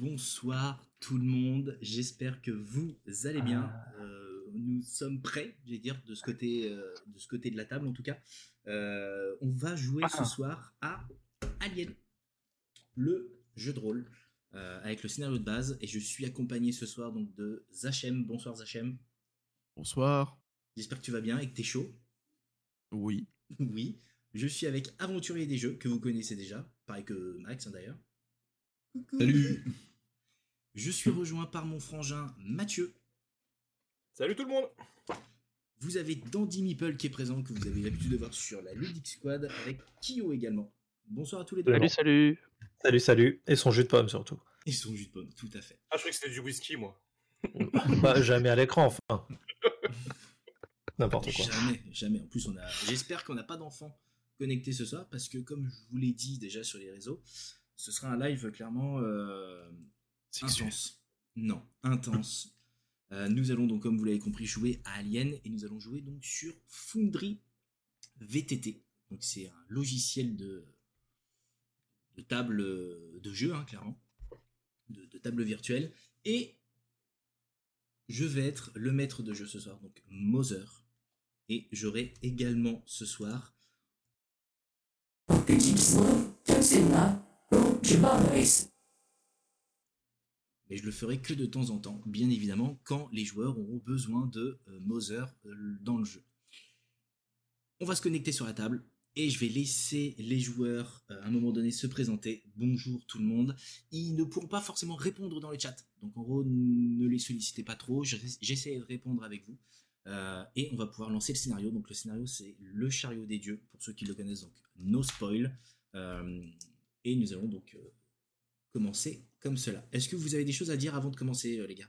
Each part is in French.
Bonsoir tout le monde, j'espère que vous allez bien. Euh, nous sommes prêts, je vais dire, de ce côté, euh, de ce côté de la table en tout cas. Euh, on va jouer ce soir à Alien, le jeu de rôle euh, avec le scénario de base. Et je suis accompagné ce soir donc de Zachem. Bonsoir Zachem. Bonsoir. J'espère que tu vas bien et que t'es chaud. Oui. Oui. Je suis avec Aventurier des jeux que vous connaissez déjà, pareil que Max hein, d'ailleurs. Salut Je suis rejoint par mon frangin Mathieu. Salut tout le monde Vous avez Dandy Meeple qui est présent, que vous avez l'habitude de voir sur la Ludic Squad, avec Kyo également. Bonsoir à tous les deux. Salut, salut. Salut, salut. Et son jus de pomme surtout. Et son jus de pomme, tout à fait. Ah, je croyais que c'était du whisky, moi. Pas jamais à l'écran, enfin. N'importe quoi. Jamais, jamais. En plus, on a. J'espère qu'on n'a pas d'enfants connectés ce soir, parce que comme je vous l'ai dit déjà sur les réseaux, ce sera un live clairement euh, intense. Non, intense. Euh, nous allons donc, comme vous l'avez compris, jouer à Alien et nous allons jouer donc sur Foundry VTT. Donc c'est un logiciel de, de table euh, de jeu, hein, clairement, de, de table virtuelle. Et je vais être le maître de jeu ce soir, donc Moser. Et j'aurai également ce soir Petite soie, c'est là, oh, je m'adresse. mais je le ferai que de temps en temps, bien évidemment, quand les joueurs auront besoin de euh, Mother euh, dans le jeu. On va se connecter sur la table et je vais laisser les joueurs euh, à un moment donné se présenter. Bonjour tout le monde. Ils ne pourront pas forcément répondre dans le chat, donc en gros, ne les sollicitez pas trop. Je- J'essaie de répondre avec vous. Euh, et on va pouvoir lancer le scénario. Donc le scénario, c'est Le chariot des dieux, pour ceux qui le connaissent, donc no spoil. Euh, et nous allons donc euh, commencer comme cela. Est-ce que vous avez des choses à dire avant de commencer, euh, les gars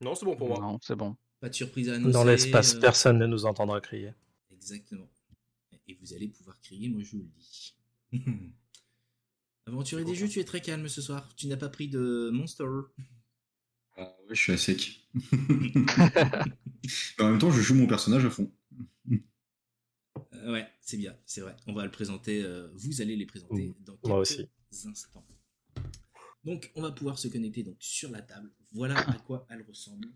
Non, c'est bon pour moi. Non, c'est bon. Pas de surprise à annoncer. Dans l'espace, euh, personne ne nous entendra crier. Exactement. Et vous allez pouvoir crier, moi je vous le dis. Aventurier des jeux, tu es très calme ce soir. Tu n'as pas pris de monster. Euh, Ah, Ouais, je suis à sec. en même temps, je joue mon personnage à fond. Euh, ouais, c'est bien, c'est vrai. On va le présenter. euh, vous allez les présenter dans quelques Moi aussi. instants. Donc, on va pouvoir se connecter donc sur la table. Voilà à quoi elle ressemble.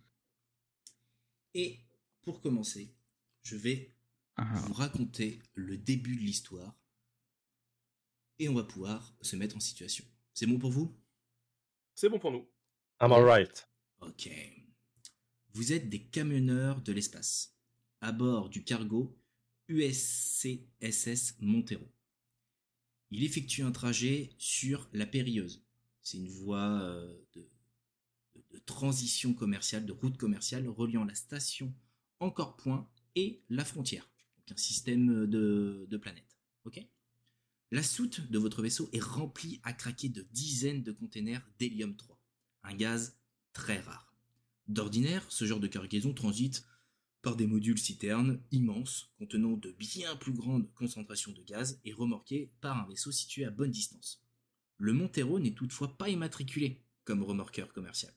Et pour commencer, je vais vous raconter le début de l'histoire et on va pouvoir se mettre en situation. C'est bon pour vous C'est bon pour nous. I'm alright. Ok. Vous êtes des camionneurs de l'espace, à bord du cargo USCSS Montero. Il effectue un trajet sur la Périlleuse. C'est une voie euh, de, de- de transition commerciale, de route commerciale reliant la station Encore Point et la frontière. Donc un système euh, de, de planètes. Ok La soute de votre vaisseau est remplie à craquer de dizaines de containers d'hélium 3, un gaz très rare. D'ordinaire, ce genre de cargaison transite par des modules citernes immenses contenant de bien plus grandes concentrations de gaz et remorqués par un vaisseau situé à bonne distance. Le Montero n'est toutefois pas immatriculé comme remorqueur commercial.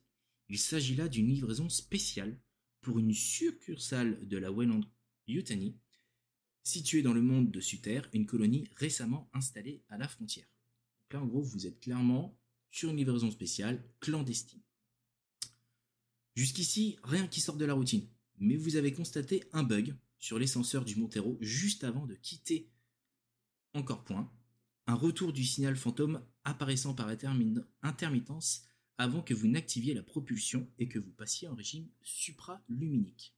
Il s'agit là d'une livraison spéciale pour une succursale de la Wayland Yutani, située dans le monde de Sutter, une colonie récemment installée à la frontière. Donc là, en gros, vous êtes clairement sur une livraison spéciale clandestine. Jusqu'ici, rien qui sort de la routine. Mais vous avez constaté un bug sur les senseurs du Montero juste avant de quitter encore point. Un retour du signal fantôme apparaissant par intermin- intermittence avant que vous n'activiez la propulsion et que vous passiez en régime supraluminique.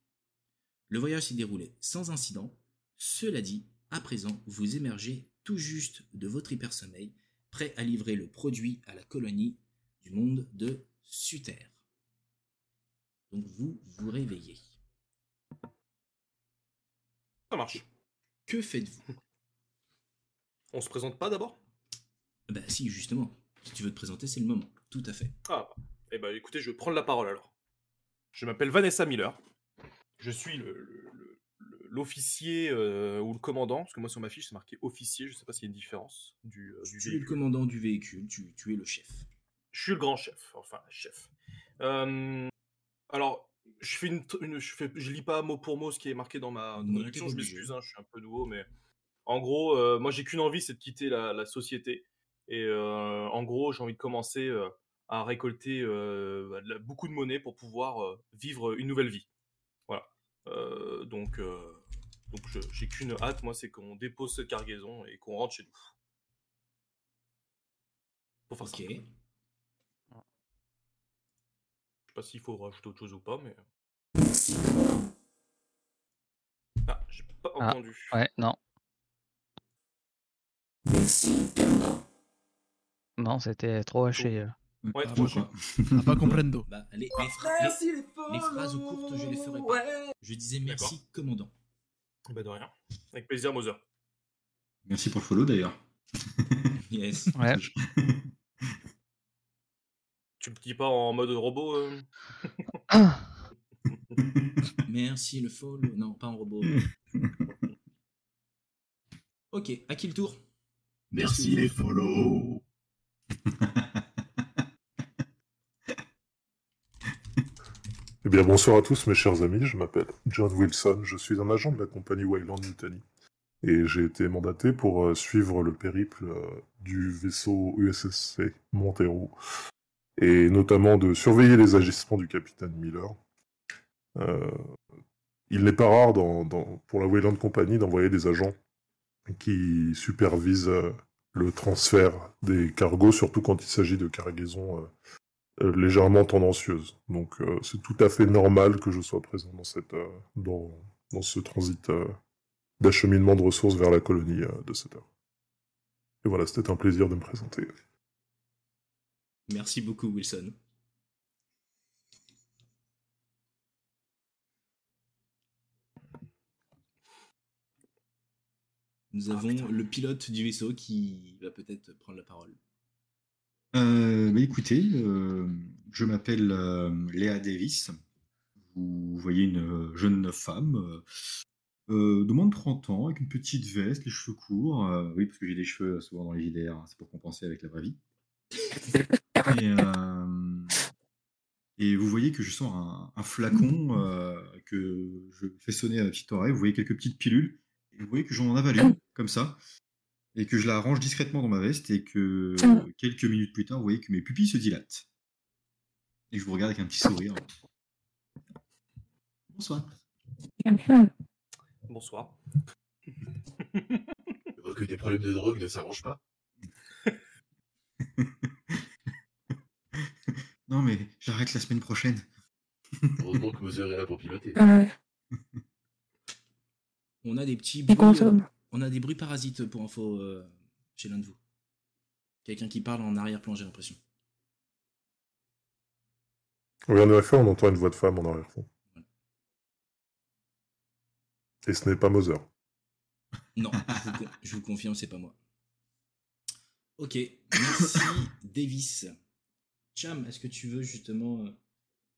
Le voyage s'est déroulé sans incident. Cela dit, à présent, vous émergez tout juste de votre hypersommeil, prêt à livrer le produit à la colonie du monde de Sutter. Donc vous vous réveillez. Ça marche. Que faites-vous On se présente pas d'abord Ah Bah si, justement. Si tu veux te présenter, c'est le moment. Tout à fait. Ah, eh ben écoutez, je vais prendre la parole alors. Je m'appelle Vanessa Miller. Je suis le- le- le- le- l'officier euh, ou le commandant, parce que moi sur ma fiche c'est marqué officier, je sais pas s'il y a une différence du, euh, du Tu es le véhicule. commandant du véhicule, tu, tu es le chef. Je suis le grand chef, enfin chef. Euh, alors, je fais une, une- je fais, je lis pas mot pour mot ce qui est marqué dans ma dans Non, mon t'es action, pas je obligé. m'excuse, hein, je suis un peu nouveau, mais en gros, euh, moi j'ai qu'une envie, c'est de quitter la, la société. Et euh, en gros, j'ai envie de commencer euh, à récolter euh, de la- beaucoup de monnaie pour pouvoir euh, vivre une nouvelle vie. Voilà. Euh, donc, euh, donc je- j'ai qu'une hâte, moi, c'est qu'on dépose cette cargaison et qu'on rentre chez nous. Pour faire Ok. simple. Je sais pas s'il faut rajouter autre chose ou pas, mais. Ah, j'ai pas Ah, entendu. Ouais, non. Non, c'était trop haché. euh. Ouais, Ah, trop moi, chaud. Ah, pas comprendo. Bah, les, les phra- les- les phrases courtes, je les ferai pas. Je disais merci, commandant. Bah, de rien. Avec plaisir, Mother. Merci pour le follow d'ailleurs. Yes. Ouais. Tu me dis pas en mode robot euh merci, le follow. Non, pas en robot. ok, à qui le tour Merci les follow. Eh bien, bonsoir à tous, mes chers amis. Je m'appelle John Wilson. Je suis un agent de la compagnie Wayland Italy. Et j'ai été mandaté pour euh, suivre le périple euh, du vaisseau USSC Montero. Et notamment de surveiller les agissements du capitaine Miller. Euh, il n'est pas rare dans- dans- pour la Wayland Company d'envoyer des agents qui supervisent euh, le transfert des cargos, surtout quand il s'agit de cargaisons euh, euh, légèrement tendancieuse. Donc euh, c'est tout à fait normal que je sois présent dans, cette, euh, dans, dans ce transit euh, d'acheminement de ressources vers la colonie euh, de cette heure. Et voilà, c'était un plaisir de me présenter. Merci beaucoup, Wilson. Nous avons le pilote du vaisseau qui va peut-être prendre la parole. Euh, bah, écoutez, euh, je m'appelle euh, Léa Davis. Vous voyez une euh, jeune femme euh, euh, de moins de 30 ans, avec une petite veste, les cheveux courts. euh, oui, parce que j'ai des cheveux euh, souvent dans les JDR, hein, c'est pour compenser avec la vraie vie. Et, euh, et vous voyez que je sens un, un flacon euh, que je fais sonner à la petite oreille. Vous voyez quelques petites pilules. Et vous voyez que j'en avale une, comme ça et que je la range discrètement dans ma veste et que Mmh. euh, quelques minutes plus tard, vous voyez que mes pupilles se dilatent. Et que je vous regarde avec un petit sourire. Bonsoir. Bonsoir. Que des problèmes de drogue ne s'arrangent pas. Non mais j'arrête la semaine prochaine. Heureusement que Mother est là pour piloter. On a des petits Il bruits, euh, consomme. on a des bruits parasites pour info euh, chez l'un de vous. Quelqu'un qui parle en arrière-plan, j'ai l'impression. Regarde la on entend une voix de femme en arrière-fond. Et ce n'est pas Mother. Non, je vous, con- je vous confirme, c'est pas moi. Ok, merci Davis. Cham, est-ce que tu veux justement euh,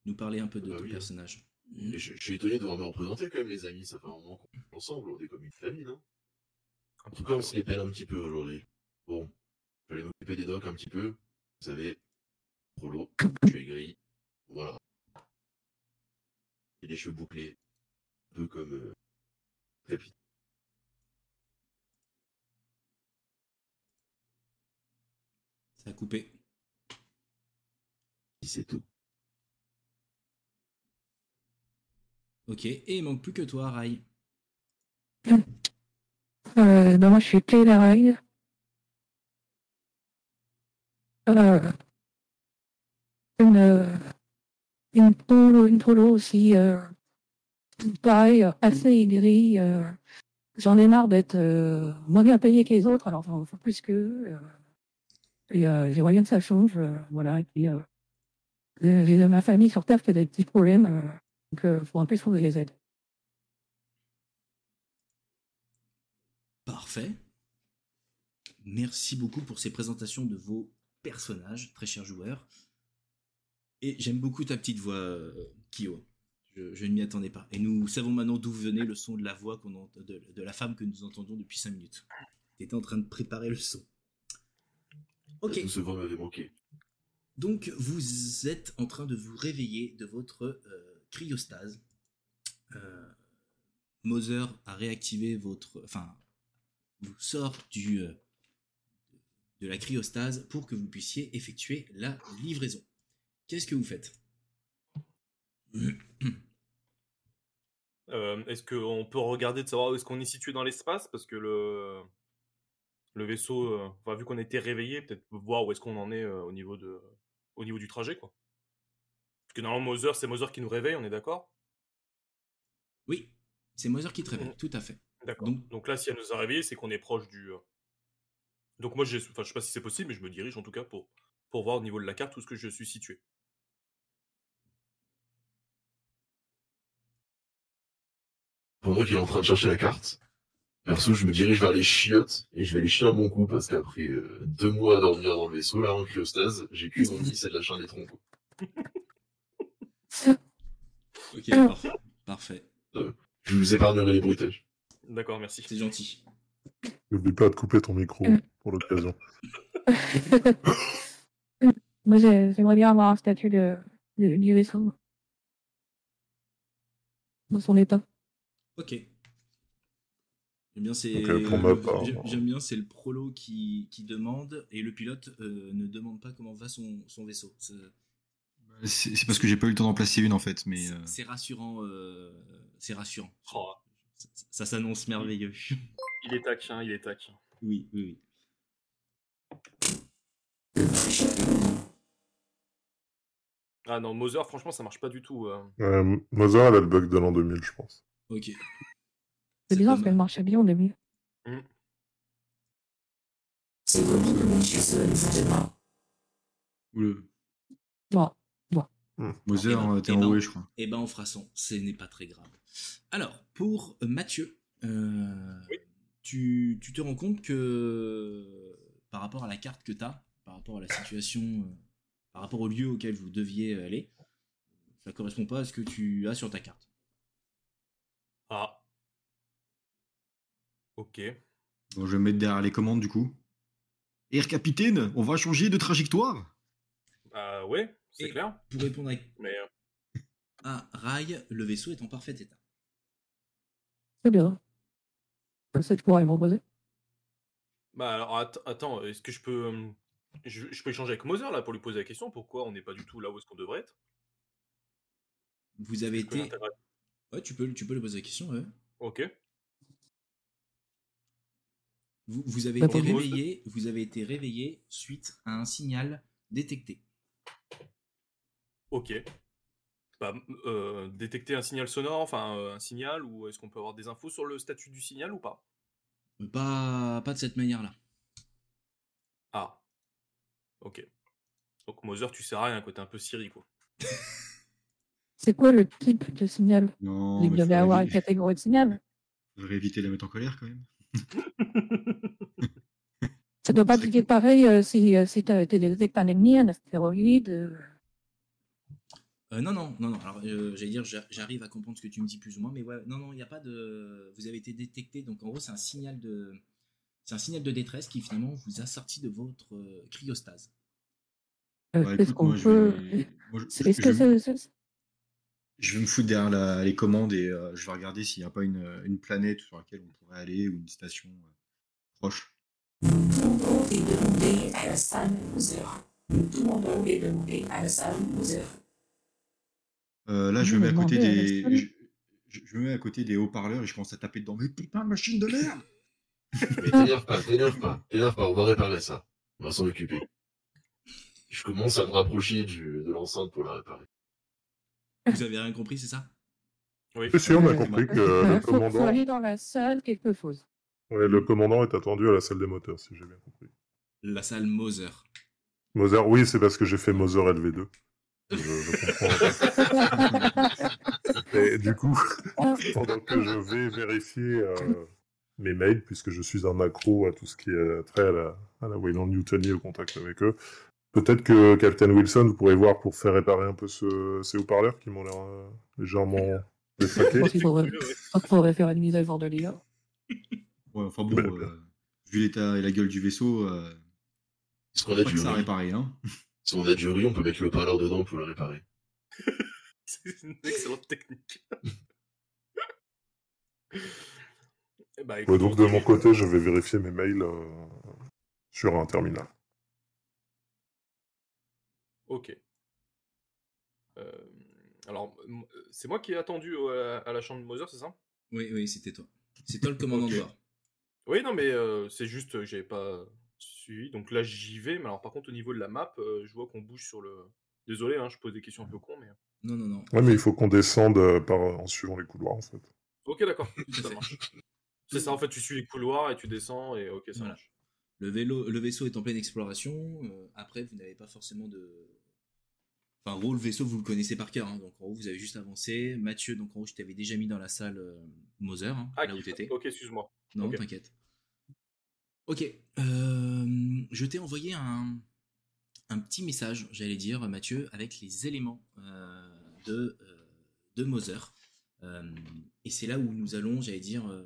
nous parler un peu de Bah ton oui. personnage Et je, je suis étonné de vous me représenter quand même, les amis. Ça fait un moment qu'on est ensemble, on est comme une famille, non En tout cas, on se répète un petit peu aujourd'hui. Bon, je vais m'occuper des docs un petit peu. Vous savez, Prolo, je suis aigri. Voilà. J'ai les cheveux bouclés. Un peu comme. euh, Capitaine. Ça a coupé. c'est tout. Ok, et il manque plus que toi, Rai. Euh, bah moi, je suis Clay Laroy. Euh, une, euh, une polo, une polo aussi, euh, pareil, euh, assez aigrie. euh, J'en ai marre d'être euh, moins bien payé que les autres, alors enfin, faut plus que. et euh, j'aimerais bien que ça change, euh, voilà. Et puis, euh, j'ai j'ai de ma famille sur Terre qui a des petits problèmes, euh, donc euh, faut un peu trouver les aides. Parfait. Merci beaucoup pour ces présentations de vos personnages, très chers joueurs. Et j'aime beaucoup ta petite voix, euh, Kyo. Je, je ne m'y attendais pas. Et nous savons maintenant d'où venait le son de la voix qu'on ent- de, de la femme que nous entendions depuis 5 minutes. Tu étais en train de préparer le son. Ok. Tout ce vent m'avait manqué. Donc, vous êtes en train de vous réveiller de votre euh, cryostase. Euh, Mother a réactivé votre. Enfin, vous sort du, euh, de la cryostase pour que vous puissiez effectuer la livraison. Qu'est-ce que vous faites Euh, est-ce qu'on peut regarder de savoir où est-ce qu'on est situé dans l'espace Parce que le, le vaisseau, euh, enfin, vu qu'on était réveillé, peut-être voir où est-ce qu'on en est euh, au, niveau de, au niveau du trajet. Quoi. Parce que normalement, Mother, c'est Mother qui nous réveille, on est d'accord Oui, c'est Mother qui te réveille, tout à fait. D'accord. Donc... là, si elle nous a réveillés, c'est qu'on est proche du. euh, Donc moi, j'ai- enfin, je sais pas si c'est possible, mais je me dirige en tout cas pour, pour voir au niveau de la carte où est-ce que je suis situé. Pendant qu'il est en train de chercher la carte, perso, je me dirige vers les chiottes et je vais les chier à mon coup parce qu'après euh, deux mois à dormir dans le vaisseau, là, en cryostase, j'ai qu'une envie, c'est de lâcher un étron. quoi. Ok, par- parfait. Je vous épargnerai les bruitages. D'accord, merci. C'est gentil. N'oublie pas de couper ton micro pour l'occasion. Moi, j'ai- j'aimerais bien avoir un statut de, de- du vaisseau. Dans son état. Ok. J'aime bien, c'est Ok, euh, pour ma le- part, hein. j'aime- bon. j'aime bien, c'est le prolo qui, qui demande et le pilote euh, ne demande pas comment va son, son vaisseau. Ça- C'est c'est parce que j'ai pas eu le temps d'en placer une en fait, mais C'est euh, c'est rassurant. euh, c'est rassurant. Oh, Ça, ça s'annonce merveilleux. il est tac, hein, il est tac. Oui, oui, oui. Ah non, Mother, franchement, ça marche pas du tout. euh. Euh, Mother, elle a le bug de l'an 2000, je pense. Ok. C'est bizarre parce dommage. qu'elle marchait bien au début. C'est remis de mon chez eux, effectivement. ou le Bon, Mother, Eh ben, euh, t'es eh ben. enroué, je crois. Eh ben, on fera sans. Ce n'est pas très grave. Alors, pour Mathieu, euh, tu, tu te rends compte que par rapport à la carte que tu as, par rapport à la situation, euh, par rapport au lieu auquel vous deviez aller, ça correspond pas à ce que tu as sur ta carte. Ah. Ok. Bon, je vais me mettre derrière les commandes du coup. Air Capitaine, on va changer de trajectoire Ah ouais, c'est Et- clair. Pour répondre Mais euh, à, à Rai, le vaisseau est en parfait état. c'est bien. Ça, tu pourrais me proposer. bah alors att- attends, est-ce que je peux euh, je, je peux échanger avec Mother là pour lui poser la question pourquoi on n'est pas du tout là où est-ce qu'on devrait être Vous avez Je peux été. l'intégrer. Ouais, tu peux, tu peux lui poser la question. ouais. Ok. Vous, vous avez Bah, été pour moi, réveillé. Vous avez été réveillé suite à un signal détecté. Ok. Bah, m- euh, détecter un signal sonore, enfin euh, un signal, ou est-ce qu'on peut avoir des infos sur le statut du signal ou pas Euh, Pas, pas de cette manière-là. Ah. Ok. Donc Mother, tu sais rien, quoi, t'es un peu Siri, quoi. C'est quoi le type de signal Non, Il mais devait faudrait avoir une évi- catégorie de signal. faudrait éviter de la mettre en colère quand même. Ça doit pas C'est- être pareil euh, si, euh, si tu as été détecté un ennemi, un astéroïde. euh, Euh, non, non, non, non. Alors, euh, j'allais dire, j'a- j'arrive à comprendre ce que tu me dis plus ou moins, mais ouais, non, non, il n'y a pas de. Vous avez été détecté, donc en gros, c'est un signal de. C'est un signal de détresse qui finalement vous a sorti de votre euh, cryostase. euh, Bah, Qu'est-ce écoute, qu'on moi, je peut. vais- moi, je- C'est- Est-ce que je- c'est. c'est- Je vais me foutre derrière la- les commandes et euh, je vais regarder s'il n'y a pas une, euh, une planète sur laquelle on pourrait aller ou une station euh, proche. Nous demandons de demander à la salle Mouser. Nous demandons de demander à la salle Mouser. Euh, là, je Oui, me euh, mets à mais côté non, mais des, reste là. je, je- je me mets à côté des haut-parleurs et je commence à taper dedans. Mais putain, de machine de merde Mais t'énerve pas, t'énerve pas, t'énerve pas, on va réparer ça. On va s'en occuper. Je commence à me rapprocher du, de l'enceinte pour la réparer. Vous avez rien compris, c'est ça Oui. Oui, si, on a Euh, compris que euh, le faut, faut commandant, aller dans la salle, quelque chose. ouais, le commandant est attendu à la salle des moteurs, si j'ai bien compris. La salle Moser. Mother, oui, c'est parce que j'ai fait Mother LV2. Je, je comprends. Et du coup, pendant que je vais vérifier euh, mes mails, puisque je suis un accro à tout ce qui est trait à la, à la Wayland Newton et au contact avec eux, peut-être que Captain Wilson, vous pourrez voir pour faire réparer un peu ce, ces haut-parleurs qui m'ont l'air euh, légèrement Je détraqués. pense qu'il faudrait, il faudrait faire une mise à jour de l'IA. Ouais, enfin bon, Ben, euh, vu l'état et la gueule du vaisseau, euh, Si on a pas du que ça a riz, réparé. Hein. si on a du riz, on peut mettre le parleur dedans pour le réparer. C'est une excellente technique. Eh bah, Ouais, écoute, donc on de se mon dirige- côté, je vais vérifier mes mails euh, sur un terminal. Ok. Euh, alors, m- euh, c'est moi qui ai attendu au- à, à la chambre de Mother, c'est ça Oui, oui, c'était toi. C'est toi le commandant de bord. Oui, non, mais euh, c'est juste que j'avais pas suivi. Donc là, j'y vais. Mais alors, par contre, au niveau de la map, euh, je vois qu'on bouge sur le. Désolé, hein, je pose des questions un peu con, mais. Non, non, non. Ouais, mais il faut qu'on descende euh, par, en suivant les couloirs, en fait. Ok, d'accord. ça marche. C'est ça, en fait, tu suis les couloirs et tu descends et ok, ça Voilà. marche. Le, vélo, le vaisseau est en pleine exploration. euh, après, vous n'avez pas forcément de. Enfin, en gros, le vaisseau, vous le connaissez par cœur. hein. donc, en haut, vous avez juste avancé. Mathieu, donc en haut, je t'avais déjà mis dans la salle euh, Mother, hein, Ah, là où qui- t'étais. ok, excuse-moi. Non, ok. t'inquiète. Ok. euh, je t'ai envoyé un, un petit message, j'allais dire, Mathieu, avec les éléments euh, de, euh, de Mother. Euh, et c'est là où nous allons, j'allais dire, euh,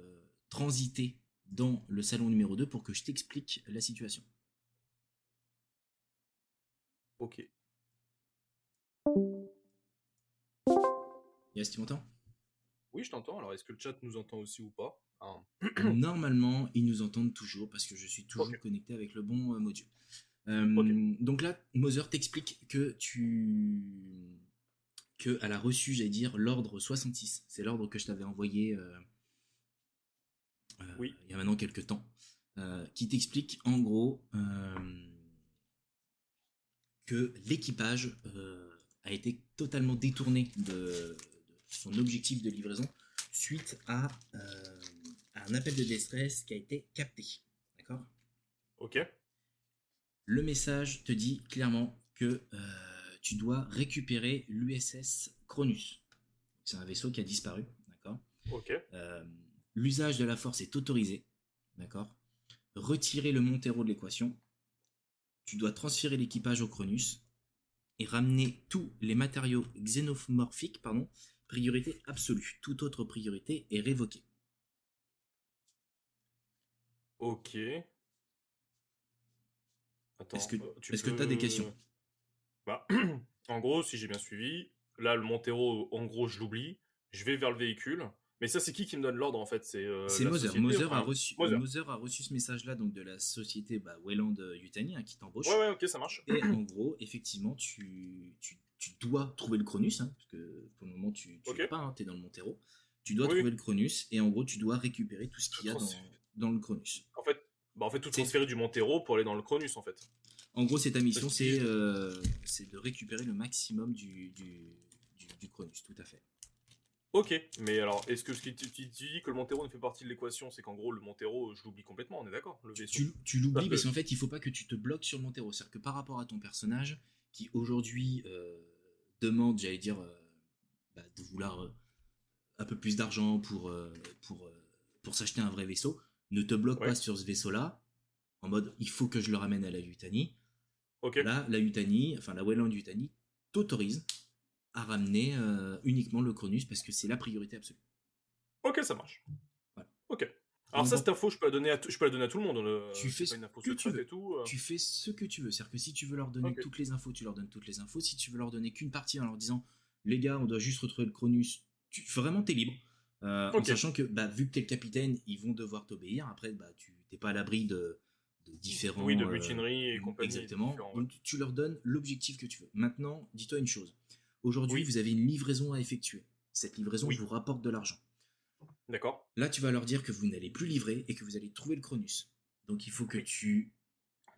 transiter dans le salon numéro 2 pour que je t'explique la situation. Ok. Yes, tu m'entends Oui, je t'entends. Alors, est-ce que le chat nous entend aussi ou pas Hein. Normalement, ils nous entendent toujours parce que je suis toujours connecté avec le bon euh, module. Euh, Donc là, Mother t'explique que tu que elle a reçu, j'allais dire, l'ordre 66. C'est l'ordre que je t'avais envoyé euh, euh, Oui. il y a maintenant quelques temps, euh, qui t'explique en gros euh, que l'équipage euh, a été totalement détourné de, de son objectif de livraison suite à, euh, à un appel de détresse qui a été capté. D'accord Ok. le message te dit clairement que euh, tu dois récupérer l'USS Cronus. C'est un vaisseau qui a disparu, d'accord Ok. Euh, L'usage de la force est autorisé, d'accord Retirer le Montero de l'équation. Tu dois transférer l'équipage au Cronus et ramener tous les matériaux xénomorphiques, pardon, priorité absolue. Toute autre priorité est révoquée. Ok. Attends. Est-ce que- euh, est-ce que t'as des questions Bah, en gros, si j'ai bien suivi, là, le Montero, en gros, je l'oublie. Je vais vers le véhicule. Mais ça, c'est qui qui me donne l'ordre en fait C'est euh, C'est la Moser. société, Moser enfin, a reçu, euh, Mother. Moser a reçu ce message-là donc de la société bah, Wayland euh, Yutani hein, qui t'embauche. Ouais, ouais, ok, ça marche. Et en gros, effectivement, tu, tu, tu dois trouver le Cronus, hein, parce que pour le moment, tu tu Ok. l'as pas, tu es dans le Montero. Tu dois Oui, trouver oui. le Cronus, et en gros, tu dois récupérer tout ce qu'il y a dans, Transférer. dans le Cronus. En fait, bah, en fait, tout C'est- transférer du Montero pour aller dans le Cronus, en fait. En gros, c'est ta mission, Parce que- c'est euh, c'est de récupérer le maximum du, du, du, du Cronus, tout à fait. Ok, mais alors, est-ce que ce qui tu, tu- tu dis que le Montero ne fait partie de l'équation, c'est qu'en gros, le Montero, je l'oublie complètement, on est d'accord le vaisseau. Tu, tu l'oublies Ah, parce euh. qu'en fait, il faut pas que tu te bloques sur le Montero. C'est-à-dire que par rapport à ton personnage, qui aujourd'hui euh, demande, j'allais dire, euh, bah, de vouloir euh, un peu plus d'argent pour, euh, pour, euh, pour s'acheter un vrai vaisseau, ne te bloque Ouais. pas sur ce vaisseau-là, en mode il faut que je le ramène à la Yutani. Ok, Là, la Yutani, enfin la Wayland Yutani, t'autorise à ramener euh, uniquement le Cronus parce que c'est la priorité absolue. ok, ça marche. Voilà. Ok. Alors Donc, ça, bon. cette info, je peux la donner à, tout- je peux la donner à tout le monde. hein, le- Tu c'est fais pas une ce info que tu secrète veux. et tout. euh. tu fais ce que tu veux. C'est-à-dire que si tu veux leur donner Ok. toutes les infos, tu leur donnes toutes les infos. Si tu veux leur donner qu'une partie en leur disant, les gars, on doit juste retrouver le Cronus, tu, vraiment, t'es libre. Euh, En Ok. sachant que, bah, vu que t'es le capitaine, ils vont devoir t'obéir. Après, bah, tu t'es pas à l'abri de, de différents. Oui, de euh, mutinerie et compagnie. Exactement. Mm. différents, ouais. Donc, tu leur donnes l'objectif que tu veux. Maintenant, dis-toi une chose. Aujourd'hui, Oui. vous avez une livraison à effectuer. Cette livraison Oui. vous rapporte de l'argent. D'accord. Là, tu vas leur dire que vous n'allez plus livrer et que vous allez trouver le Cronus. Donc, il faut que tu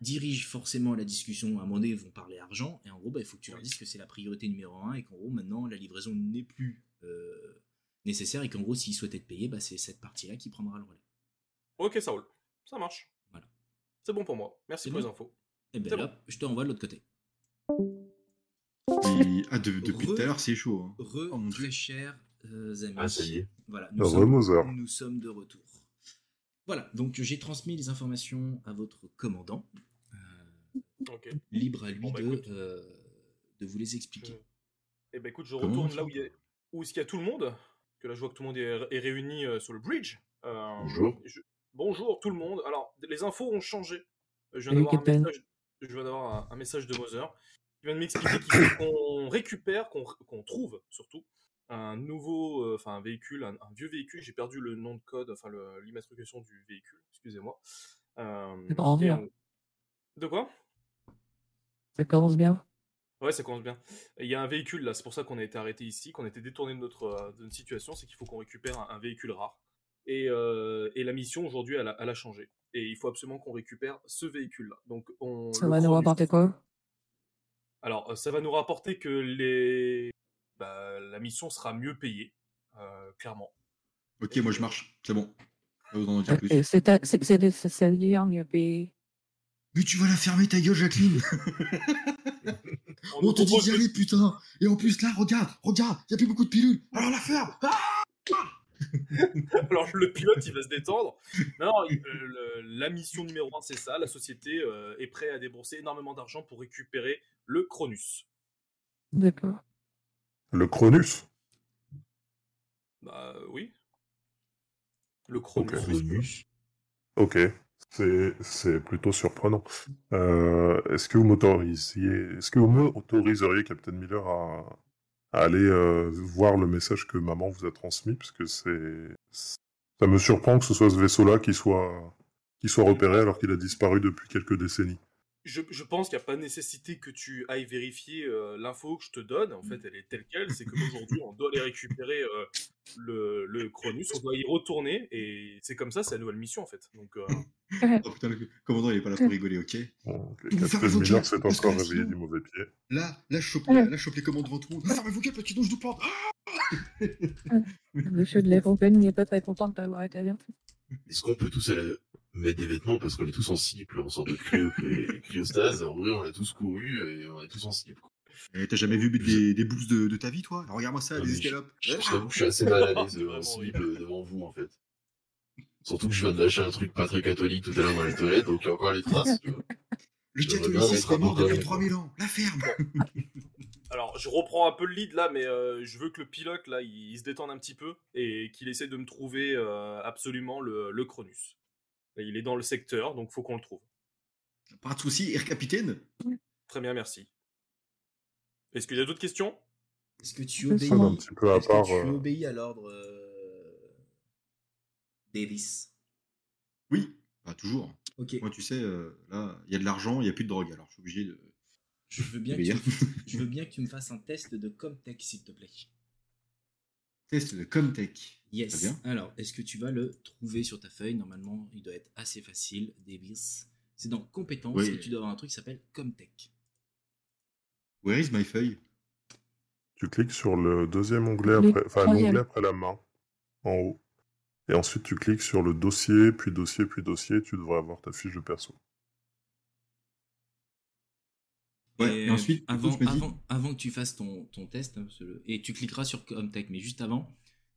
diriges forcément la discussion. À un moment donné, ils vont parler argent. Et en gros, bah, il faut que tu leur dises que c'est la priorité numéro un et qu'en gros, maintenant, la livraison n'est plus euh, nécessaire et qu'en gros, s'ils souhaitaient te payer, bah, c'est cette partie-là qui prendra le relais. Ok, ça roule. Ça marche. Voilà. C'est bon pour moi. Merci C'est pour bon les infos. Et bien C'est Eh ben là, je te renvoie de l'autre côté. Et- ah, de- depuis Re- tout à l'heure, c'est chaud. hein. Re, Oh mon Dieu. très chers euh, amis. Ah, ça y est. Voilà, Re, nous, sommes, Mozart. nous sommes de retour. Voilà, donc j'ai transmis les informations à votre commandant. Euh, Ok. libre à lui Bon, bah, de, écoute. euh, de vous les expliquer. Eh ben écoute, je Comment retourne on là où il y a- où est-ce qu'il y a tout le monde. Que là, je vois que tout le monde est, est réuni euh, sur le bridge. Euh, Bonjour. je- Bonjour tout le monde. Alors, d- les infos ont changé. Euh, Je Salut, viens d'avoir un Captain. message, je viens d'avoir un, un message de Mother qui vient de m'expliquer qu'il faut qu'on récupère, qu'on qu'on trouve surtout un nouveau, euh, enfin un véhicule, un, un vieux véhicule. J'ai perdu le nom de code, enfin le- l'immatriculation du véhicule. Excusez-moi. Euh, Pas grave. et en- De quoi Ça commence bien. Ouais, ça commence bien. Il y a un véhicule là, c'est pour ça qu'on a été arrêté ici, qu'on a été détourné de notre, euh, de notre situation, c'est qu'il faut qu'on récupère un, un véhicule rare. Et, euh, et la mission aujourd'hui, elle, a- elle a changé. Et il faut absolument qu'on récupère ce véhicule là. Donc on. Ça le va nous chronus- rapporter quoi Alors, euh, ça va nous rapporter que les... bah, la mission sera mieux payée, euh, clairement. Ok, moi je marche, c'est bon. Pas besoin d'en dire plus. Et Euh, c'est à- c'est- c'est- c'est- c'est lié en UP. Mais tu vas la fermer ta gueule, Jacqueline On, te dit d'y aller, putain Et en plus, là, regarde, regarde, y a plus beaucoup de pilules Alors la ferme Ah Alors le pilote, il va se détendre. Non, il- euh, le- la mission numéro un, c'est ça. La société euh, est prête à débourser énormément d'argent pour récupérer le Cronus. D'accord. Le Cronus Bah euh, oui. euh, Le Cronus. Ok, c'est c'est plutôt surprenant. Euh, est-ce que vous m'autorisiez, est-ce que vous m'autoriseriez, Captain Miller, à, à aller euh, voir le message que maman vous a transmis, parce que c'est, c'est- ça me surprend que ce soit ce vaisseau-là qui soit qui soit repéré alors qu'il a disparu depuis quelques décennies. Je, je pense qu'il n'y a pas nécessité que tu ailles vérifier euh, l'info que je te donne. En fait, elle est telle quelle. C'est que aujourd'hui, on doit aller récupérer euh, le, le Cronus. On doit y retourner. Et c'est comme ça, c'est la nouvelle mission, en fait. Donc, euh, Oh putain, le commandant, il est pas là pour rigoler, ok Bon, ok, Vous Captain fermez vos Miller gueules, s'est parce que encore réveillé sinon- du mauvais pied. Là, là, je chope, là, je chope les commandes devant tout le monde. Ah, fermez-vous gueule, petit don, je nous plante Ah Monsieur de la Fontaine n'est pas très content d'avoir été bien. Est-ce qu'on peut tous aller mettre des vêtements parce qu'on est tous en slip, là, en sorte de cryo- cryo- cryostase En vrai, on a tous couru et on est tous en slip. quoi. Eh, T'as jamais vu des, des blouses de, de ta vie, toi Regarde-moi ça, Ah, Non, les mais je- escalopes Je je t'avoue que je suis assez mal à l'aise euh, en slip euh, devant vous, en fait. Surtout que je viens de lâcher un truc pas très catholique tout à l'heure dans les toilettes, donc il y a encore les traces. tu vois. Le J'aimerais bien catholicisme mettre un est mort pantalon, depuis quoi. 3000 ans La ferme Alors, je reprends un peu le lead là, mais euh, je veux que le pilote là, il, il se détende un petit peu et qu'il essaie de me trouver euh, absolument le, le Cronus. Là, il est dans le secteur, donc faut qu'on le trouve. Pas de soucis, Air Capitaine Très bien, merci. Est-ce qu'il y a d'autres questions Est-ce que tu Ça obéis sonne un petit peu à Est-ce que part, tu euh, obéis à l'ordre euh, Davis Oui, bah, toujours. Ok. Moi, tu sais, euh, là, il y a de l'argent, il y a plus de drogue, alors je suis obligé de... Je veux bien, que obéir. tu, je veux bien que tu me fasses un test de Comtech, s'il te plaît. Test de Comtech. Yes. Très bien. Alors, est-ce que tu vas le trouver sur ta feuille Normalement, il doit être assez facile, Davis. C'est dans compétences Oui. et tu dois avoir un truc qui s'appelle Comtech. Where is my feuille Tu cliques sur le deuxième onglet Le après, enfin, troisième. l'onglet après la main, en haut. Et ensuite, tu cliques sur le dossier, puis dossier, puis dossier. Tu devrais avoir ta fiche de perso. Ouais, et ensuite, du coup, avant, je me dis- avant, avant que tu fasses ton, ton test, hein, parce que le- et tu cliqueras sur Comtech, mais juste avant,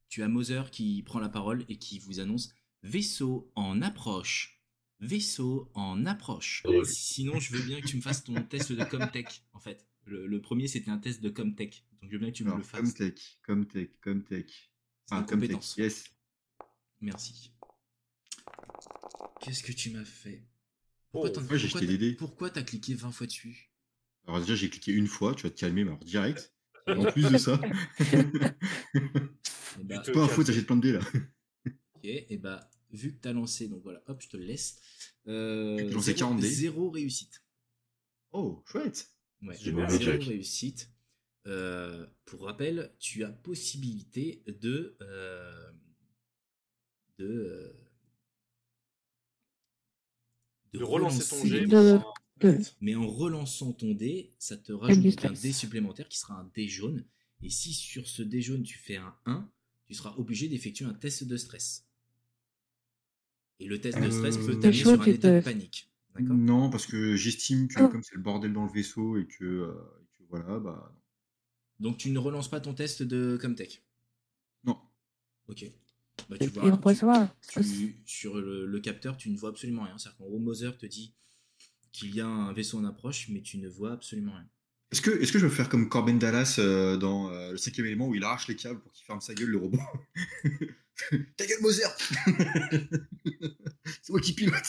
tu as Moser qui prend la parole et qui vous annonce vaisseau en approche. Vaisseau en approche. Ouais. Sinon, je veux bien que tu me fasses ton test de Comtech, en fait. Le, le premier, c'était un test de Comtech. Donc, je veux bien que tu me Alors, le fasses. Comtech, Comtech, Comtech. C'est Enfin, une Comtech, compétence. yes. Merci. Qu'est-ce que tu m'as fait Oh, Pourquoi t'en- ouais, j'ai pourquoi jeté t'as- des dés. Pourquoi t'as cliqué 20 fois dessus Alors déjà, j'ai cliqué une fois, tu vas te calmer, mais alors direct. Et en plus de ça, Eh bah, te- pas un faux, t'achètes plein de dés là. ok, eh bah, vu que t'as lancé, donc voilà, hop, je te le laisse. Euh, J'ai lancé zéro- 40 dés. Zéro réussite. Oh, chouette Ouais, J'ai bien zéro fait, Jack. réussite. Euh, pour rappel, tu as possibilité de. euh, de. euh, De relancer ton jet. De- pour de- Mais en relançant ton dé, ça te du rajoute un stress. dé supplémentaire qui sera un dé jaune. Et si sur ce dé jaune tu fais un 1, tu seras obligé d'effectuer un test de stress. Et le test de stress Euh, Mm. peut Des t'amener choses sur un qui état de peuvent- panique. D'accord Non, parce que j'estime que Ah. comme c'est le bordel dans le vaisseau et que, euh, et que voilà, bah... Donc tu ne relances pas ton test de Comtech. Non. Ok. Bah, Et tu vois, on pourrait tu- savoir. tu- sur le, le capteur, tu ne vois absolument rien. C'est-à-dire qu'en gros, Moser te dit qu'il y a un vaisseau en approche, mais tu ne vois absolument rien. Est-ce que, est que je veux faire comme Corbin Dallas euh, dans euh, le cinquième élément où il arrache les câbles pour qu'il ferme sa gueule, le robot Ta gueule, Moser C'est moi qui pilote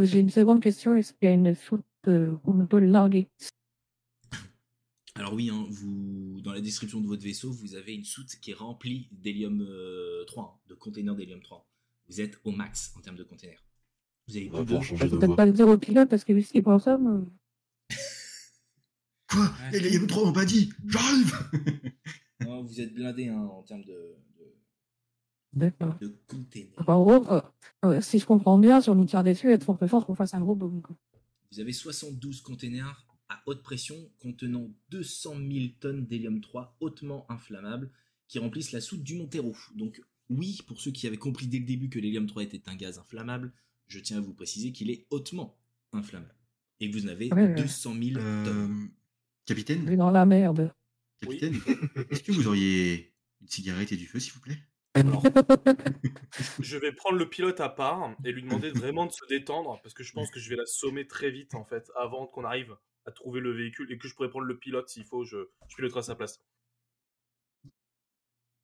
J'ai une seconde question. Est-ce qu'il y a une faute euh, où on peut le larguer Alors oui, hein, vous, dans la description de votre vaisseau, vous avez une soute qui est remplie d'hélium euh, 3, hein, de containers d'hélium 3. Vous êtes au max en termes de containers. Vous avez On va plus de... pouvoir changer de Peut-être voix. pas le dire au pilote parce que lui, ce qu'il consomme. euh, Quoi Et les autres on pas dit J'arrive Non, vous êtes blindé hein, en termes de, D'accord. de, de container. Donc, En gros, euh, euh, si je comprends bien, si on nous tire dessus, être trop peu fort qu'on fasse un gros boom. quoi. Vous avez 72 containers à haute pression contenant 200 000 tonnes d'hélium 3 hautement inflammable qui remplissent la soute du Montero. Donc oui, pour ceux qui avaient compris dès le début que l'hélium 3 était un gaz inflammable, je tiens à vous préciser qu'il est hautement inflammable. Et que vous en avez Ah Ouais, ouais. 200 000 tonnes. Euh, On est Capitaine dans la merde. Capitaine Est-ce que vous auriez une cigarette et du feu, s'il vous plaît Eh Alors, je vais prendre le pilote à part et lui demander vraiment de se détendre parce que je pense que je vais l'assommer très vite en fait avant qu'on arrive à trouver le véhicule et que je pourrais prendre le pilote s'il faut, je, je piloterai à sa place.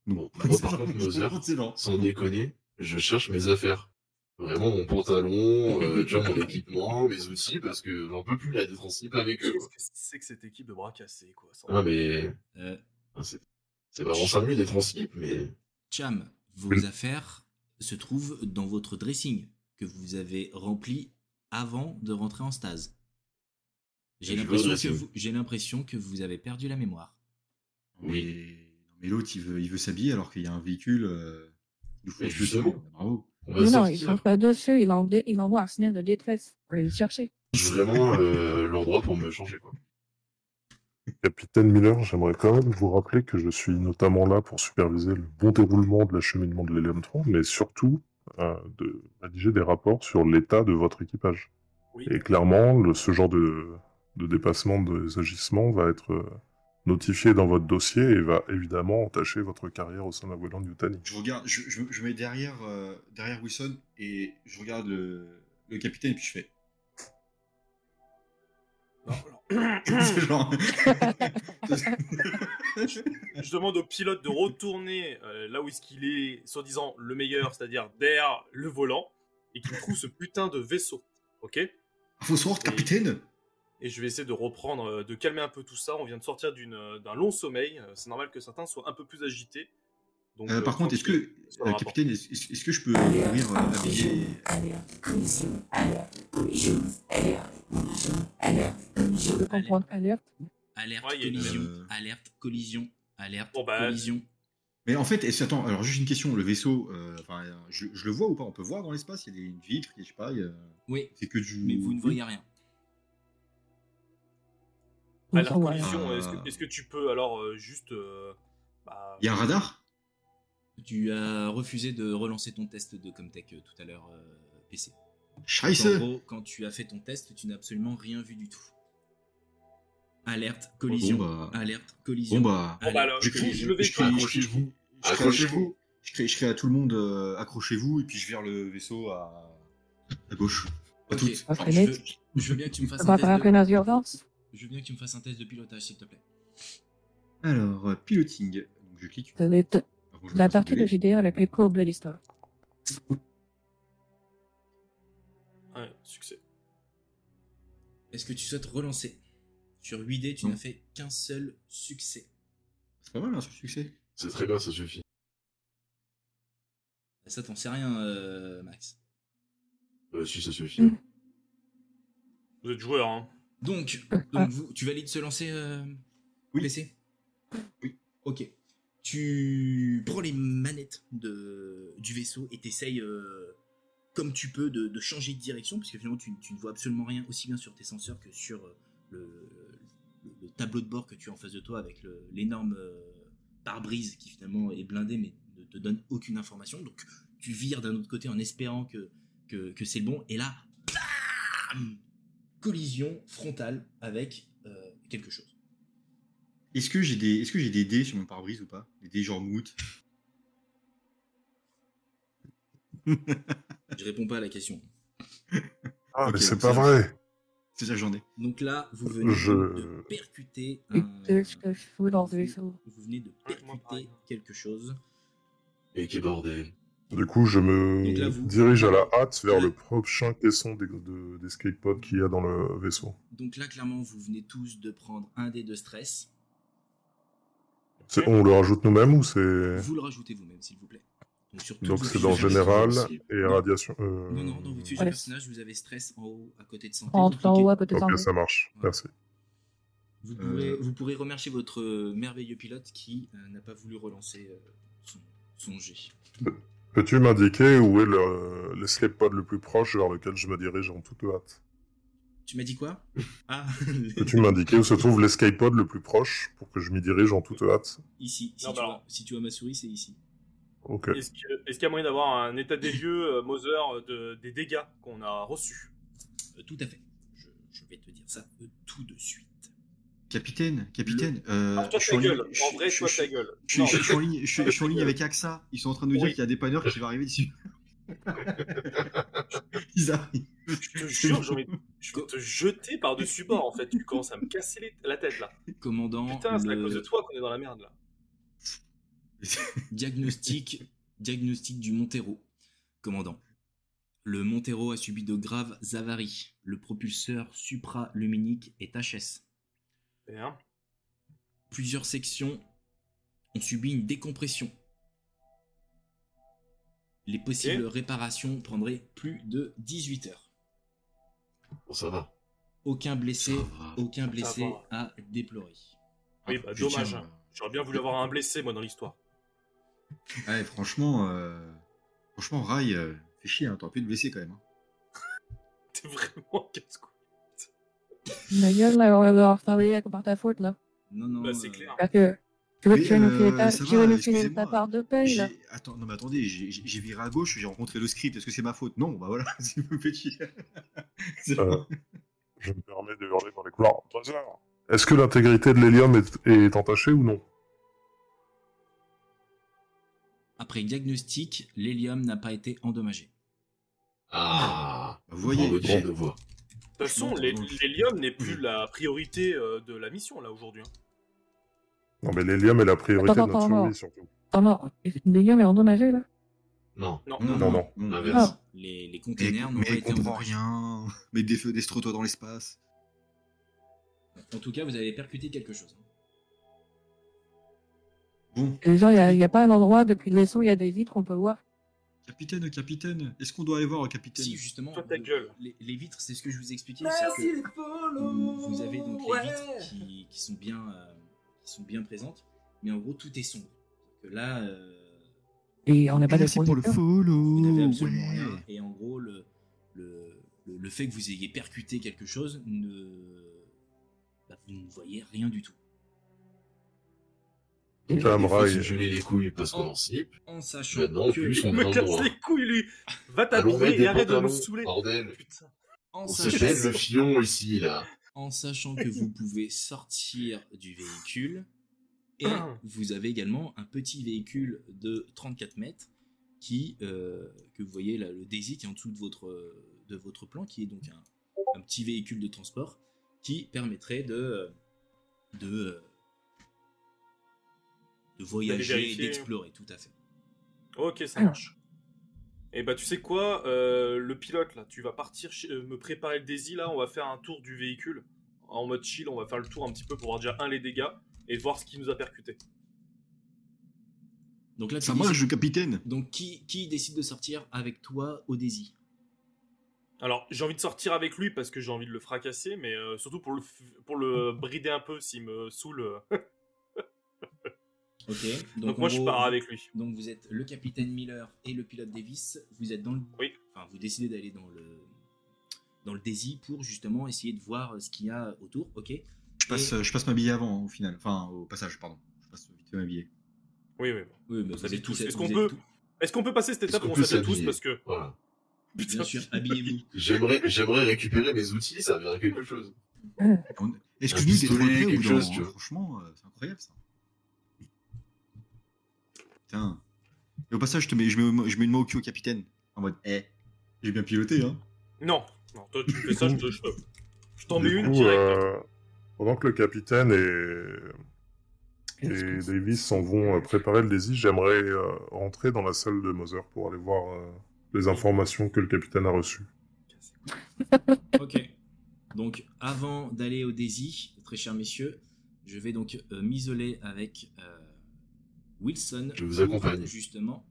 Bon, moi, par contre, Mother, Excellent. sans déconner, je cherche mes affaires. Vraiment mon pantalon, euh, tu vois, mon équipement, mes outils, parce que j'en peux plus la d'être en slip avec eux. Qu'est-ce quoi. que c'est que cette équipe de bras cassés quoi sans- Ah, mais Euh, ah, c'est c'est vraiment 5 minutes d'être en slip, mais Cham, vos Oui. affaires se trouvent dans votre dressing que vous avez rempli avant de rentrer en stase. J'ai Et je l'impression veux que, dressing. vous- j'ai l'impression que vous avez perdu la mémoire. Oui. Mais, mais l'autre, il veut, il veut s'habiller alors qu'il y a un véhicule. euh, il nous faut Mais juste justement. ça. Bravo. on va Mais non, il sortir. ne pas dessus, il, en- il envoie un signal de détresse pour aller le chercher. Je veux vraiment euh, l'endroit pour me changer, quoi. Capitaine Miller, j'aimerais quand même vous rappeler que je suis notamment là pour superviser le bon déroulement de l'acheminement de l'hélium 3, mais surtout euh, de rédiger des rapports sur l'état de votre équipage. Oui. Et clairement, le- ce genre de, de dépassement des agissements va être euh, notifié dans votre dossier et va évidemment entacher votre carrière au sein de la Wayland Yutani. Je regarde, je, je, je mets derrière, euh, derrière Wilson et je regarde le, le capitaine et puis je fais. Non, alors, C'est genre. je demande au pilote de retourner euh, là où est-ce qu'il est, soi-disant le meilleur, c'est-à-dire derrière le volant, et qu'il trouve ce putain de vaisseau. Ok Ah, Faut sortir, capitaine Et je vais essayer de reprendre, euh, de calmer un peu tout ça. On vient de sortir d'une, euh, d'un long sommeil. Euh, C'est normal que certains soient un peu plus agités. Donc, Euh, euh, Par contre, est-ce que. tranquille, sur le euh, rapport. capitaine, est-ce est-ce- est-ce que je peux Alerte, ouvrir euh, la collision, billet alerte, collision, alerte, collision, alerte, collision, alerte, collision. Je comprends, alerte. Alerte, Ouais, il y a une- collision, Euh. alerte, collision, alerte, Bon, bah, collision. Mais en fait, est-ce- attends, alors juste une question, le vaisseau, euh, enfin, euh, je, je le vois ou pas On peut voir dans l'espace, il y a des une vitre, il y a- je sais pas, il y a- Oui, c'est que du. mais vous ne voyez rien. On Alors, s'en va, collision, rien. est-ce, que, est-ce que tu peux alors euh, juste. euh, bah, Il y a un radar Tu as refusé de relancer ton test de Comtech euh, tout à l'heure, euh, PC. Scheiße En gros, quand tu as fait ton test, tu n'as absolument rien vu du tout. Alerte, collision, Bon bah. alerte, Bon collision. bah. Bon, bah, alerte, alors, je je, crie, je le vais. je crie, Accrochez-vous. je crie- Accrochez-vous. Je crie, je crie à tout le monde, euh, accrochez-vous, et puis je vire le vaisseau à, à gauche. À Ok. toutes. Ah, Enfin, c'est je, je- veux, je veux bien que tu me fasses On un va test faire de... une urgence. Je veux bien que tu me fasses un test de pilotage, s'il te plaît. Alors, euh, piloting. Donc, je clique. Ça va être Alors, je La passe partie de le- JDR la plus courbe de l'histoire. Ouais, succès. Est-ce que tu souhaites relancer Sur 8D, tu Non. n'as fait qu'un seul succès. C'est pas mal, hein, ce succès. C'est très bien, ça suffit. Ça, t'en sais rien, euh, Max. Euh, si, ça suffit. Mm. Vous êtes joueur, hein. Donc, donc vous- tu valides ce lancer euh, Oui. PC Oui. Ok. Tu prends les manettes de, du vaisseau et t'essayes euh, comme tu peux de, de changer de direction, parce que finalement tu, tu ne vois absolument rien, aussi bien sur tes senseurs que sur euh, le, le- le tableau de bord que tu as en face de toi avec le- l'énorme euh, pare-brise qui finalement est blindé mais ne te donne aucune information. Donc tu vires d'un autre côté en espérant que, que, que c'est le bon, et là, bam collision frontale avec euh, quelque chose. Est-ce que j'ai des, est-ce que j'ai des dés sur mon pare-brise ou pas Des dés genre mout Je réponds pas à la question. Ah, Ok, mais c'est donc pas ça- vrai C'est ça, j'en ai. Donc là, vous venez Je- de percuter Et un... Qu'est-ce que je fous dans ce vaisseau Vous venez de Ouais, moi, percuter pareil. quelque chose. Et qui bordel. Du coup, je me Donc là, vous- dirige à la hâte vers Ouais. le prochain caisson d'ex- de- d'escape pod qu'il y a dans le vaisseau. Donc là, clairement, vous venez tous de prendre un dé de stress. C'est- On le rajoute nous-mêmes ou c'est... Vous le rajoutez vous-même, s'il vous plaît. Donc, sur toutes Donc vos c'est fiches dans de personnes. général Non, et radiation. euh, Non, non, dans votre fiche de Ouais. personnage, vous avez stress en haut, à côté de santé. En vous tout en haut, cliquez. à côté de Ok, Sandrine. ça marche. Merci. Vous Euh, pourrez, vous pourrez remercier votre euh, merveilleux pilote qui euh, n'a pas voulu relancer euh, son, son jet. Peux-tu m'indiquer où est le- euh, l'escape pod le plus proche vers lequel je me dirige en toute hâte Tu m'as dit quoi Ah Peux-tu m'indiquer où se trouve l'escape pod le plus proche pour que je m'y dirige en toute hâte Ici. Si, Non, tu vois- bah alors. si tu vois ma souris, c'est ici. Ok. Est-ce qu'il est-ce qu'il y a moyen d'avoir un état des lieux, euh, Mother, euh, de- des dégâts qu'on a reçus Euh, tout à fait. Je, je vais te dire ça euh, tout de suite. Capitaine, capitaine. euh, Ah, toi je suis ta en ligne- gueule je- En vrai, je- toi je- ta gueule je suis- Non, je suis en ligne- je suis- je suis en ligne avec AXA. Ils sont en train de nous dire Oui. qu'il y a des panneurs qui va arriver d'ici. Ils arrivent. je te jure, j'ai envie de- je vais te jeter par-dessus bord en fait. Tu commences à me casser les- la tête là. Commandant, Putain, c'est à le cause de toi qu'on est dans la merde là. diagnostic, diagnostic du Montero. Commandant, le Montero a subi de graves avaries. Le propulseur supraluminique est HS. Et, hein, Plusieurs sections ont subi une décompression. Les possibles réparations prendraient plus de 18 heures. Bon, ça va. Aucun blessé, Ça va. aucun Ça blessé va. à déplorer. Oui, bah, Je tiens, dommage. euh, hein. J'aurais bien voulu avoir un blessé moi dans l'histoire. Ouais, franchement, euh, franchement, Rai, euh, fait chier, hein, t'aurais pu te blesser quand même. hein. T'es vraiment casse-cou. La gueule, là, on va devoir travailler par ta faute, là. Non, non. Bah, c'est euh, clair. Parce que tu veux Mais, tirer nous filer euh, ta- ça tu va, veux nous filer excusez-moi. ta part de paye, là. J'ai- Attends, non mais attendez, j'ai j'ai- j'ai viré à gauche, j'ai rencontré le script, est-ce que c'est ma faute Non, bah voilà, c'est me fait chier. C'est Euh, bon. Bah, je me permets de hurler dans les couloirs. Buzzer Est-ce que l'intégrité de l'hélium est, est entachée ou non Après diagnostic, l'hélium n'a pas été endommagé. Ah Vous voyez, On bon, modifie nos voix. De toute façon, l'hé- l'hélium n'est plus la priorité euh, de la mission là aujourd'hui. hein. Non, mais l'hélium est la priorité Attends, de notre attends, attends. survie, surtout. Attends, non. Les gars, mais endommagé, là. Non. Non, non, non, non. L'inverse. Les, les Mais, containers n'ont mais pas elle été comprend endommagés. rien. Mais des feux, des strotos dans l'espace. En tout cas, vous avez percuté quelque chose. hein. Bon, Et Genre, il n'y a, y a pas un endroit depuis le vaisseau, il y a des vitres, on peut voir. capitaine, capitaine, est-ce qu'on doit aller voir le capitaine Si, justement, Toi, ta vous- gueule. Les, les vitres, c'est ce que je vous expliquais. Ah, c'est que vous avez donc les vitres qui, qui sont bien, euh, qui sont bien présentes, mais en gros, tout est sombre. Que là, euh, Et on n'a pas de Merci pour le projecteurs. vous n'avez follow. absolument ouais. rien. Et en gros, le, le, le, le fait que vous ayez percuté quelque chose, ne, bah, vous ne voyez rien du tout. Donc Ça là, me des Ah, fois, raille. se geler les couilles parce qu'on en slip. En sachant Maintenant, Bah, en que... plus, Il on est Oh. me dans le casse droit. les couilles lui Va Allons t'adorer mettre et des arrête de nous pantalons, saouler Ah, bordel. Putain. en On se sachant- gèle le fillon ici, là. en sachant que vous pouvez sortir du véhicule et Ah. vous avez également un petit véhicule de 34 mètres qui euh, que vous voyez là, le Daisy qui est en dessous de votre de votre plan qui est donc un, un petit véhicule de transport qui permettrait de de euh, de voyager et vérifier. d'explorer tout à fait Ok, ça Alors. marche. Et bah tu sais quoi, euh, le pilote là, tu vas partir chez- euh, me préparer le Daisy là, on va faire un tour du véhicule en mode chill, on va faire le tour un petit peu pour voir déjà un les dégâts et voir ce qui nous a percuté. donc là tu Ça dis- marche, le capitaine. donc qui qui décide de sortir avec toi au Daisy Alors j'ai envie de sortir avec lui parce que j'ai envie de le fracasser, mais euh, surtout pour le f- pour le brider un peu s'il me saoule. euh. ok Donc, en moi je gros, pars avec lui. Donc vous êtes le capitaine Miller et le pilote Davis. Vous êtes dans le. Oui. Enfin, vous décidez d'aller dans le dans le Daisy pour justement essayer de voir euh, ce qu'il y a autour. Ok. Je passe, euh, je passe ma bille avant, au final. Enfin, au passage, pardon. Je passe vite fait ma bille. Oui oui. bon. Oui, mais Vous habillez tous. êtes- Est-ce vous qu'on êtes peut- tous- Est-ce qu'on peut passer cette Est-ce étape qu'on où on peut s'habille tous s'habiller parce que Voilà. Bien sûr, habillez-vous. J'aimerais, j'aimerais récupérer mes outils, ça vient à quelque chose. On- Excuse-nous d'être pistolet, rentrés au bout quelque d'un chose, moment, tu hein. vois. Franchement, euh, c'est incroyable ça. Putain. Et au passage, je, te mets, je, mets, je mets une main au cul au capitaine. En mode, eh, j'ai bien piloté, hein. non, non, toi tu me fais ça, je, te- je, te- je t'en mets Du une hein. coup, direct. euh, pendant que le capitaine et, et Davis s'en vont euh, préparer le Daisy, j'aimerais euh, rentrer dans la salle de Mother pour aller voir euh, les informations que le capitaine a reçues. Ok. Donc avant d'aller au Daisy, très chers messieurs, je vais donc euh, m'isoler avec euh, Wilson. Je vous pour, accompagne. Justement,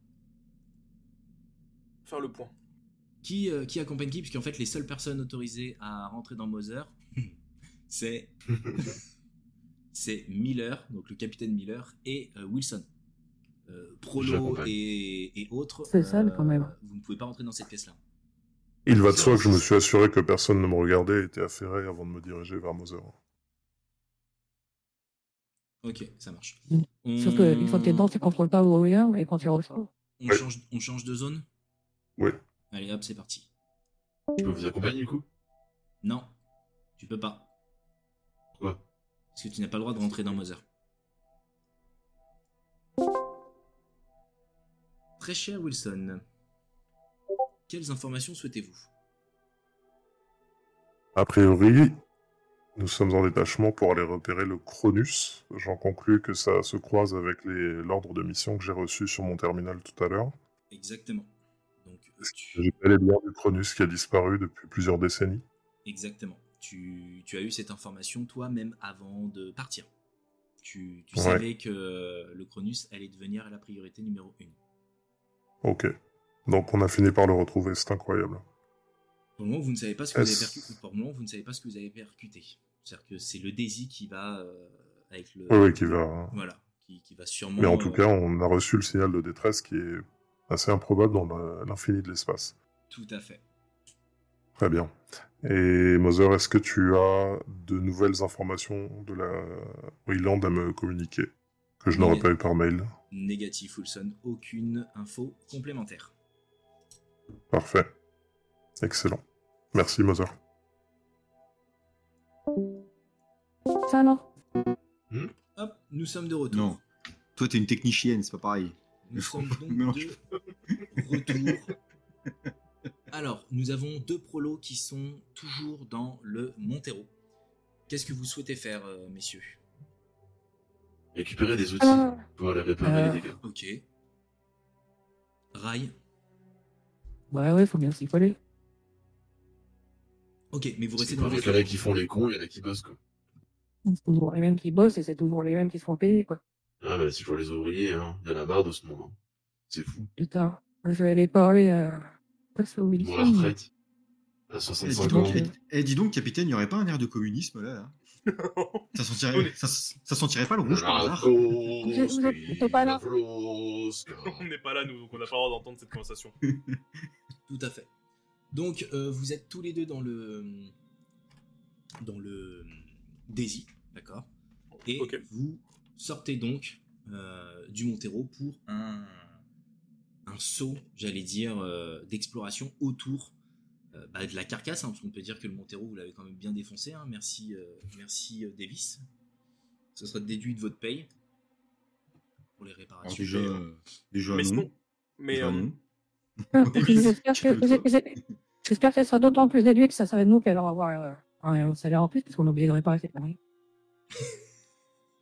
faire le point. Qui, euh, qui accompagne qui Parce qu'en fait, les seules personnes autorisées à rentrer dans Moser, c'est c'est Miller, donc le capitaine Miller, et euh, Wilson. Euh, Prolo J'accompagne. et, et autres. euh, C'est ça, quand même. Vous ne pouvez pas rentrer dans cette pièce-là. Il va de soi que je me suis assuré que personne ne me regardait et était affairé avant de me diriger vers Moser. Ok, ça marche. Sauf qu'une fois que t'es dedans, tu contrôles pas où rien, et quand tu ressors. On, Ouais. change, on change de zone Ouais. Allez, hop, c'est parti. Je peux vous accompagner du coup Non, tu peux pas. Pourquoi Parce que tu n'as pas le droit de rentrer dans Mother. Très cher Wilson, quelles informations souhaitez-vous A priori, nous sommes en détachement pour aller repérer le Cronus. J'en conclus que ça se croise avec les- l'ordre de mission que j'ai reçu sur mon terminal tout à l'heure. Exactement. Donc, euh, tu- J'ai bel et bien du Cronus qui a disparu depuis plusieurs décennies. Exactement. Tu, tu as eu cette information toi-même avant de partir. Tu, tu Ouais. savais que euh, le Cronus allait devenir la priorité numéro une. Ok. Donc on a fini par le retrouver, c'est incroyable. Pour le moment, vous ne savez pas ce que vous avez Est-ce- percuté. Pour le moment, vous ne savez pas ce que vous avez percuté. C'est-à-dire que c'est le Daisy qui va euh, avec le. Oui, oui, qui va. hein. Voilà, qui, qui va sûrement. Mais en tout euh, cas, on a reçu le signal de détresse qui est assez improbable dans la- l'infini de l'espace. euh, Tout à fait. Très bien. Et Mother, est-ce que tu as de nouvelles informations de la Hoyland à me communiquer que je n'aurais Oui. pas eu par mail Négatif, Wilson. Aucune info complémentaire. Parfait. Excellent. Merci Mother. Ça alors Hop, nous sommes de retour. Non. Toi, t'es une technicienne, c'est pas pareil. Nous sommes donc Mélange de retour. Alors, nous avons deux prolos qui sont toujours dans le Montero. Qu'est-ce que vous souhaitez faire, euh, messieurs Récupérer des outils Ah. pour aller réparer Euh. les dégâts. Ok. Rail. Bah ouais, faut bien s'y coller. Ok, mais vous Parce restez qu'il dans le y en vaisseau. a qui font les cons, il y en a qui bossent quoi. C'est toujours les mêmes qui bossent, et c'est toujours les mêmes qui se font payer, quoi. Ah bah c'est toujours les ouvriers, hein. Il y en a marre de ce monde. hein. C'est fou. Putain, je vais aller parler à... Passe au Ils vont à la Wilson. retraite. À Eh, dis 65 ans. donc, eh, dis donc, capitaine, il n'y aurait pas un air de communisme là, là ça, sentirait, ça, ça sentirait pas le rouge par hasard Vous êtes- vous êtes plutôt pas là. on n'est pas là, nous, donc on n'a pas le droit d'entendre cette conversation. Tout à fait. Donc, euh, vous êtes tous les deux dans le. dans le. Daisy, d'accord Et Ok. vous sortez donc euh, du Montero pour un. un saut, j'allais dire, euh, d'exploration autour euh, bah, de la carcasse, hein, parce qu'on peut dire que le Montero, vous l'avez quand même bien défoncé, hein. merci, euh, merci euh, Davis. Ce sera déduit de votre paye pour les Alors, réparations. déjà, euh, déjà Mais non. sinon- Mais Déjà, euh, non. Ah, Davis, J'espère tu peux que- le j'ai- j'ai- j'espère qu'elle sera d'autant plus déduite que ça serait nous qu'elle aura avoir euh, un salaire en plus, parce qu'on a oublié de réparer cette connerie.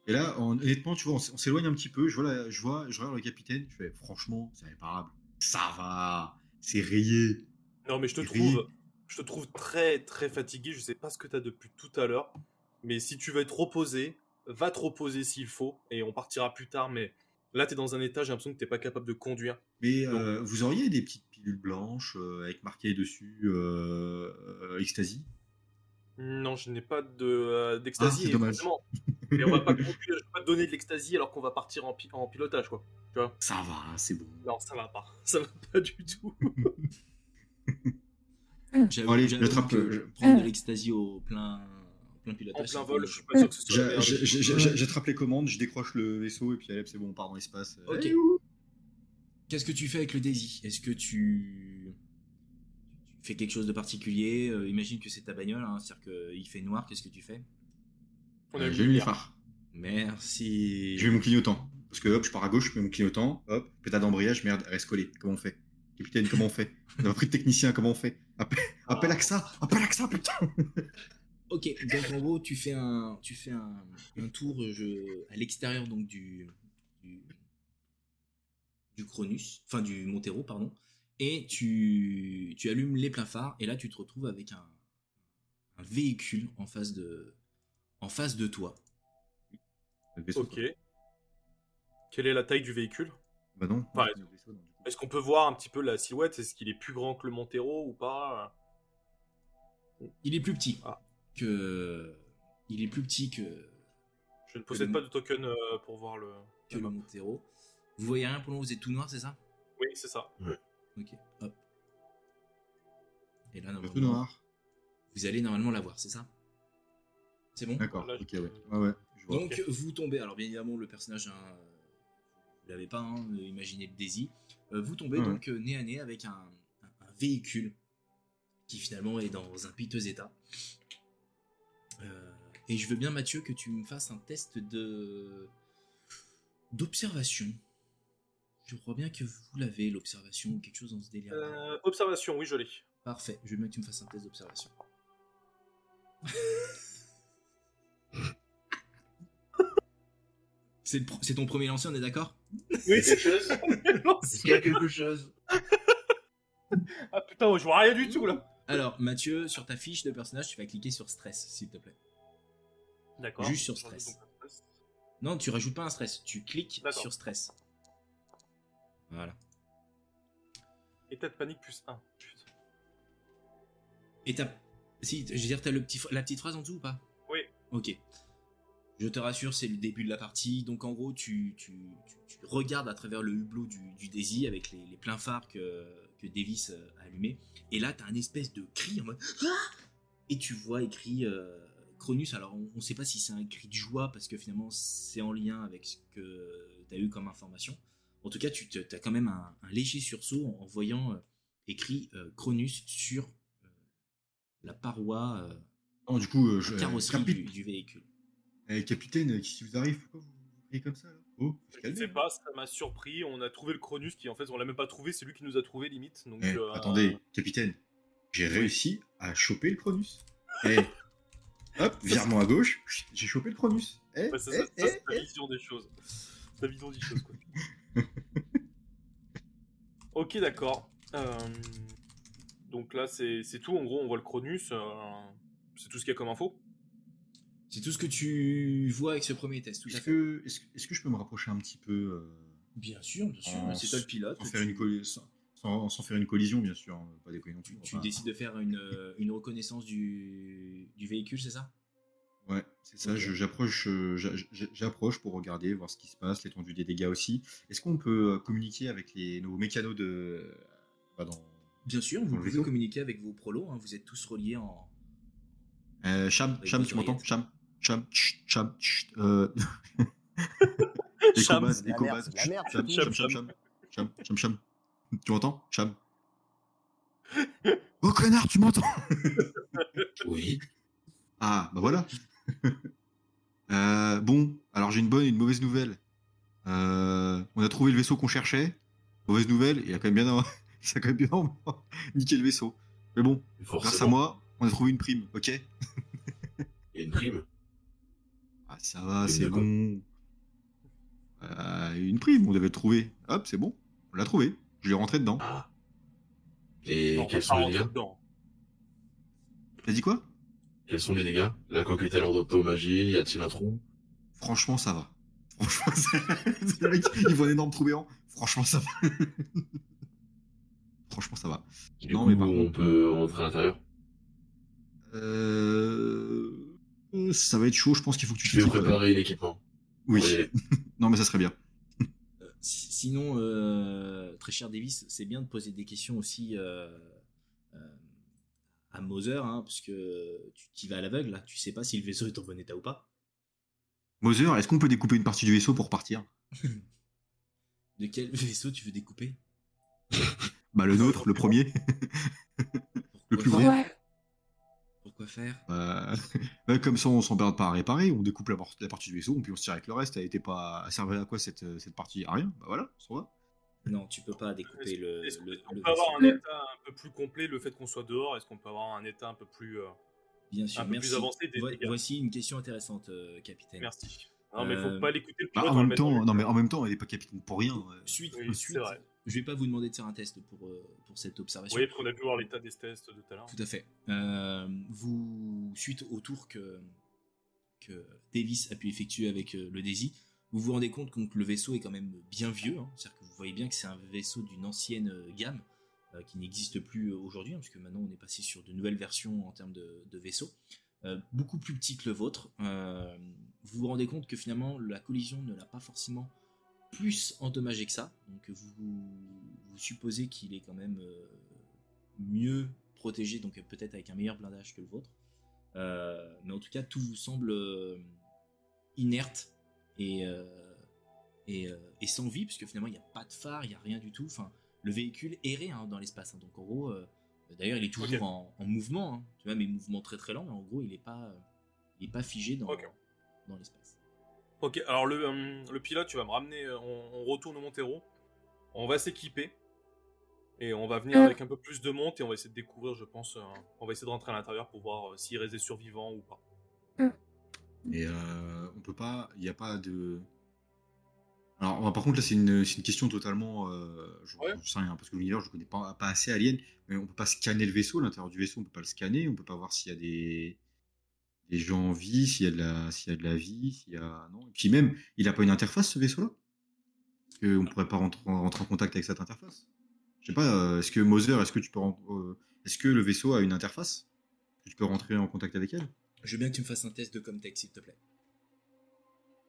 Et là, en- honnêtement, tu vois, on s- on s'éloigne un petit peu. Je vois, la- je vois, je regarde le capitaine. Je fais, franchement, c'est réparable. Ça va, c'est rayé. non, mais je te Oui. trouve, je te trouve très très fatigué. Je sais pas ce que t'as depuis tout à l'heure, mais si tu veux être reposé, va te reposer s'il faut, et on partira plus tard. Mais là, t'es dans un état, j'ai l'impression que t'es pas capable de conduire. Mais euh, vous auriez des petites pilules blanches euh, avec marqué dessus euh, euh, ecstasy Non, je n'ai pas de euh, Ah, d'extasie. c'est et dommage. forcément, Et on va pas conduire, je vais pas te donner de l'extasie alors qu'on va partir en, pi- en pilotage, quoi. Ça va, c'est bon. Non, ça va pas. Ça va pas du tout. J'avoue, Bon, allez, j'avoue j'attrape, que euh, je- prendre de l'extasie au plein, au plein pilotage. En c'est plein vol, pas- je suis pas sûr que ce soit. la J'a- meilleure j'a- idée. j'a- j'a- J'attrape les commandes, je décroche le vaisseau et puis allez, c'est bon, on part dans l'espace. Ok. Eh, ouh. Qu'est-ce que tu fais avec le Daisy Est-ce que tu... tu fais quelque chose de particulier Euh, Imagine que c'est ta bagnole, hein, c'est-à-dire qu'il fait noir, qu'est-ce que tu fais On a Euh, eu J'ai une mis les lumière. phares. Merci. J'ai mis mon clignotant. Parce que hop, je pars à gauche, je mets mon clignotant, hop, pétard d'embrayage, merde, reste collé. Comment on fait Capitaine, comment on fait On a pris de technicien, comment on fait Appel, appel AXA Appel AXA, putain Ok, donc en gros, tu fais un, tu fais un, un tour euh, je- à l'extérieur donc du, du du Cronus, enfin du Montero, pardon, et tu, tu allumes les pleins phares, et là tu te retrouves avec un, un véhicule en face de, en face de toi. Le vaisseau, Ok. quoi. Quelle est la taille du véhicule Bah non. Ouais. Le vaisseau, non, du coup. Est-ce qu'on peut voir un petit peu la silhouette Est-ce qu'il est plus grand que le Montero ou pas Il est plus petit que. Il est plus petit que. Je ne possède pas de token euh, pour voir le. que le Montero. Vous voyez rien pendant que vous êtes tout noir, c'est ça Oui, c'est ça. Ok, hop. Et là, Le normalement, tout noir. vous allez normalement la voir, c'est ça C'est bon D'accord, ok, ouais. Ouais, ouais, je vois. Donc vous tombez, alors bien évidemment le personnage, hein, vous l'avez pas, hein, imaginez le Daisy, Euh, vous tombez Ouais. donc euh, nez à nez avec un, un- un véhicule qui finalement est dans un piteux état. Euh, et je veux bien Mathieu que tu me fasses un test de d'observation. Je crois bien que vous l'avez l'observation ou quelque chose dans ce délire. Euh, observation, oui, je l'ai. Parfait, je veux bien que tu me fasses un test d'observation. C'est le pr- c'est ton premier lancer, on est d'accord Oui, Quelque chose Est-ce qu'il y a quelque chose Ah putain, je vois rien du tout là. Alors, Mathieu, sur ta fiche de personnage, tu vas cliquer sur stress, s'il te plaît. D'accord. Juste sur stress. Non, tu rajoutes pas un stress, tu cliques D'accord. sur stress. Voilà. État de panique plus 1. Et t'as. Si, je veux dire, t'as le petit, la petite phrase en dessous ou pas Oui. Ok. Je te rassure, c'est le début de la partie. Donc, en gros, tu, tu, tu- tu regardes à travers le hublot du, du Daisy avec les, les pleins phares que, que Davis euh, a allumés. Et là, t'as un espèce de cri en mode. Ah Et tu vois écrit euh, Cronus. Alors, on ne sait pas si c'est un cri de joie parce que finalement, c'est en lien avec ce que t'as eu comme information. En tout cas, tu te- t'as quand même un, un léger sursaut en, en voyant euh, écrit euh, Cronus sur la paroi, euh, Non, du coup, euh, je- la carrosserie Capi- du, du véhicule. Eh, capitaine, qu'est-ce qui vous arrive Pourquoi vous vous criez comme ça là Oh, faut se Je calmer. sais pas, ça m'a surpris. On a trouvé le Cronus qui, en fait, on l'a même pas trouvé. C'est lui qui nous a trouvé limite. Donc, Eh, euh, Attendez, capitaine, j'ai réussi à choper le Cronus. Eh, hop, virement à gauche, j'ai chopé le Cronus. Eh, bah, ça, eh, ça- ça, eh, c'est ta vision des choses. C'est ta vision des choses, quoi. ok, d'accord. Euh, donc là, c'est c'est tout. En gros, on voit le Cronus. euh, c'est tout ce qu'il y a comme info. C'est tout ce que tu vois avec ce premier test, tout à Est-ce fait. que, est-ce, que- est-ce que je peux me rapprocher un petit peu euh, Bien sûr, bien sûr. en- C'est toi le Ah, pilote. sans Tu, faire, une colli- sans, sans- sans faire une collision, bien sûr. hein, Pas déconner non plus. tu- on va tu pas- décides de faire une, euh, une reconnaissance du, du véhicule, c'est ça Ouais, c'est ça. je- j'approche, euh, j'a- j'a- j'approche pour regarder, voir ce qui se passe, l'étendue des dégâts aussi. Est-ce qu'on peut euh, communiquer avec les, nos mécanos de. bah, dans- Bien sûr, vous Dans le pouvez vaisseau. communiquer avec vos prolos, hein, vous êtes tous reliés en... Euh, Cham, Avec Cham, vos tu m'entends oreillettes. Cham, Cham, chut, Cham, chut, euh... Cham, Écobase, c'est de la merde, Écobase, c'est de la merde, chut, Cham, c'est Cham, tout. Cham, Cham, Cham, Cham, Cham. Tu m'entends Cham. Oh connard, tu m'entends Oui. Ah, bah voilà. Euh, bon, alors j'ai une bonne et une mauvaise nouvelle. Euh, on a trouvé le vaisseau qu'on cherchait. Mauvaise nouvelle, il a quand même bien, ça a quand même bien niqué le vaisseau. Mais bon, grâce à Forcément. moi, on a trouvé une prime, ok Il y a une prime. Ah, ça va, Une c'est de quoi bon. Euh, une prime, on devait le trouver. Hop, c'est bon. On l'a trouvé. Je l'ai rentré dedans. Ah. Et Non, on va quels pas sont les rentrer dégâts dedans. T'as dit quoi Quels sont les dégâts La coque est-elle en magie Y a-t-il un trou Franchement, ça va. Franchement, ça... le mec, il voit un énorme trou béant. Franchement, ça va. Franchement, ça va. Du Non, coup, mais par on peut rentrer à l'intérieur. Euh... Ça va être chaud, je pense qu'il faut que tu Je vais fasses école. préparer l'équipement. Oui. On va y aller. Non, mais ça serait bien. Euh, si- sinon, euh, très cher Davis, c'est bien de poser des questions aussi euh, euh, à Moser, hein, parce que tu t'y vas à l'aveugle, là. tu sais pas si le vaisseau est en bon état ou pas. Moser, est-ce qu'on peut découper une partie du vaisseau pour partir De quel vaisseau tu veux découper Bah, le nôtre, le premier. Pourquoi plus grand. faire Ouais, Pourquoi faire Euh, bah, comme ça, on s'en perd pas à réparer. On découpe la, por- la partie du vaisseau, on puis on se tire avec le reste. Elle était pas à servir à quoi cette, euh, cette partie À rien. Bah voilà, on s'en va. Non, tu peux pas découper le. Est-ce le- qu'on le peut avoir un vaisseau. état un peu plus complet le fait qu'on soit dehors Est-ce qu'on peut avoir un état un peu plus, euh, Bien sûr, un peu merci. plus avancé des Vo- dégâts Voici une question intéressante, euh, capitaine. Merci. Non, mais Euh, faut pas l'écouter le Bah, pilote. on va en le même mettre dans temps, le- non mais en même temps, elle est pas capitaine pour rien. euh. Suite, Oui, suite. c'est vrai. Je vais pas vous demander de faire un test pour, euh, pour cette Vous observation. voyez, parce qu'on a pu voir l'état des tests de tout à l'heure. Tout à fait. Euh, vous, suite au tour que, que Davis a pu effectuer avec euh, le Daisy, Vous vous rendez compte donc, que le vaisseau est quand même bien vieux, hein. c'est-à-dire que vous voyez bien que c'est un vaisseau d'une ancienne euh, gamme euh, qui n'existe plus euh, aujourd'hui, hein, parce que maintenant on est passé sur de nouvelles versions en termes de, de vaisseaux, Euh, beaucoup plus petit que le vôtre. Euh, vous vous rendez compte que finalement la collision ne l'a pas forcément plus endommagé que ça, donc vous, vous supposez qu'il est quand même euh, mieux protégé, donc euh, peut-être avec un meilleur blindage que le vôtre. Euh, mais en tout cas, tout vous semble euh, inerte et, euh, et, euh, et sans vie, puisque finalement, il n'y a pas de phare, il n'y a rien du tout. Enfin, le véhicule errait hein, dans l'espace. hein. donc, en gros, euh, d'ailleurs, il est toujours Ok. en, en mouvement, hein. tu vois, mais mouvement très très lent. Mais en gros, il n'est pas, euh, il est pas figé dans, Ok. dans l'espace. Ok, alors le, euh, le pilote, tu vas me ramener. euh, On, on retourne au Montero. On va s'équiper. Et on va venir Euh. avec un peu plus de monte et on va essayer de découvrir, je pense. euh, on va essayer de rentrer à l'intérieur pour voir euh, s'il reste des survivants ou pas. Mais euh, on peut pas, il n'y a pas de. Alors, bah, par contre, là, c'est une, c'est une question totalement. Euh, je Ouais. je sais rien, parce que l'univers, je connais pas, pas assez Alien, mais on peut pas scanner le vaisseau, l'intérieur du vaisseau, on peut pas le scanner, on peut pas voir s'il y a des, des gens en vie, s'il y, a de la- s'il y a de la vie, s'il y a. Non. Et puis même, il a pas une interface, ce vaisseau-là Parce qu'on pourrait pas rentrer, en- rentrer en contact avec cette interface Je sais pas, euh, est-ce que Moser, est-ce que tu peux. ren- euh, est-ce que le vaisseau a une interface Est-ce que Tu peux rentrer en contact avec elle Je veux bien que tu me fasses un test de Comtech, s'il te plaît.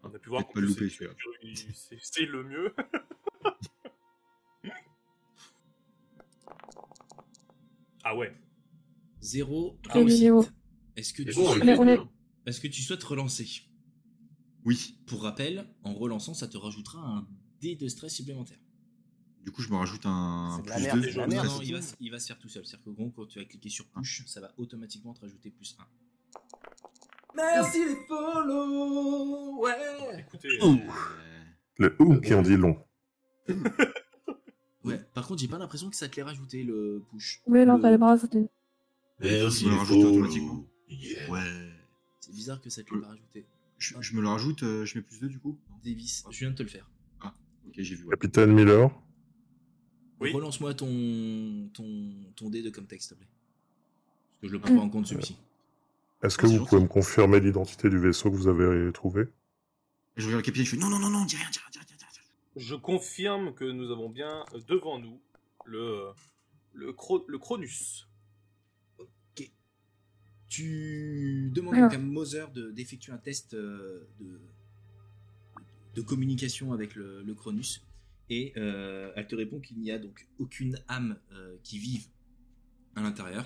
On a pu voir Peut-être qu'en pas plus, louper, c'est- celui-là. c'est- c'est c'est le mieux. ah ouais. Zéro Zéro. réussite. Est-ce que, Et tu bon, souhaites- il est on est- bien. est-ce que tu souhaites relancer Oui. Pour rappel, en relançant, ça te rajoutera un dé de stress supplémentaire. Du coup, je me rajoute un C'est de la plus merde, deux c'est de la de non, merde. stress. non, il va, s- il va se faire tout seul. C'est-à-dire que gros, quand tu vas cliquer sur push, ça va automatiquement te rajouter plus 1. Merci les follow Ouais Écoutez, Euh, hein. Le ou qui en dit long. Ouais, par contre, j'ai pas l'impression que ça te l'ait rajouté le push. Oui, non, Le- t'as les bras, c'était- Merci, Je me le les rajoute follow. automatiquement. Yeah. hein. Ouais. C'est bizarre que ça te l'ait pas rajouté. Je, je me le rajoute, euh, je mets plus 2 du coup Davis, je viens de te le faire. Ok, j'ai vu. ouais. Capitaine Miller, Oui. Relance-moi ton, ton, ton dé de Comtech, s'il te plaît. Parce que je le Mm. prends pas en compte celui-ci. est-ce que Ah, c'est Euh, vous gentil. pouvez me confirmer l'identité du vaisseau que vous avez trouvé Et je regarde le capitaine, je fais non, non, non, non, dis rien, dis rien, dis rien. dis rien, dis rien. je confirme que nous avons bien euh, devant nous le, le, cro- le Cronus. Tu demandes Alors. donc à Moser de- d'effectuer un test euh, de, de communication avec le, le Cronus et euh, elle te répond qu'il n'y a donc aucune âme euh, qui vive à l'intérieur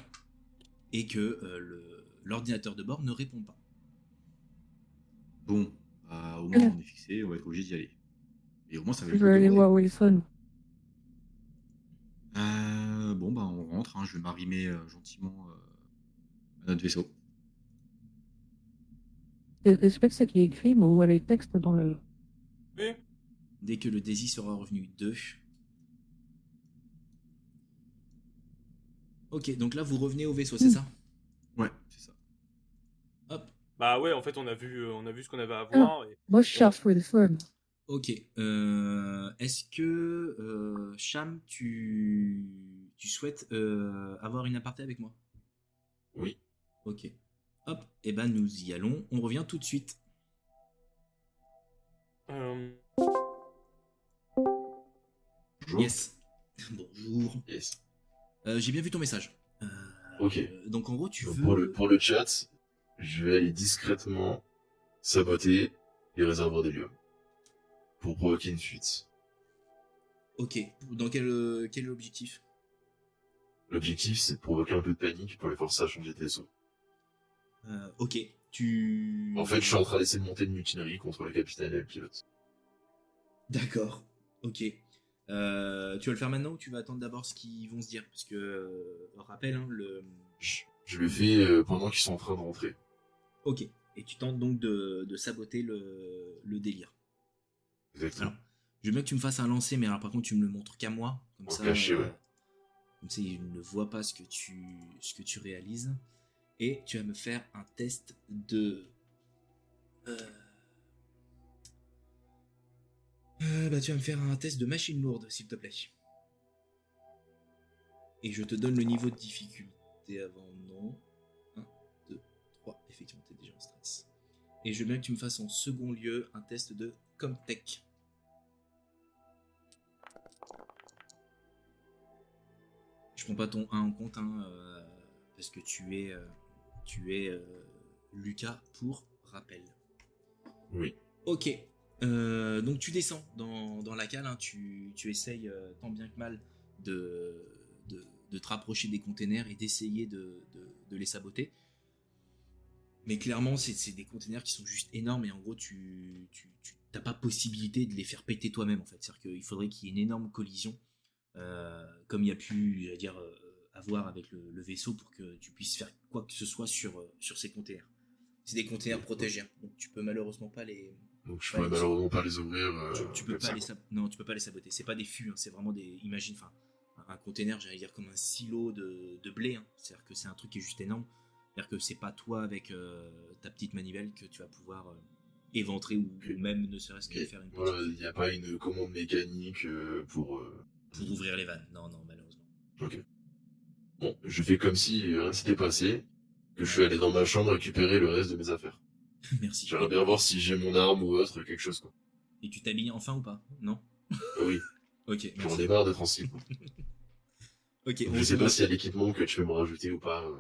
et que euh, le- l'ordinateur de bord ne répond pas. Bon, bah, au moins on est fixé, on va être obligé d'y aller. Et au moins ça va Je être vais aller voir Wilson. Euh, bon, bah on rentre, hein, je vais m'arrimer euh, gentiment euh, à notre vaisseau. J'espère que c'est qui écrit, mais où est les textes dans le. Oui. Dès que le Daisy sera revenu 2. Ok, donc là vous revenez au vaisseau, c'est ça Ouais, c'est ça. Hop, Bah ouais, en fait, on a vu, on a vu ce qu'on avait à voir. et- Moi, je cherche Wilson. Ok. euh, Est-ce que, euh, Cham, tu, tu souhaites euh, avoir une aparté avec moi Oui. Ok. Hop, et ben nous y allons. On revient tout de suite. Euh, Bonjour. Yes. Bonjour. Yes. Euh, J'ai bien vu ton message. Euh, Ok. euh, donc en gros, tu Donc, veux. Pour, le, pour le chat, je vais aller discrètement saboter les réservoirs des lieux pour provoquer une fuite. Ok. Dans quel, euh, quel objectif L'objectif, c'est de provoquer un peu de panique pour les forcer à changer de vaisseau. Euh, Ok. Tu. En fait, je suis en train d'essayer de monter une mutinerie contre le capitaine et le pilote. D'accord. Ok. Euh, tu vas le faire maintenant ou tu vas attendre d'abord ce qu'ils vont se dire Parce que, euh, rappel, hein, le. Je, je le fais euh, pendant qu'ils sont en train de rentrer. Ok. Et tu tentes donc de, de saboter le, le délire. Exactement. Je veux bien que tu me fasses un lancer, mais alors par contre tu me le montres qu'à moi. Comme En ça, euh, caché, ouais. comme ça, il ne voit pas ce que tu, ce que tu réalises. Et tu vas me faire un test de... euh, euh, bah, tu vas me faire un test de machine lourde, s'il te plaît. Et je te donne le niveau de difficulté avant, non 1, 2, 3. Effectivement, t'es déjà en stress. Et je veux bien que tu me fasses en second lieu un test de Comtech. Je prends pas ton 1 en compte, hein, euh, parce que tu es, euh, tu es euh, Lucas pour rappel. Oui. Ok. Euh, donc tu descends dans, dans la cale, hein, tu, tu essayes euh, tant bien que mal de, de, de te rapprocher des containers et d'essayer de, de- de les saboter. Mais clairement, c'est c'est des containers qui sont juste énormes et en gros, tu tu- tu- t'as pas possibilité de les faire péter toi-même en fait. C'est-à-dire qu'il faudrait qu'il y ait une énorme collision, euh, comme il y a pu à dire, euh, avoir avec le, le vaisseau pour que tu puisses faire quoi que ce soit sur, euh, sur ces containers. C'est des containers protégés, hein, donc tu peux malheureusement pas les, Donc je Ouais, pourrais mais- malheureusement pas les ouvrir. euh, tu, tu peux comme pas ça, les quoi. sab- non tu peux pas les saboter c'est pas des fûts hein, c'est vraiment des imagine enfin un- un container j'allais dire comme un silo de, de blé c'est à dire que c'est un truc qui est juste énorme c'est à dire que c'est pas toi avec euh, ta petite manivelle que tu vas pouvoir euh, éventrer ou, ou même ne serait-ce que Et faire une petite Voilà, il n'y a pas une commande mécanique euh, pour. euh, pour ouvrir les vannes non non malheureusement Ok. Bon, je fais comme si rien ne s'était passé, que je suis allé dans ma chambre récupérer le reste de mes affaires. merci J'aimerais bien voir si j'ai mon arme ou autre, quelque chose quoi. Ah et tu t'habilles enfin ou pas non Oui, ok j'en merci. ai marre d'être en slip. ok on Je sais se- pas s'il y a l'équipement que tu peux me rajouter ou pas. euh.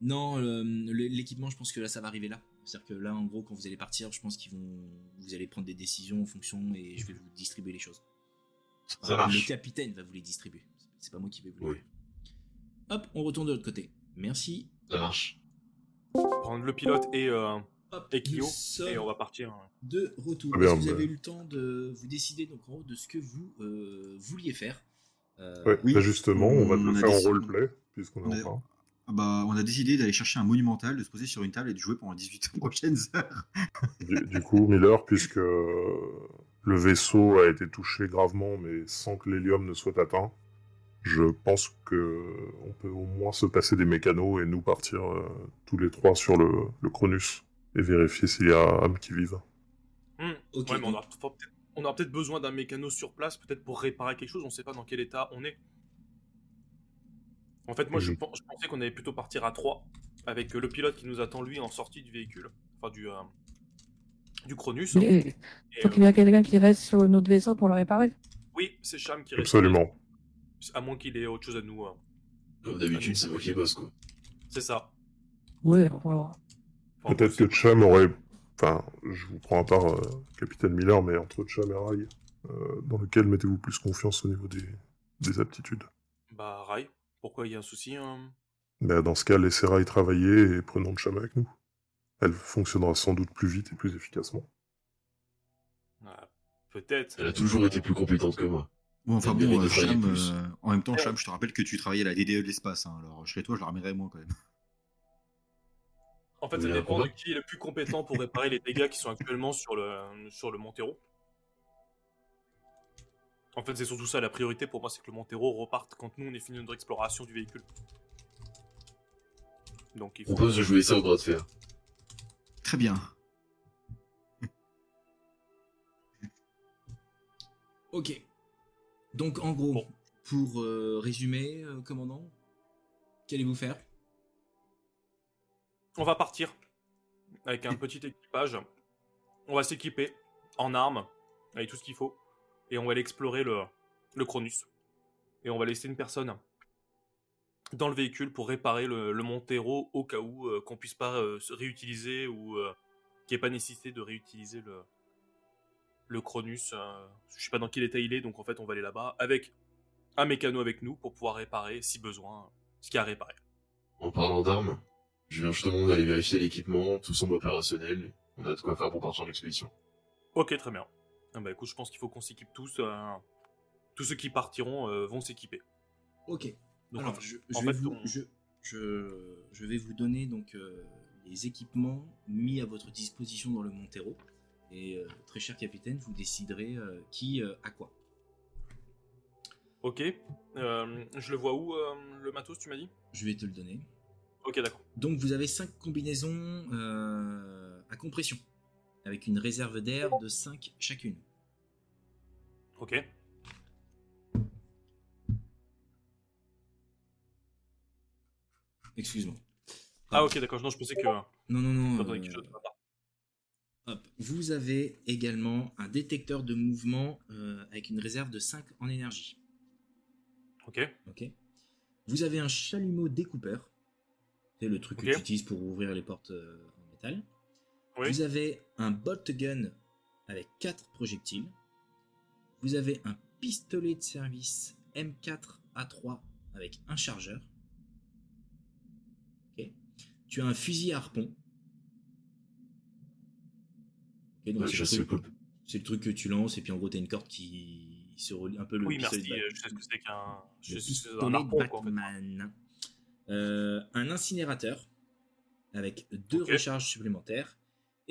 Non, euh, le- l'équipement, je pense que là, ça va arriver là. C'est-à-dire que là, en gros, quand vous allez partir, je pense qu'ils vont, vous allez prendre des décisions en fonction et je vais vous distribuer les choses. Ça marche. Ah, Le capitaine va vous les distribuer. C'est pas moi qui vais vous. les- Oui. Hop, on retourne de l'autre côté. Merci. Ça marche. Prendre le pilote et, euh, Hop, et Kyo, nous sommes et on va partir. hein. de retour. Ah Est-ce bien, que vous bah. avez eu le temps de vous décider donc en gros de ce que vous euh, vouliez faire. Euh, Ouais, oui. bah justement, on va te On le a faire en décidé. roleplay, puisqu'on est en Mais- train. Ah bah, on a décidé d'aller chercher un monumental, de se poser sur une table et de jouer pendant 18 prochaines heures. Du, du coup, Miller, puisque euh, le vaisseau a été touché gravement, mais sans que l'hélium ne soit atteint, je pense que euh, on peut au moins se passer des mécanos et nous partir euh, tous les trois sur le, le Cronus et vérifier s'il y a âme qui vive. Hmm. Ok, Ouais, mais on donc- aura, faut peut-être- on aura peut-être besoin d'un mécano sur place, peut-être pour réparer quelque chose, on sait pas dans quel état on est. En fait, moi, je, Mhm. pen- je pensais qu'on allait plutôt partir à 3, avec euh, le pilote qui nous attend, lui, en sortie du véhicule, enfin du, euh, du Cronus. hein. Il Et, faut euh, qu'il y a quelqu'un qui reste sur notre vaisseau pour le réparer. oui, c'est Cham qui reste. Absolument. À moins qu'il ait autre chose à nous. euh, Comme d'habitude, c'est moi qui bosse quoi. C'est ça. Oui, voilà. Enfin, Peut-être c'est- que Cham aurait. Enfin, je vous prends à part euh, Capitaine Miller, mais entre Cham et Rai, euh, dans lequel mettez-vous plus confiance au niveau des, des aptitudes Bah, Rai, pourquoi il y a un souci hein Bah, Dans ce cas, laissez Rai travailler et prenons Cham avec nous. Elle fonctionnera sans doute plus vite et plus efficacement. Ah, Peut-être. Elle a toujours été plus compétente que moi. Bon, enfin Il y bon, avait euh, des foyers Cham, plus. euh, en même temps, Cham, je te rappelle que tu travaillais à la DDE de l'espace, hein, alors je serais toi, je la ramènerais moins quand même. En fait, Vous ça voulez un dépend de combat qui est le plus compétent pour réparer les dégâts qui sont actuellement sur le, sur le Montero. En fait, c'est surtout ça la priorité pour moi, c'est que le Montero reparte quand nous on est fini notre exploration du véhicule. Donc il Je faut. propose de jouer ça au bras de fer. Très bien. Ok. Donc en gros, Bon. pour euh, résumer, euh, commandant, qu'allez-vous faire On va partir avec un petit équipage. On va s'équiper en armes, avec tout ce qu'il faut, et on va aller explorer le, le Cronus. Et on va laisser une personne dans le véhicule pour réparer le, le Montero au cas où euh, qu'on puisse pas euh, se réutiliser ou euh, qu'il n'y ait pas nécessité de réutiliser le, le Cronus. euh, je sais pas dans quel état il est, donc en fait on va aller là-bas avec un mécano avec nous pour pouvoir réparer si besoin ce qu'il y a à réparer. En parlant d'armes, je viens justement d'aller vérifier l'équipement, tout semble opérationnel, on a de quoi faire pour partir en expédition. Ok, très bien. Ah bah écoute, je pense qu'il faut qu'on s'équipe tous. euh, tous ceux qui partiront euh, vont s'équiper. Ok. Donc, Alors, en fait- je, en je vais fait, vous, on- je, je- je vais vous donner donc euh, les équipements mis à votre disposition dans le Montero. Et euh, très cher capitaine, vous déciderez euh, qui euh, à quoi. Ok. Euh, je le vois où euh, le matos, tu m'as dit Je vais te le donner. Ok, d'accord. Donc vous avez 5 combinaisons euh, à compression, avec une réserve d'air de 5 chacune. Ok. Excuse-moi. Ah ok, d'accord. Non, je pensais que. Non, non, non. Ah, t'entendais euh, quelque chose. Hop. Vous avez également un détecteur de mouvement euh, avec une réserve de 5 en énergie. Ok. Ok. Vous avez un chalumeau découpeur. C'est le truc Ok. que tu utilises pour ouvrir les portes euh, en métal. Oui. Vous avez un bolt gun avec 4 projectiles. Vous avez un pistolet de service M4A3 avec un chargeur. Ok. Tu as un fusil à harpon. Ok, donc Ouais, c'est Euh, je le sais truc- c'est le truc que tu lances et puis en gros t'as une corde qui se relie un peu le Oui, pistolet merci. de Batman. euh, Je sais ce que c'est qu'un. Le Je sais ce que c'est un pistolet harpon, quoi, en fait. Batman. Euh, un incinérateur avec deux Ok. recharges supplémentaires.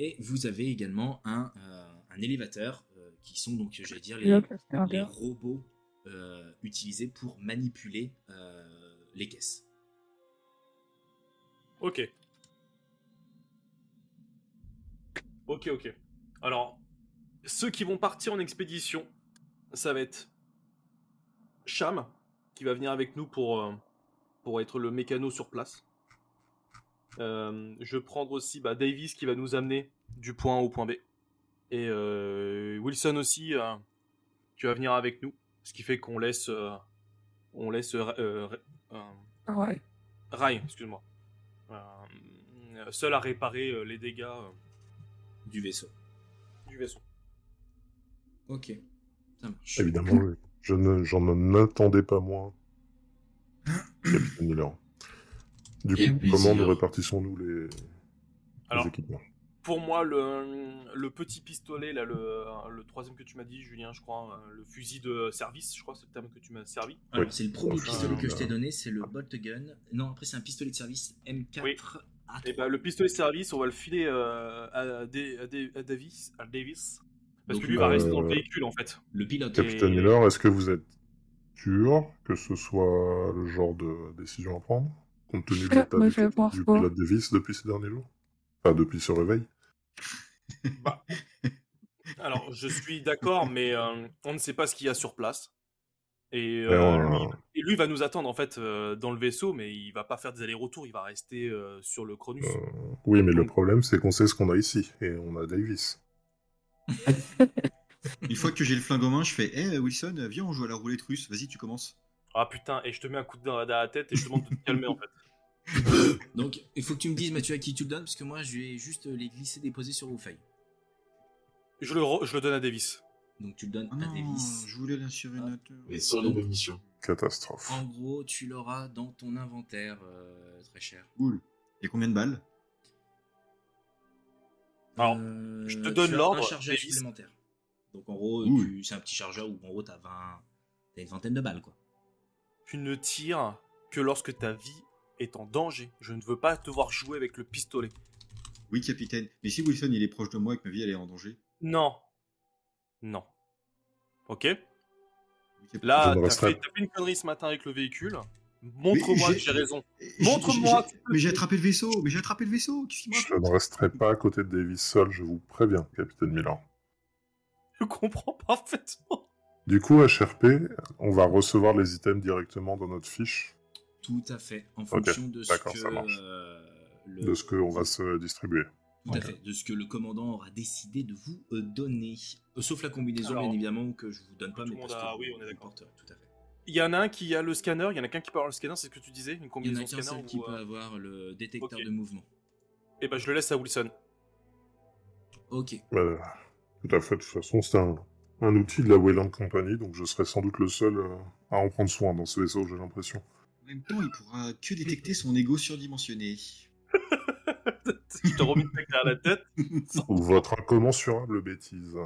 Et vous avez également un, euh, un élévateur euh, qui sont donc, j'allais dire, les, Hop, c'est un les verre. robots euh, utilisés pour manipuler euh, les caisses. Ok. Ok, ok. Alors, ceux qui vont partir en expédition, ça va être Cham, qui va venir avec nous pour, euh, pour être le mécano sur place. Euh, je vais prendre aussi bah, Davis qui va nous amener du point A au point B. Et euh, Wilson aussi, euh, tu vas venir avec nous. Ce qui fait qu'on laisse, euh, on laisse euh, euh, euh, Ah Ouais. Rai, excuse-moi. Euh, seul à réparer euh, les dégâts euh, Du vaisseau. du vaisseau. Ok. Ça marche. Évidemment, Ah oui. je ne, j'en attendais pas moins. Capitaine Miller. Du Quel coup, plaisir. comment nous répartissons-nous les, les Alors, équipements Pour moi, le, le petit pistolet, là, le, le troisième que tu m'as dit, Julien, je crois, euh, le fusil de service, je crois, c'est le terme que tu m'as servi. Alors, Ouais. c'est le premier Enfin, pistolet que je euh, t'ai donné, c'est le bolt gun. Non, après, c'est un pistolet de service M4. Ah, Et bah, le pistolet de service, on va le filer euh, à, Da- à Da- à Davis, à Davis. Parce Donc, que lui va euh, rester dans le véhicule, en fait. Le pilote. Capitaine Miller, est-ce que vous êtes sûr que ce soit le genre de décision à prendre Compte tenu de Ouais, l'état moi, du, je pense du pas. pilote Davis depuis ces derniers jours Enfin, depuis ce réveil Alors, je suis d'accord, mais euh, on ne sait pas ce qu'il y a sur place. Et, Mais euh, Ben, on- lui, Et lui va nous attendre en fait euh, dans le vaisseau, mais il va pas faire des allers-retours, il va rester euh, sur le Cronus. Euh, Oui, mais le problème, c'est qu'on sait ce qu'on a ici, et on a Davis. Une fois que j'ai le flingue en main, je fais Hé Wilson, viens, on joue à la roulette russe. Vas-y, tu commences. Ah putain, et je te mets un coup de dent à la tête et je te demande de te calmer en fait. Donc, il faut que tu me dises, Mathieu, à qui tu le donnes, parce que moi, je vais juste euh, les glisser, déposer sur vos feuilles. Je le, re- je le donne à Davis. Donc, tu le donnes Ah à non, Davis. je voulais l'insurinateur. Mais sans les bonnes missions. Catastrophe. En gros, tu l'auras dans ton inventaire, euh, très cher. Cool. Il y a combien de balles Alors, Euh, je te tu donne as l'ordre, Un chargeur Davis. supplémentaire. Donc, en gros, Ouh. tu- c'est un petit chargeur où, en gros, t'as 20... t'as une vingtaine de balles, quoi. Tu ne tires que lorsque ta vie est en danger. Je ne veux pas te voir jouer avec le pistolet. Oui, capitaine. Mais si Wilson, il est proche de moi et que ma vie, elle est en danger Non. Non. Ok Oui, capitaine. Là, Je ne t'as resterai- fait, t'as fait une connerie ce matin avec le véhicule. Montre-moi j'ai- que j'ai raison. Et Montre-moi j'ai- j'ai- Mais j'ai attrapé le vaisseau Mais j'ai attrapé le vaisseau Qu'est-ce qu'il me Je raconte ne resterai pas à côté de Davis seul, je vous préviens, Capitaine Miller. Je comprends parfaitement. Du coup, HRP, on va recevoir les items directement dans notre fiche, Tout à fait. En fonction de ce d'accord, que... ça marche. euh, le- de ce qu'on va se distribuer. Tout à fait, de ce que le commandant aura décidé de vous euh, donner. Euh, sauf la combinaison, Alors, bien évidemment, que je vous donne pas, mais tout le parce monde a- que oui, vous- on est vous d'accord. porterez, tout à fait. Il y en a un qui a le scanner, il y en a qu'un qui parle le scanner, c'est ce que tu disais Une Il y en combinaison a qu'un scanner seul qui ou, peut euh, avoir le détecteur ok. de mouvement. Eh ben, je le laisse à Wilson. Ok. Euh, tout à fait, de toute façon, c'est un, un outil de la Wayland Company, donc je serai sans doute le seul euh, à en prendre soin dans ce vaisseau, j'ai l'impression. En même temps, il pourra que détecter son ego surdimensionné. je te remets le mec derrière la tête. Votre incommensurable bêtise.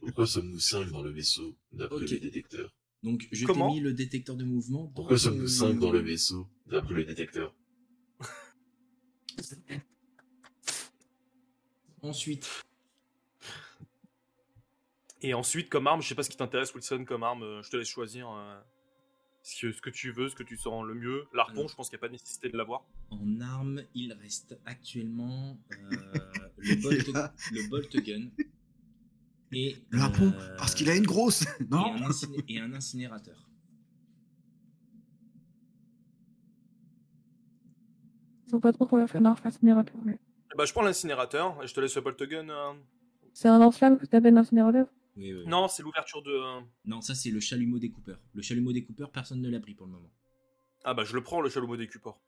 Pourquoi sommes-nous cinq dans le vaisseau, d'après Ok. le détecteur Donc, je t'ai Comment mis le détecteur de mouvement. dans Pourquoi sommes-nous le- cinq dans euh, le vaisseau, d'après le détecteur Ensuite, Et ensuite, comme arme, je sais pas ce qui t'intéresse, Wilson, comme arme, euh, je te laisse choisir euh, ce, que, ce que tu veux, ce que tu sens le mieux. L'arpon, Alors. je pense qu'il n'y a pas de nécessité de l'avoir. en arme, il reste actuellement euh, le, bolt, Et là- le bolt gun. Et, Le harpon euh, Parce qu'il a une grosse et Non un inciné- et un incinérateur. Ils ont pas trop pour la faire. Non, faire une erreur, mais- Bah, je prends l'incinérateur et je te laisse le boltgun. euh, C'est un lance-flamme que t'appelles l'incinérateur Oui, oui, oui. Non, c'est l'ouverture de. euh, Non, ça c'est le chalumeau découpeur. Le chalumeau découpeur, personne ne l'a pris pour le moment. Ah, bah, je le prends, le chalumeau des cuports.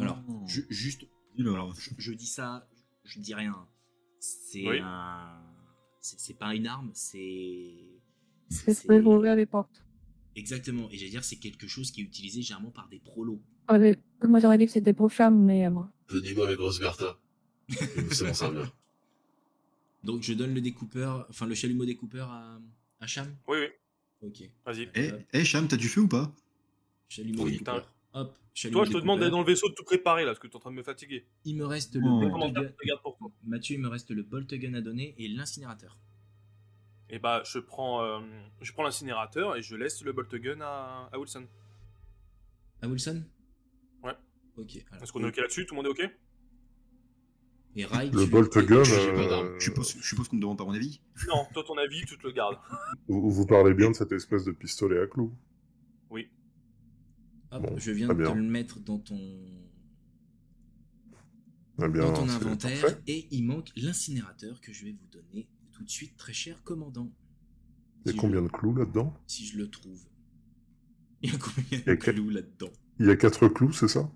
Alors, Oh. ju- juste, Dis-le, alors, alors. je, je dis ça, je dis rien. C'est Oui. un- c'est- c'est pas une arme, c'est. C'est pour ouvrir les portes. Exactement, et j'allais dire, c'est quelque chose qui est utilisé généralement par des prolos. Ah, mais- Moi j'aurais dit que c'était pour flamme, mais euh, bon. Donnez-moi mes grosses Bertha. Je sais m'en servir. Donc je donne le découpeur, enfin le chalumeau découpeur à, à Cham Oui, oui, Ok. vas-y. Eh, eh, Cham, t'as du feu ou pas Chalumeau Oui. découpeur. Hop, chalumeau Toi, je te découpeur. demande d'aller dans le vaisseau de tout préparer là, parce que t'es en train de me fatiguer. Il me reste Oh. le Comment bolt gun. faire Je garde pour toi. Mathieu, il me reste le bolt gun à donner et l'incinérateur. Et bah, je prends, euh, je prends l'incinérateur et je laisse le bolt gun à, à Wilson. À Wilson Ouais. Ok. alors- Est-ce qu'on est ok là-dessus Tout le monde est ok Et Rai, Le tu- bolt gun, j'ai pas d'arme. euh, Je suppose, je suppose qu'on me demande pas mon avis. Non, toi, ton avis, tu te le gardes. vous, vous parlez bien de cette espèce de pistolet à clous. Hop, euh, Bon, je viens de très te bien. le mettre dans ton, Eh bien, dans ton c'est inventaire parfait. et il manque l'incinérateur que je vais vous donner tout de suite, très cher commandant. Si Il y a je- combien de clous là-dedans Si je le trouve. Il y a combien Il y de a que- clous là-dedans Il y a quatre clous, c'est ça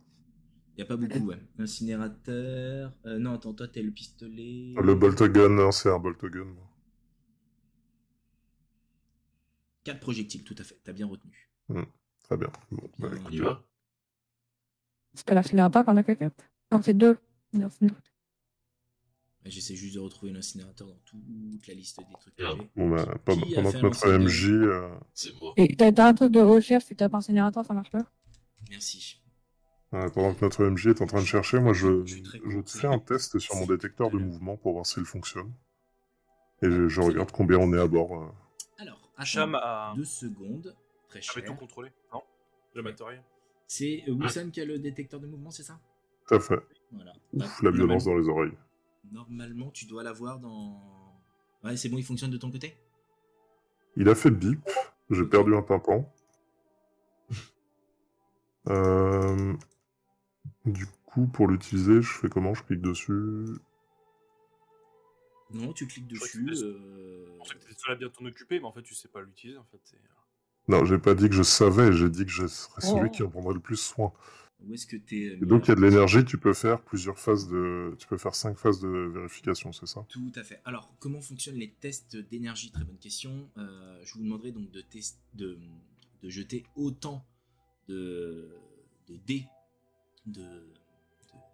Il n'y a pas beaucoup, ouais. Incinérateur. euh, non, attends, toi, t'es le pistolet. Ah, Le bolt gun, non, c'est un bolt gun. moi. 4 projectiles, tout à fait. T'as bien retenu. Très bien. Bon, bah, Bien. On y va C'est pas la file à pas qu'on a quelqu'un. Non, c'est deux. Non, c'est deux. J'essaie juste de retrouver l'incinérateur dans toute la liste des trucs que Ah, j'ai. bon, bah, pendant Qui a pendant fait que notre un AMJ... euh, C'est moi. Et t'as t'as un truc de recherche, tu tapes incinérateur, ça marche pas Merci. Euh, pendant que notre MJ est en train de chercher, moi je, Je suis très je content. fais un test sur mon C'est détecteur de tout à l'heure. mouvement pour voir s'il fonctionne. Et je, je regarde combien on est à bord. euh. Alors, attends, Cham a. deux secondes. Très Ah, cher. J'avais tout contrôlé. Non Le matériel. C'est euh, Wilson qui a le détecteur de mouvement, c'est ça Tout à fait. Voilà. Ouf, Hop, la normalement- violence dans les oreilles. Normalement, tu dois l'avoir dans. Ouais, c'est bon, il fonctionne de ton côté Il a fait bip, j'ai Ok. perdu un tympan. Euh, Du coup, pour l'utiliser, je fais comment Je clique dessus. Non, tu cliques crois que dessus. c'est- euh, Je pensais que t'étais seul à bien t'en occuper, mais en fait, tu sais pas l'utiliser. En fait, c'est- euh. Non, j'ai pas dit que je savais, j'ai dit que je serais celui Oh. qui en prendrait le plus soin. Où est-ce que t'es euh, Et donc il y a de Miller l'énergie, tu peux faire plusieurs phases de. Tu peux faire cinq phases de vérification, c'est ça Tout à fait. Alors, comment fonctionnent les tests d'énergie Très bonne question. Euh, je vous demanderai donc de, test- de, de jeter autant de, de dés de, de,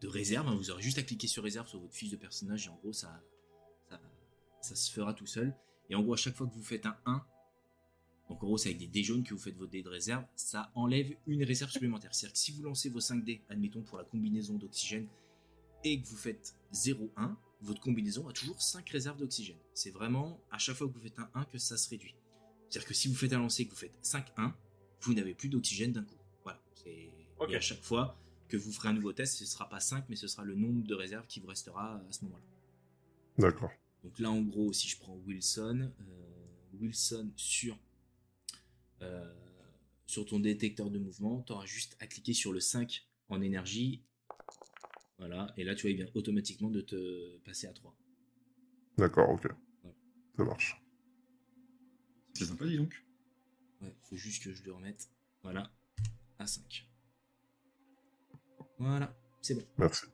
de réserve. hein. Vous aurez juste à cliquer sur réserve sur votre fiche de personnage et en gros, ça, ça, ça se fera tout seul. Et en gros, à chaque fois que vous faites un 1, donc en gros, c'est avec des dés jaunes que vous faites vos dés de réserve, ça enlève une réserve supplémentaire. C'est-à-dire que si vous lancez vos 5 dés, admettons pour la combinaison d'oxygène, et que vous faites 0,1, votre combinaison a toujours 5 réserves d'oxygène. C'est vraiment à chaque fois que vous faites un 1 que ça se réduit. C'est-à-dire que si vous faites un lancer et que vous faites 5-1, vous n'avez plus d'oxygène d'un coup. Voilà. C'est- Ok. Et à chaque fois que vous ferez un nouveau test, ce ne sera pas 5, mais ce sera le nombre de réserves qui vous restera à ce moment-là. D'accord. Donc là, en gros, si je prends Wilson, euh, Wilson sur, euh, sur ton détecteur de mouvement, tu auras juste à cliquer sur le 5 en énergie. Voilà, et là, tu vois, il vient automatiquement de te passer à 3. D'accord, ok. Ouais. Ça marche. C'est sympa, dis donc. Ouais, faut juste que je le remette. Voilà, à 5. Voilà, c'est bon. Merci.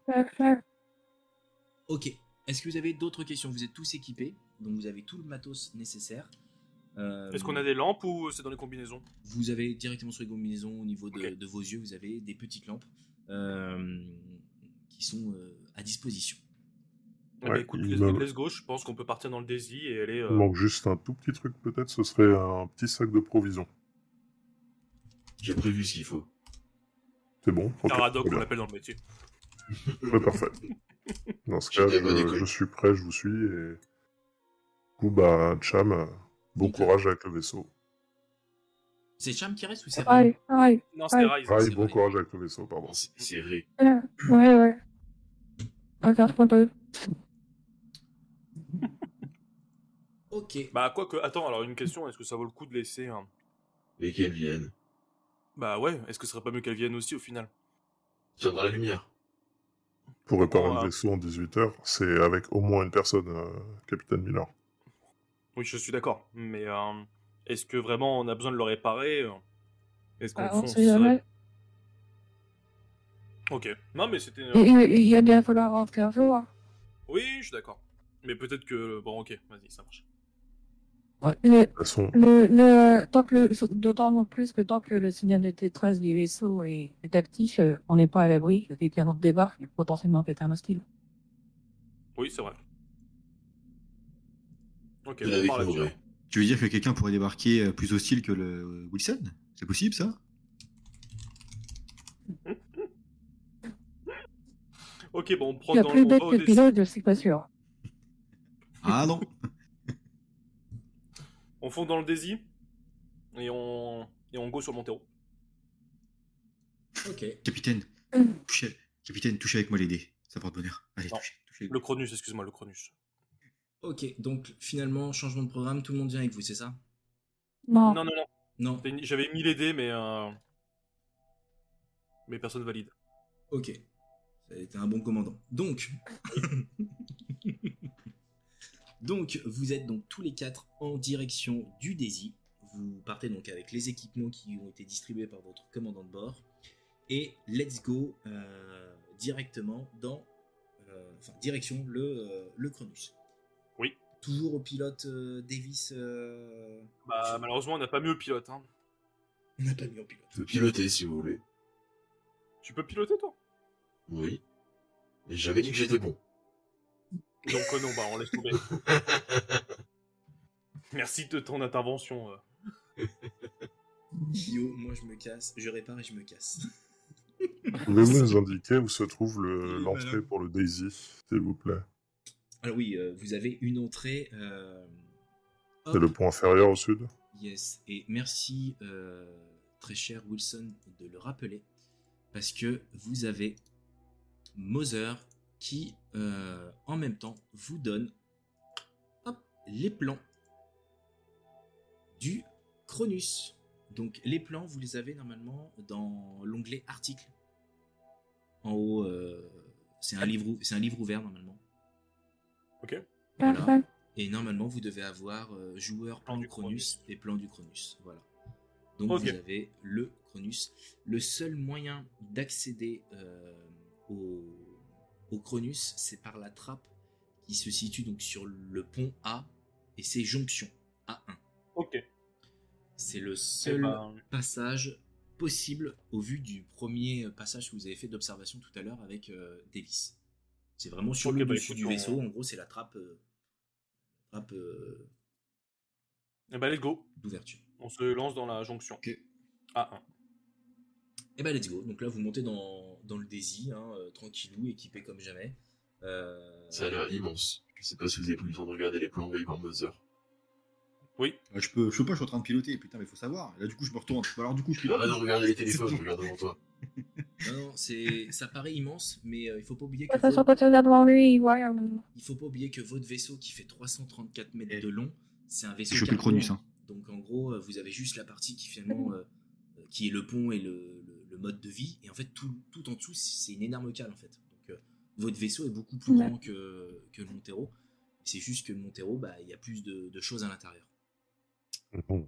Ok. Est-ce que vous avez d'autres questions Vous êtes tous équipés, donc vous avez tout le matos nécessaire. Euh, Est-ce qu'on a des lampes ou c'est dans les combinaisons vous avez directement sur les combinaisons au niveau de, Ok. de vos yeux, vous avez des petites lampes euh, qui sont euh, à disposition. Eh ben, Ouais, écoute, il les me- let's go, je pense qu'on peut partir dans le Daisy et aller. euh, Il manque juste un tout petit truc, peut-être, ce serait un petit sac de provisions. J'ai prévu ce qu'il faut. C'est bon Ok, Caradoc, très on bien. l'appelle dans le métier. Ouais, parfait. Dans ce J'ai cas, des bonnes je, écoles. je suis prêt, je vous suis. Et... Du coup, bah, Cham, euh, bon Ok. courage avec le vaisseau. C'est Cham qui reste ou c'est Ray Ouais, ouais, Non, c'est Ouais. Rise. Rai, c'est bon vrai. courage avec le vaisseau, pardon. Bon, c'est- c'est ré. ouais, ouais. Regarde, je prends le- Ok. Bah, quoi que. Attends, alors une question, est-ce que ça vaut le coup de laisser un. Et qu'elle vienne. Bah ouais, est-ce que ce serait pas mieux qu'elle vienne aussi au final Tiendra la lumière. Pour réparer le vaisseau en 18 heures, c'est avec au moins une personne, euh, Capitaine Miller. Oui, je suis d'accord. Mais euh, est-ce que vraiment on a besoin de le réparer euh? Est-ce qu'on Ah, on fonce sait jamais. Ok. Non, mais c'était. euh, Il, il- il y a bien falloir rentrer un jour. hein. Oui, je suis d'accord. Mais peut-être que. Bon, ok, vas-y, ça marche. Le, façon- le, le- tant que le- d'autant plus que tant que le signal de détresse du vaisseau est, est actif, euh, on n'est pas à l'abri. que Quelqu'un d'autre débarque, potentiellement peut-être un hostile. Oui, c'est vrai. Ok, Il on avait part couru. là-dessus. Tu veux dire que quelqu'un pourrait débarquer euh, plus hostile que le Wilson C'est possible ça Ok, bon, on prend Il y a dans plus on bête va au que le dessin. pilote, je suis pas sûr. Ah non On fond dans le Daisy et on et on go sur Montero. Ok. Capitaine, Mm. touchez, capitaine, touchez avec moi les dés. Ça porte bonheur. Allez, touchez, touchez. Le Cronus, excuse-moi, le Cronus. Ok, donc finalement, changement de programme, tout le monde vient avec vous, c'est ça Non. Non, non, non. Non. T'as une- J'avais mis les dés, mais euh, mais personne valide. Ok. Ça a été un bon commandant. Donc. donc, vous êtes donc tous les quatre en direction du Daisy. Vous partez donc avec les équipements qui ont été distribués par votre commandant de bord. Et let's go euh, directement dans. euh, enfin, direction le, euh, le Cronus. Oui. Toujours au pilote euh, Davis. euh, Bah malheureusement, on n'a pas mieux pilote. Hein. On n'a pas mis au pilote. Je peux piloter si vous voulez. Tu peux piloter toi Oui. Et j'avais dit que j'étais bon. Donc euh, non, bah on laisse tomber. Merci de ton intervention. euh. Yo, moi je me casse, je répare et je me casse. Pouvez-vous nous indiquer où se trouve le- Oui, l'entrée madame. pour le Daisy, s'il vous plaît Alors oui, euh, vous avez une entrée. euh, hop, C'est le point inférieur au sud Yes. Et merci, euh, très cher Wilson, de le rappeler. Parce que vous avez Moser qui, euh, en même temps, vous donne hop, les plans du Cronus. Donc les plans, vous les avez normalement dans l'onglet articles. En haut, euh, c'est un, livre ou- c'est un livre ouvert normalement. Ok. Voilà. Parfait. Et normalement, vous devez avoir euh, joueur, plan Plan du du Cronus et plan du Cronus. Voilà. Donc Ok. vous avez le Cronus. Le seul moyen d'accéder euh, au, au Cronus, c'est par la trappe qui se situe donc sur le pont A et ses jonctions A1. Ok. C'est le Eh seul ben, passage possible au vu du premier passage que vous avez fait d'observation tout à l'heure avec euh, Davis. C'est vraiment sur Ok, le bah dessus écoute, du on- vaisseau. En gros, c'est la trappe, euh, trappe euh, eh ben, let's go. d'ouverture. On se lance dans la jonction. Ok. Ah, hein. Et bah let's go. Donc là, vous montez dans, dans le Daisy, hein, euh, tranquillou, équipé comme jamais. Euh, Ça a l'air immense. Je sais pas si vous avez pris le temps de regarder les plans envoyés par Mother. Ah, je peux, je peux pas, je suis en train de piloter, putain, mais faut savoir. Là, du coup, je me retourne. Bah, Alors, du coup, je Tu vas pilote. de regarder les téléphones, je regarde devant toi. Non, non, c'est, ça paraît immense, mais euh, il faut pas oublier que De toute façon, vos- quand on a devant lui, il voit. euh, il faut pas oublier que votre vaisseau qui fait 334 Eh. mètres de long, c'est un vaisseau J'ai chopé le cargo, Cronus, hein. Donc en gros, euh, vous avez juste la partie qui finalement euh, euh, qui est le pont et le, le- le mode de vie, et en fait tout, tout en dessous c- c'est une énorme cale en fait. Donc euh, votre vaisseau est beaucoup plus Ouais. grand que, que le Montero. C'est juste que le Montero, bah, il y a plus de, de choses à l'intérieur. Mhm.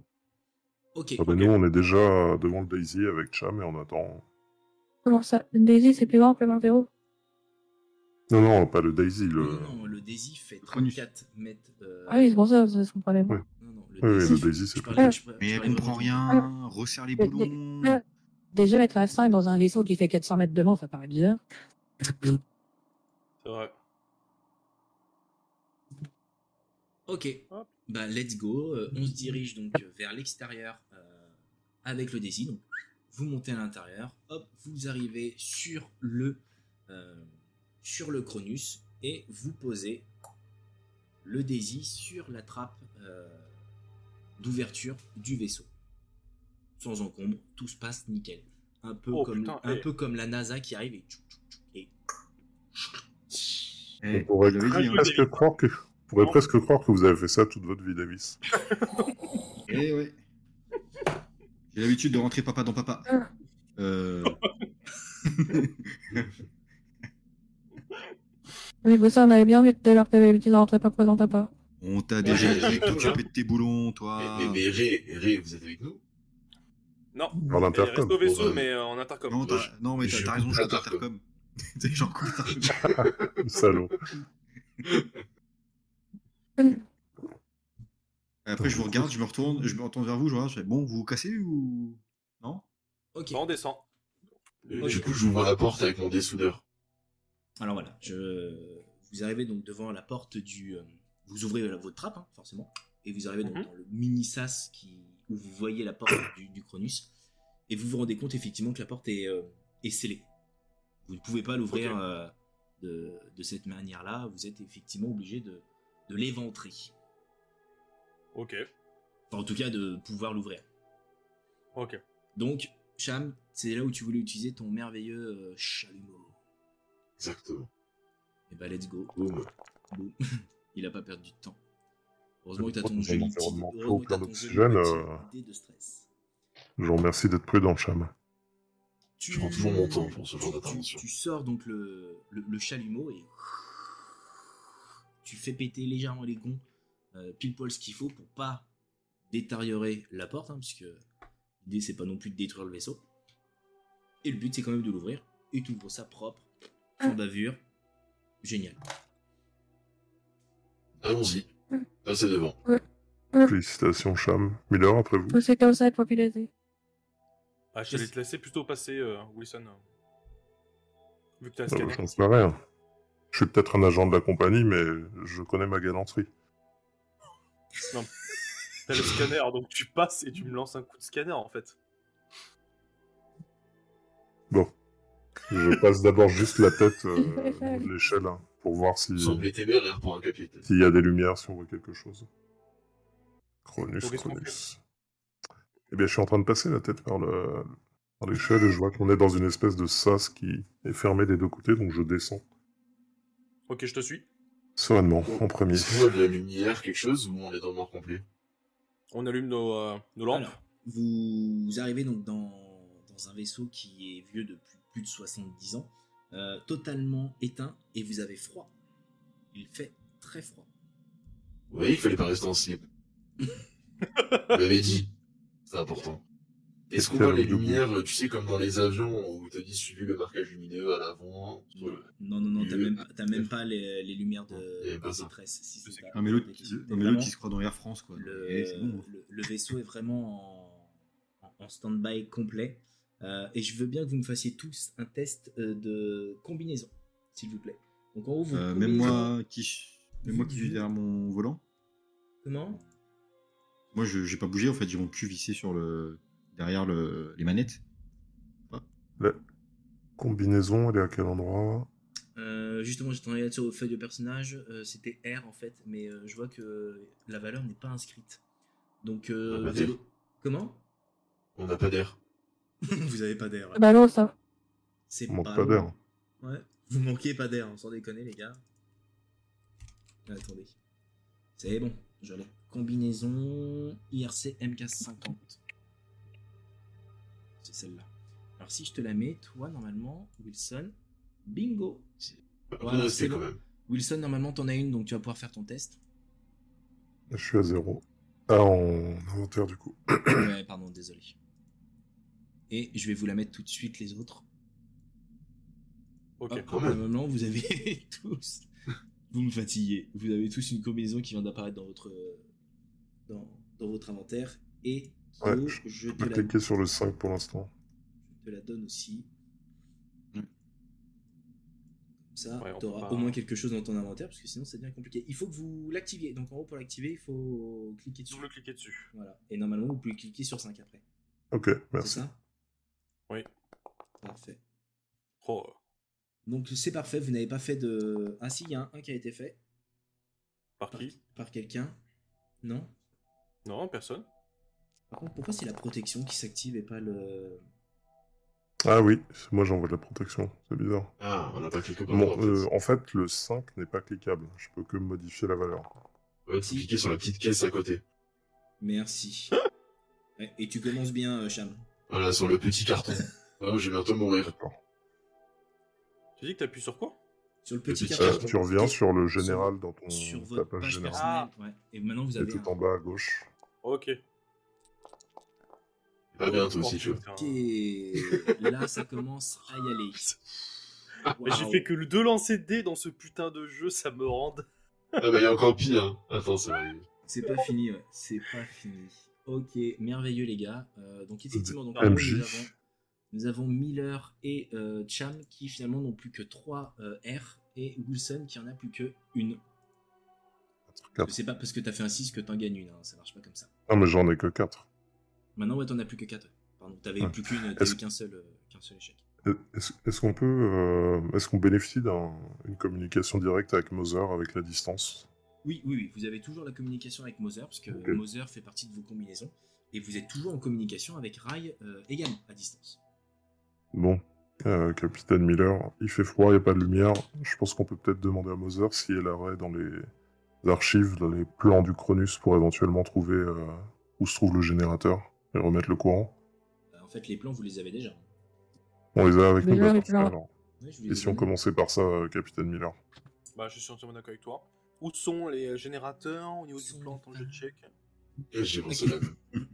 Ok. Ah ben, Nous, on est déjà devant le Daisy avec Cham et on attend. Comment ça Daisy, c'est plus grand que Montero. Non, non, pas le Daisy, Non, le. non, non, le Daisy fait Cronus. 34 mètres. euh, Ah oui, c'est pour ça, c'est son problème. Ouais. Non, non, le Oui, oui, Daisy. le Daisy, c'est Je plus. parlais- je parlais- Mais je elle parlais comprend vraiment- rien, resserre les Mais- boulons. mais- Déjà, être à 5 dans un vaisseau qui fait 400 mètres de long, ça paraît bizarre. c'est vrai. Ok. Hop. Bah, let's go. Euh, on se dirige donc euh, vers l'extérieur euh, avec le Daisy. Donc, vous montez à l'intérieur. Hop, vous arrivez sur le euh, sur le Cronus et vous posez le Daisy sur la trappe euh, d'ouverture du vaisseau. Sans encombre, tout se passe nickel. Un peu Oh, comme putain, un eh. peu comme la NASA qui arrive et, tchou, tchou, tchou, et On Eh, pourrait, je l'avais dit, hein. presque croire que... on pourrait presque croire que vous avez fait ça toute votre vie, Davis. Eh ouais. J'ai l'habitude de rentrer papa dans Mm. papa. Euh... Oui, vous ça, on avait bien vu tout à l'heure que t'avais utilisé très pas présent à part. On t'a Ouais, déjà mais dit avec de nous, t'occuper de tes boulons, toi. Mais, mais, mais Ré, Ré, vous êtes avec nous Non, En elle intercom. reste au vaisseau, Bon, bah, mais euh, en intercom. Non, t'as je- non, mais t'as je- t'as raison, je je- joue Tarcom. T'es genre cool, Tarcom. Salaud. Après, je vous regarde, je me retourne, je me retourne vers vous, je regarde, je fais, bon, vous vous cassez ou. Non Ok. Bah, on descend. Et Euh, Du coup, j'ouvre la porte avec mon dessoudeur. Alors voilà, je... vous arrivez donc devant la porte du. euh, Vous ouvrez la- votre trappe, hein, forcément, et vous arrivez donc Mhm. dans le mini-sas qui... où vous voyez la porte du, du Cronus, et vous vous rendez compte effectivement que la porte est, euh, est scellée. Vous ne pouvez pas l'ouvrir Ok. euh, de, de cette manière-là, vous êtes effectivement obligé de, de l'éventrer. Ok, Enfin, en tout cas, de pouvoir l'ouvrir. ok. Donc, Cham, c'est là où tu voulais utiliser ton merveilleux euh, chalumeau. Exactement. Et bah, let's go. Boum. Boum. Il a pas perdu de temps. Heureusement que t'as Bon, ton c'est joli un petit- environnement heureusement chaud, que t'as plein ton joli d'oxygène, euh, petit dé de stress. Je vous remercie d'être prudent, Cham. Tu Je prends toujours mon temps pour ce tu- genre tu- d'intervention. Tu sors donc le, le- le chalumeau et tu fais péter légèrement les gonds, euh, pile poil ce qu'il faut pour pas détériorer la porte, hein, puisque l'idée c'est pas non plus de détruire le vaisseau. Et le but c'est quand même de l'ouvrir et tu ouvres ça propre, sans bavure. Génial. Allons-y. Passez devant. Félicitations, Cham. Miller, après vous. Pousser comme ça et pas piloter. Ah, je Yes. vais te laisser plutôt passer, euh, Wilson. Vu que t'as un Ah, bah, scanner. J'en sais rien. Je suis peut-être un agent de la compagnie, mais je connais ma galanterie. T'as le scanner, donc tu passes et tu me lances un coup de scanner en fait. Je passe d'abord juste la tête euh, de l'échelle hein, pour voir si- Sans s'il péter l'air pour un papier. peut-être. y a des lumières, si on voit quelque chose. Cronus, Donc, est-ce qu'on Cronus. Eh bien, je suis en train de passer la tête par le- par l'échelle et je vois qu'on est dans une espèce de sas qui est fermé des deux côtés, donc je descends Ok, je te suis. sereinement en premier. Est-ce qu'on voit de la lumière, quelque chose, ou on est dans le noir complet On allume nos, euh, nos lampes. Alors, vous, vous arrivez donc dans, dans un vaisseau qui est vieux de plus, plus de 70 ans, euh, totalement éteint, et vous avez froid. Il fait très froid. Vous voyez qu'il fallait pas rester en slip. Vous l'avez dit. C'est important. Est-ce qu'on voit les lumières, euh, tu sais, comme dans les avions, où t'as dit suivez le marquage lumineux à l'avant sur le- Non, non, non, t'as Dieu. même, pas- t'as même pas les, les lumières de, Eh ben, de ça. détresse. Si, si, t'as- Non, mais l'autre, t'es- qui- t'es non, mais l'autre vraiment- qui se croit dans Air France, quoi. Eh, c'est le, bon. le- le vaisseau est vraiment en, en- en stand-by complet. Euh, et je veux bien que vous me fassiez tous un test euh, de combinaison, s'il vous plaît. Donc en haut, vous. Euh, même moi qui, même moi qui Vous- suis derrière mon volant. Comment Moi, je j'ai pas bougé, en fait, j'ai mon cul vissé sur le derrière le, les manettes. Combinaison, elle est à quel endroit Euh, justement, j'étais en train de regarder sur vos feuilles de personnage, euh, c'était R en fait, mais euh, je vois que la valeur n'est pas inscrite. Donc, euh, Ah bah, vous avez- zéro. comment On n'a pas d'air. Vous avez pas d'air. ouais. Bah non, ça. C'est On manque pas pas d'air. long. Ouais, vous manquez pas d'air, on s'en déconner les gars. Ah, Attendez. C'est bon, je l'ai. Combinaison IRC MK50. C'est celle-là. Alors si je te la mets, toi normalement, Wilson, bingo. Un peu Voilà, de c'est respect quand bon. même. Wilson, normalement t'en as une, donc tu vas pouvoir faire ton test. Je suis à zéro. Ah, en inventaire, du coup. Ouais, pardon, désolé. Et je vais vous la mettre tout de suite, les autres. Ok. Hop, quand pour même. le moment, vous avez tous. Vous me fatiguez. Vous avez tous une combinaison qui vient d'apparaître dans votre euh, dans, dans votre inventaire. Et Ouais, Kyo, je- je, Je te vais la, cliquer sur le 5 pour l'instant. je te la donne aussi. Ouais. Comme ça, Mm. Ouais, on peut t'auras pas- au moins quelque chose dans ton inventaire, parce que sinon ça devient compliqué. Il faut que vous l'activiez. Donc en haut, pour l'activer, il faut cliquer dessus. Double cliquer dessus. Voilà. Et normalement, vous pouvez cliquer sur 5 après. Ok, C'est merci. ça Oui. Parfait. Oh, euh, Donc c'est parfait, vous n'avez pas fait de. Ah si, il y a un, un qui a été fait par par, qui par quelqu'un. Non Non, personne. Par contre, pourquoi c'est la protection qui s'active et pas le. Ah oui, moi j'envoie de la protection, c'est bizarre. Ah, on n'a pas cliqué par Bon, bon, euh, en fait, le 5 n'est pas cliquable. Je peux que modifier la valeur. Ouais, faut cliquer sur la petite caisse à côté. Merci. Ouais, et tu commences bien, euh, Cham. Voilà, Ah, sur le petit carton. Oh, je vais bientôt mourir. Tu dis que t'appuies sur quoi Sur le petit Euh, carton. tu reviens sur le général dans ton- Sur ta votre page page générale. personnelle, Ah, ouais. Et maintenant vous Et avez. tout un- en bas à gauche. Ok. Oh, Pas bien, toi aussi, tu vois. Ok. Là, ça commence à y aller. Mais j'ai Waouh. fait que le deux lancers de dés dans ce putain de jeu, ça me rend. Ah bah, il y a encore pire. Attends, c'est vrai. C'est pas fini, ouais. C'est pas fini. Ok, merveilleux les gars. Euh, donc effectivement, donc, MJ. nous, avons, nous avons Miller et euh, Cham qui finalement n'ont plus que 3 R et Wilson qui en a plus que une. quatre. C'est pas parce que t'as fait un 6 que t'en gagnes une, hein, ça marche pas comme ça. Ah, mais j'en ai que 4. Maintenant, ouais, t'en as plus que 4. Pardon, t'avais Ouais. plus qu'une, Est-ce- t'avais qu'un seul, euh, qu'un seul échec. Est-ce est-ce qu'on peut. euh, Est-ce qu'on bénéficie d'une communication directe avec Mother avec la distance Oui, oui, oui, vous avez toujours la communication avec Moser, parce que Ok. Moser fait partie de vos combinaisons, et vous êtes toujours en communication avec Rai euh, également, à distance. Bon, euh, Capitaine Miller, il fait froid, il n'y a pas de lumière. Je pense qu'on peut peut-être demander à Mother si elle aurait dans les archives dans les plans du Cronus pour éventuellement trouver euh, où se trouve le générateur et remettre le courant. Euh, en fait, les plans, vous les avez déjà. hein. On les a avec Déjà, nous. les d'accord, plans. alors. Ouais, je vous les Et ai si on donnés. commençait par ça, euh, Capitaine Miller Bah, je suis entièrement d'accord avec toi. Où sont les générateurs au niveau du plan Attends, je check. Et j'ai pensé la même.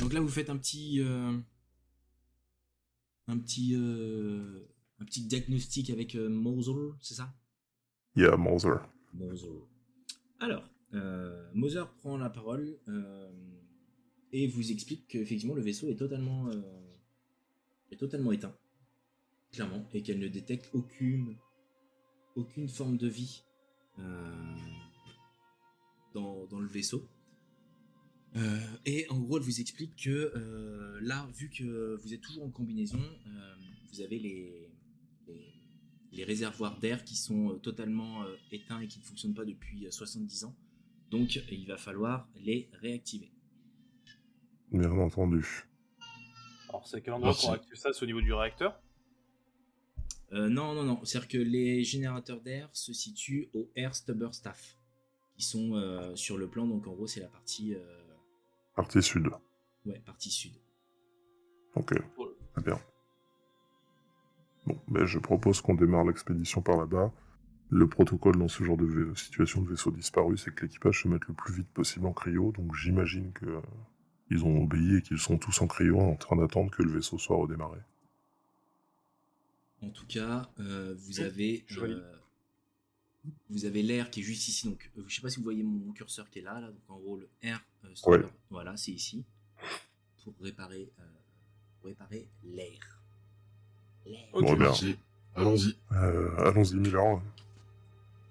Donc là, vous faites un petit, euh, un petit, euh, un petit diagnostic avec euh, Moser, c'est ça Yeah, Mother. Moser. Alors, euh, Moser prend la parole euh, et vous explique qu'effectivement le vaisseau est totalement, euh, est totalement éteint, clairement, et qu'elle ne détecte aucune, aucune forme de vie euh, dans, dans le vaisseau. Euh, et en gros, elle vous explique que euh, là, vu que vous êtes toujours en combinaison, euh, vous avez les, les, les réservoirs d'air qui sont euh, totalement euh, éteints et qui ne fonctionnent pas depuis euh, 70 ans. Donc, il va falloir les réactiver. Bien entendu. Alors, c'est à quel endroit Merci. qu'on active ça C'est au niveau du réacteur Euh, non, non, non. C'est-à-dire que les générateurs d'air se situent au Air Stubber Staff, qui sont euh, sur le plan. Donc, en gros, c'est la partie, euh, Partie sud. ouais, partie sud. Ok. Très bien. Bon, ben je propose qu'on démarre l'expédition par là-bas. Le protocole dans ce genre de vais- situation de vaisseau disparu, c'est que l'équipage se mette le plus vite possible en cryo, donc j'imagine que euh, ils ont obéi et qu'ils sont tous en cryo en train d'attendre que le vaisseau soit redémarré. En tout cas, euh, vous avez je valide. euh, vous avez l'air qui est juste ici. Donc, euh, je sais pas si vous voyez mon curseur qui est là. là. donc, en gros, le R. euh, c'est- Ouais. Voilà, c'est ici pour réparer euh, pour réparer l'air. L'air. Ok. Bon, eh bien, Merci. Allons-y. euh, allons-y Miller.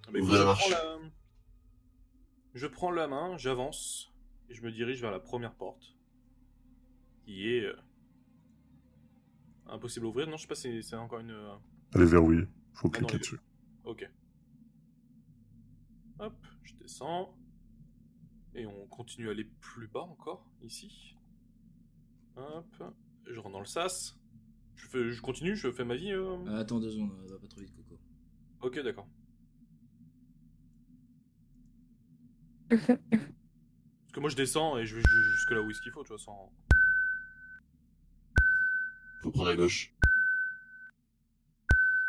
Ah, mais Ouvrez moi, je, la prends marche. la... je prends la main, j'avance, et je me dirige vers la première porte. Qui est. euh, Impossible à ouvrir. Non, je sais pas si c'est encore une. euh, Allez verrouiller, faut Ah non, cliquer je- dessus. Ok. Hop, je descends. Et on continue à aller plus bas encore, ici. Hop, je rentre dans le sas. Je, fais, je continue, je fais ma vie. euh, Euh, attends deux secondes, euh, va pas trop vite, Coco. Ok, d'accord. Parce que moi je descends et je vais ju- jusque là où est-ce qu'il faut, tu vois, sans. Faut prendre à gauche.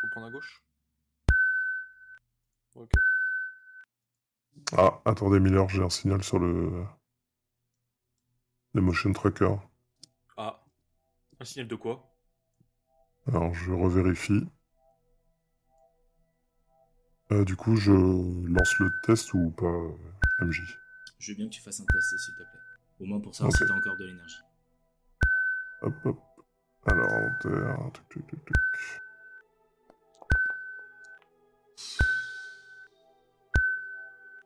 Faut prendre à gauche. Ok. Ah, attendez Miller, j'ai un signal sur le... le motion tracker. Ah. Un signal de quoi Alors je revérifie. Euh, du coup, je lance le test ou pas, euh, MJ Je veux bien que tu fasses un test, s'il te plaît. Au moins pour savoir Ok. si t'as encore de l'énergie. Hop, hop. Alors, inventaire, tuc, tuc, tuc, tuc.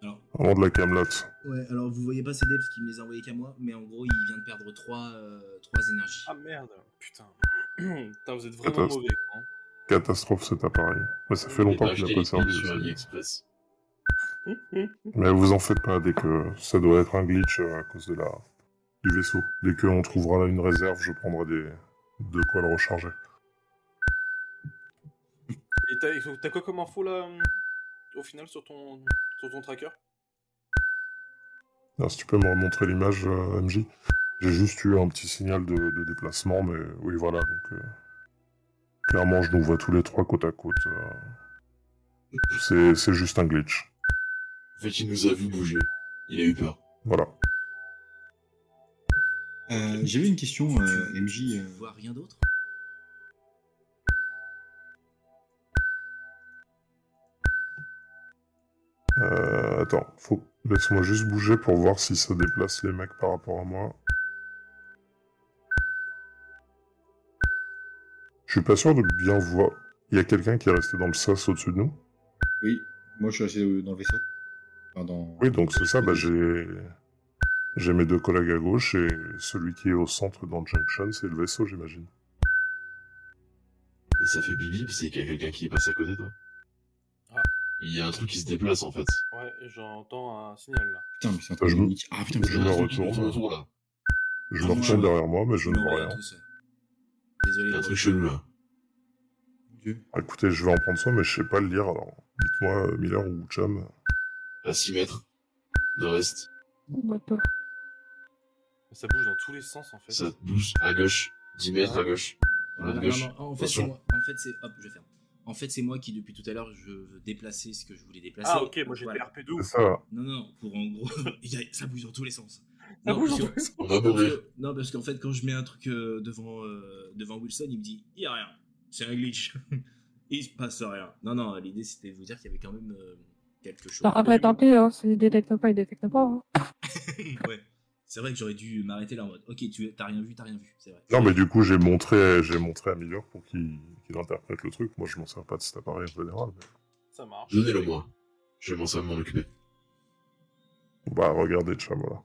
Alors, Avant de la camelote. ouais, alors vous voyez pas ces dés parce qu'il me les a envoyés qu'à moi, mais en gros, il vient de perdre 3 énergies. Ah merde, putain. putain, vous êtes vraiment Attends. mauvais. Hein. Catastrophe cet appareil. Mais ça fait hein, J'ai longtemps pas qu'il acheté n'a pas les servi. clips sur aussi. AliExpress. Mais vous en faites pas, dès que ça doit être un glitch euh, à cause de la... du vaisseau. Dès qu'on trouvera là une réserve, je prendrai des... de quoi le recharger. Et t'as- t'as quoi comme info là euh, Au final sur ton, sur ton tracker Alors, Ah, si tu peux me remontrer l'image, euh, MJ. J'ai juste eu un petit signal de, de déplacement, mais oui, voilà. Donc, euh, Clairement, je nous vois tous les trois côte à côte. euh. C'est c'est juste un glitch. En fait, il nous a vu bouger. Il a eu peur. Voilà. Euh, J'avais une question, euh, MJ. Tu euh, vois rien d'autre Euh, attends, faut... laisse-moi juste bouger pour voir si ça déplace les mecs par rapport à moi. Je suis pas sûr de bien voir. Il y a quelqu'un qui est resté dans le sas au-dessus de nous Oui, moi je suis assez euh, dans le vaisseau. Enfin, dans... Oui, donc c'est ça, bah, j'ai... j'ai mes deux collègues à gauche et celui qui est au centre dans le junction, c'est le vaisseau, j'imagine. Et ça fait bibi, c'est qu'il y a quelqu'un qui passe à côté de toi. Ah. Il y a un truc qui se déplace en fait. Ouais, j'entends un signal là. Putain, mais c'est un Ah, peu je me- unique. Ah putain, mais Je Il y me a un je truc qui retourne. tourne autour, là. Ah, Je me moi, retourne je- derrière moi, mais je ne Non, vois rien, rien. tout ça. Il Désolé. y a un pour truc le- chelou là. Ah, écoutez, je vais en prendre soin, mais je sais pas le lire, alors dites-moi, euh, Miller ou Cham. À 6 mètres. De reste, Ça bouge dans tous les sens en fait. ça bouge à gauche. 10 mètres à gauche. Ah, À non, gauche. non, non, en fait, c'est Attention. moi. En fait, c'est. Hop, je ferme. En fait, c'est moi qui, depuis tout à l'heure, je veux déplacer ce que je voulais déplacer. Ah ok, moi j'ai Voilà. PRP de C'est ouf. ça. Non, non, pour en gros, il y a- ça bouge dans tous les sens. Ça Non, bouge parce dans que- tous les sens. On va parce mourir. que- non, parce qu'en fait, quand je mets un truc euh, devant, euh, devant Wilson, il me dit il y a rien, c'est un glitch, il se passe rien. Non, non, l'idée c'était de vous dire qu'il y avait quand même euh, quelque chose. Ça après, tant pis, hein, s'il détecte pas, il détecte pas. hein. ouais. C'est vrai que j'aurais dû m'arrêter là en mode ok, tu t'as rien vu, t'as rien vu, c'est vrai. Non, mais du coup, j'ai montré, j'ai montré à Miller pour qu'il qu'il interprète le truc. Moi, je m'en sers pas de cet appareil en général. mais- Ça marche. Donnez-le moi. Je vais m'en m'en occuper. Bah, regardez, Cham, voilà.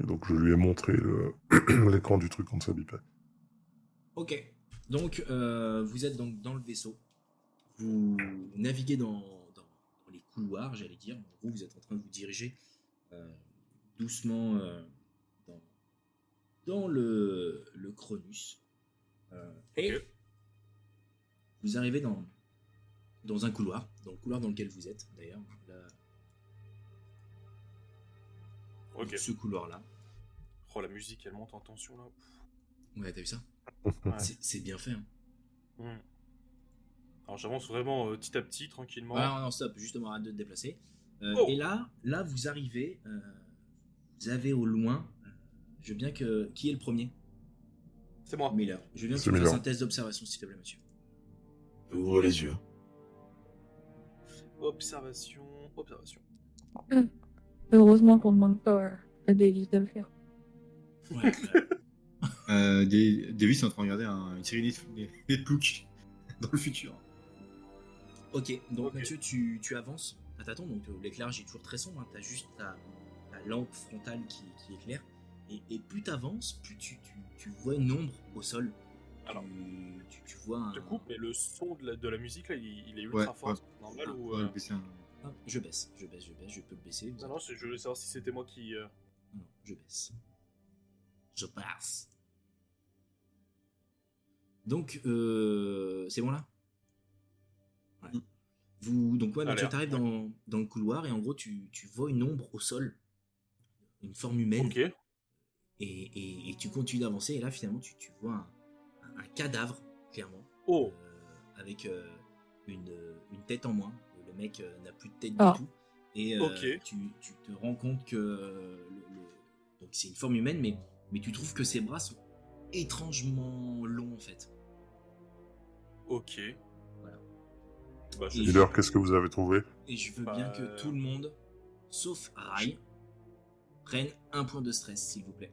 Et donc, je lui ai montré le- l'écran du truc quand ça bipait. Ok. Donc, euh, vous êtes donc dans le vaisseau. Vous naviguez dans, dans- dans les couloirs, j'allais dire. En gros, vous êtes en train de vous diriger euh, doucement euh, dans, dans le, le Cronus. Euh, et vous arrivez dans, dans un couloir, dans le couloir dans lequel vous êtes, d'ailleurs. Là, Ok. Ce couloir-là. Oh la musique elle monte en tension là. Ouais, t'as vu ça Ouais. C'est- C'est bien fait. hein. Hmm. Alors j'avance vraiment euh, petit à petit, tranquillement. Ah, non, non, stop, justement, arrête de te déplacer. Euh, Oh. Et là, là, vous arrivez, euh, vous avez au loin, euh, je veux bien que... Qui est le premier C'est moi. Miller. Je veux bien que C'est tu me fasses Miller. un test d'observation, s'il te plaît, monsieur. Ouvre les yeux. Observation, observation. hein. Heureusement qu'on demande pas à Davis de le faire. Ouais, ouais. Euh, Dé- Davis est en train de regarder un- une série Netf- Netflix dans le futur. ok, donc Ok. Mathieu, tu, tu avances à tâtons, donc euh, l'éclairage est toujours très sombre, hein, t'as juste ta, ta lampe frontale qui, qui éclaire, et, et plus t'avances, plus tu, tu, tu vois une ombre au sol. Alors. Tu- tu, tu vois un... Je te coupe, mais le son de la, de la musique là, il, il est ultra Ouais, fort. ouais. C'est normal ou. Ouais, euh, le PC, hein. Ah, je baisse, je baisse, je baisse, je peux le baisser. vous Non, non, c'est- je voulais savoir si c'était moi qui. euh, Non, je baisse. Je passe. Donc, euh, c'est bon là Ouais. Vous, Donc, ouais, Ça a Mathieu, l'air, t'arrives dans, dans le couloir et en gros, tu, tu vois une ombre au sol. Une forme humaine. Ok. Et, et- et tu continues d'avancer et là, finalement, tu, tu vois un, un- un cadavre, clairement. Oh. Euh, avec euh, une, une tête en moins. Le mec euh, n'a plus de tête Ah. du tout. Et euh, Ok. tu, tu te rends compte que euh, le- le- donc c'est une forme humaine, mais, mais tu trouves que ses bras sont étrangement longs en fait. Ok. Voilà. Bah, je- Et- Miller, qu'est-ce que vous avez trouvé Et je veux bien que Euh. tout le monde, sauf Rai, prenne un point de stress, s'il vous plaît.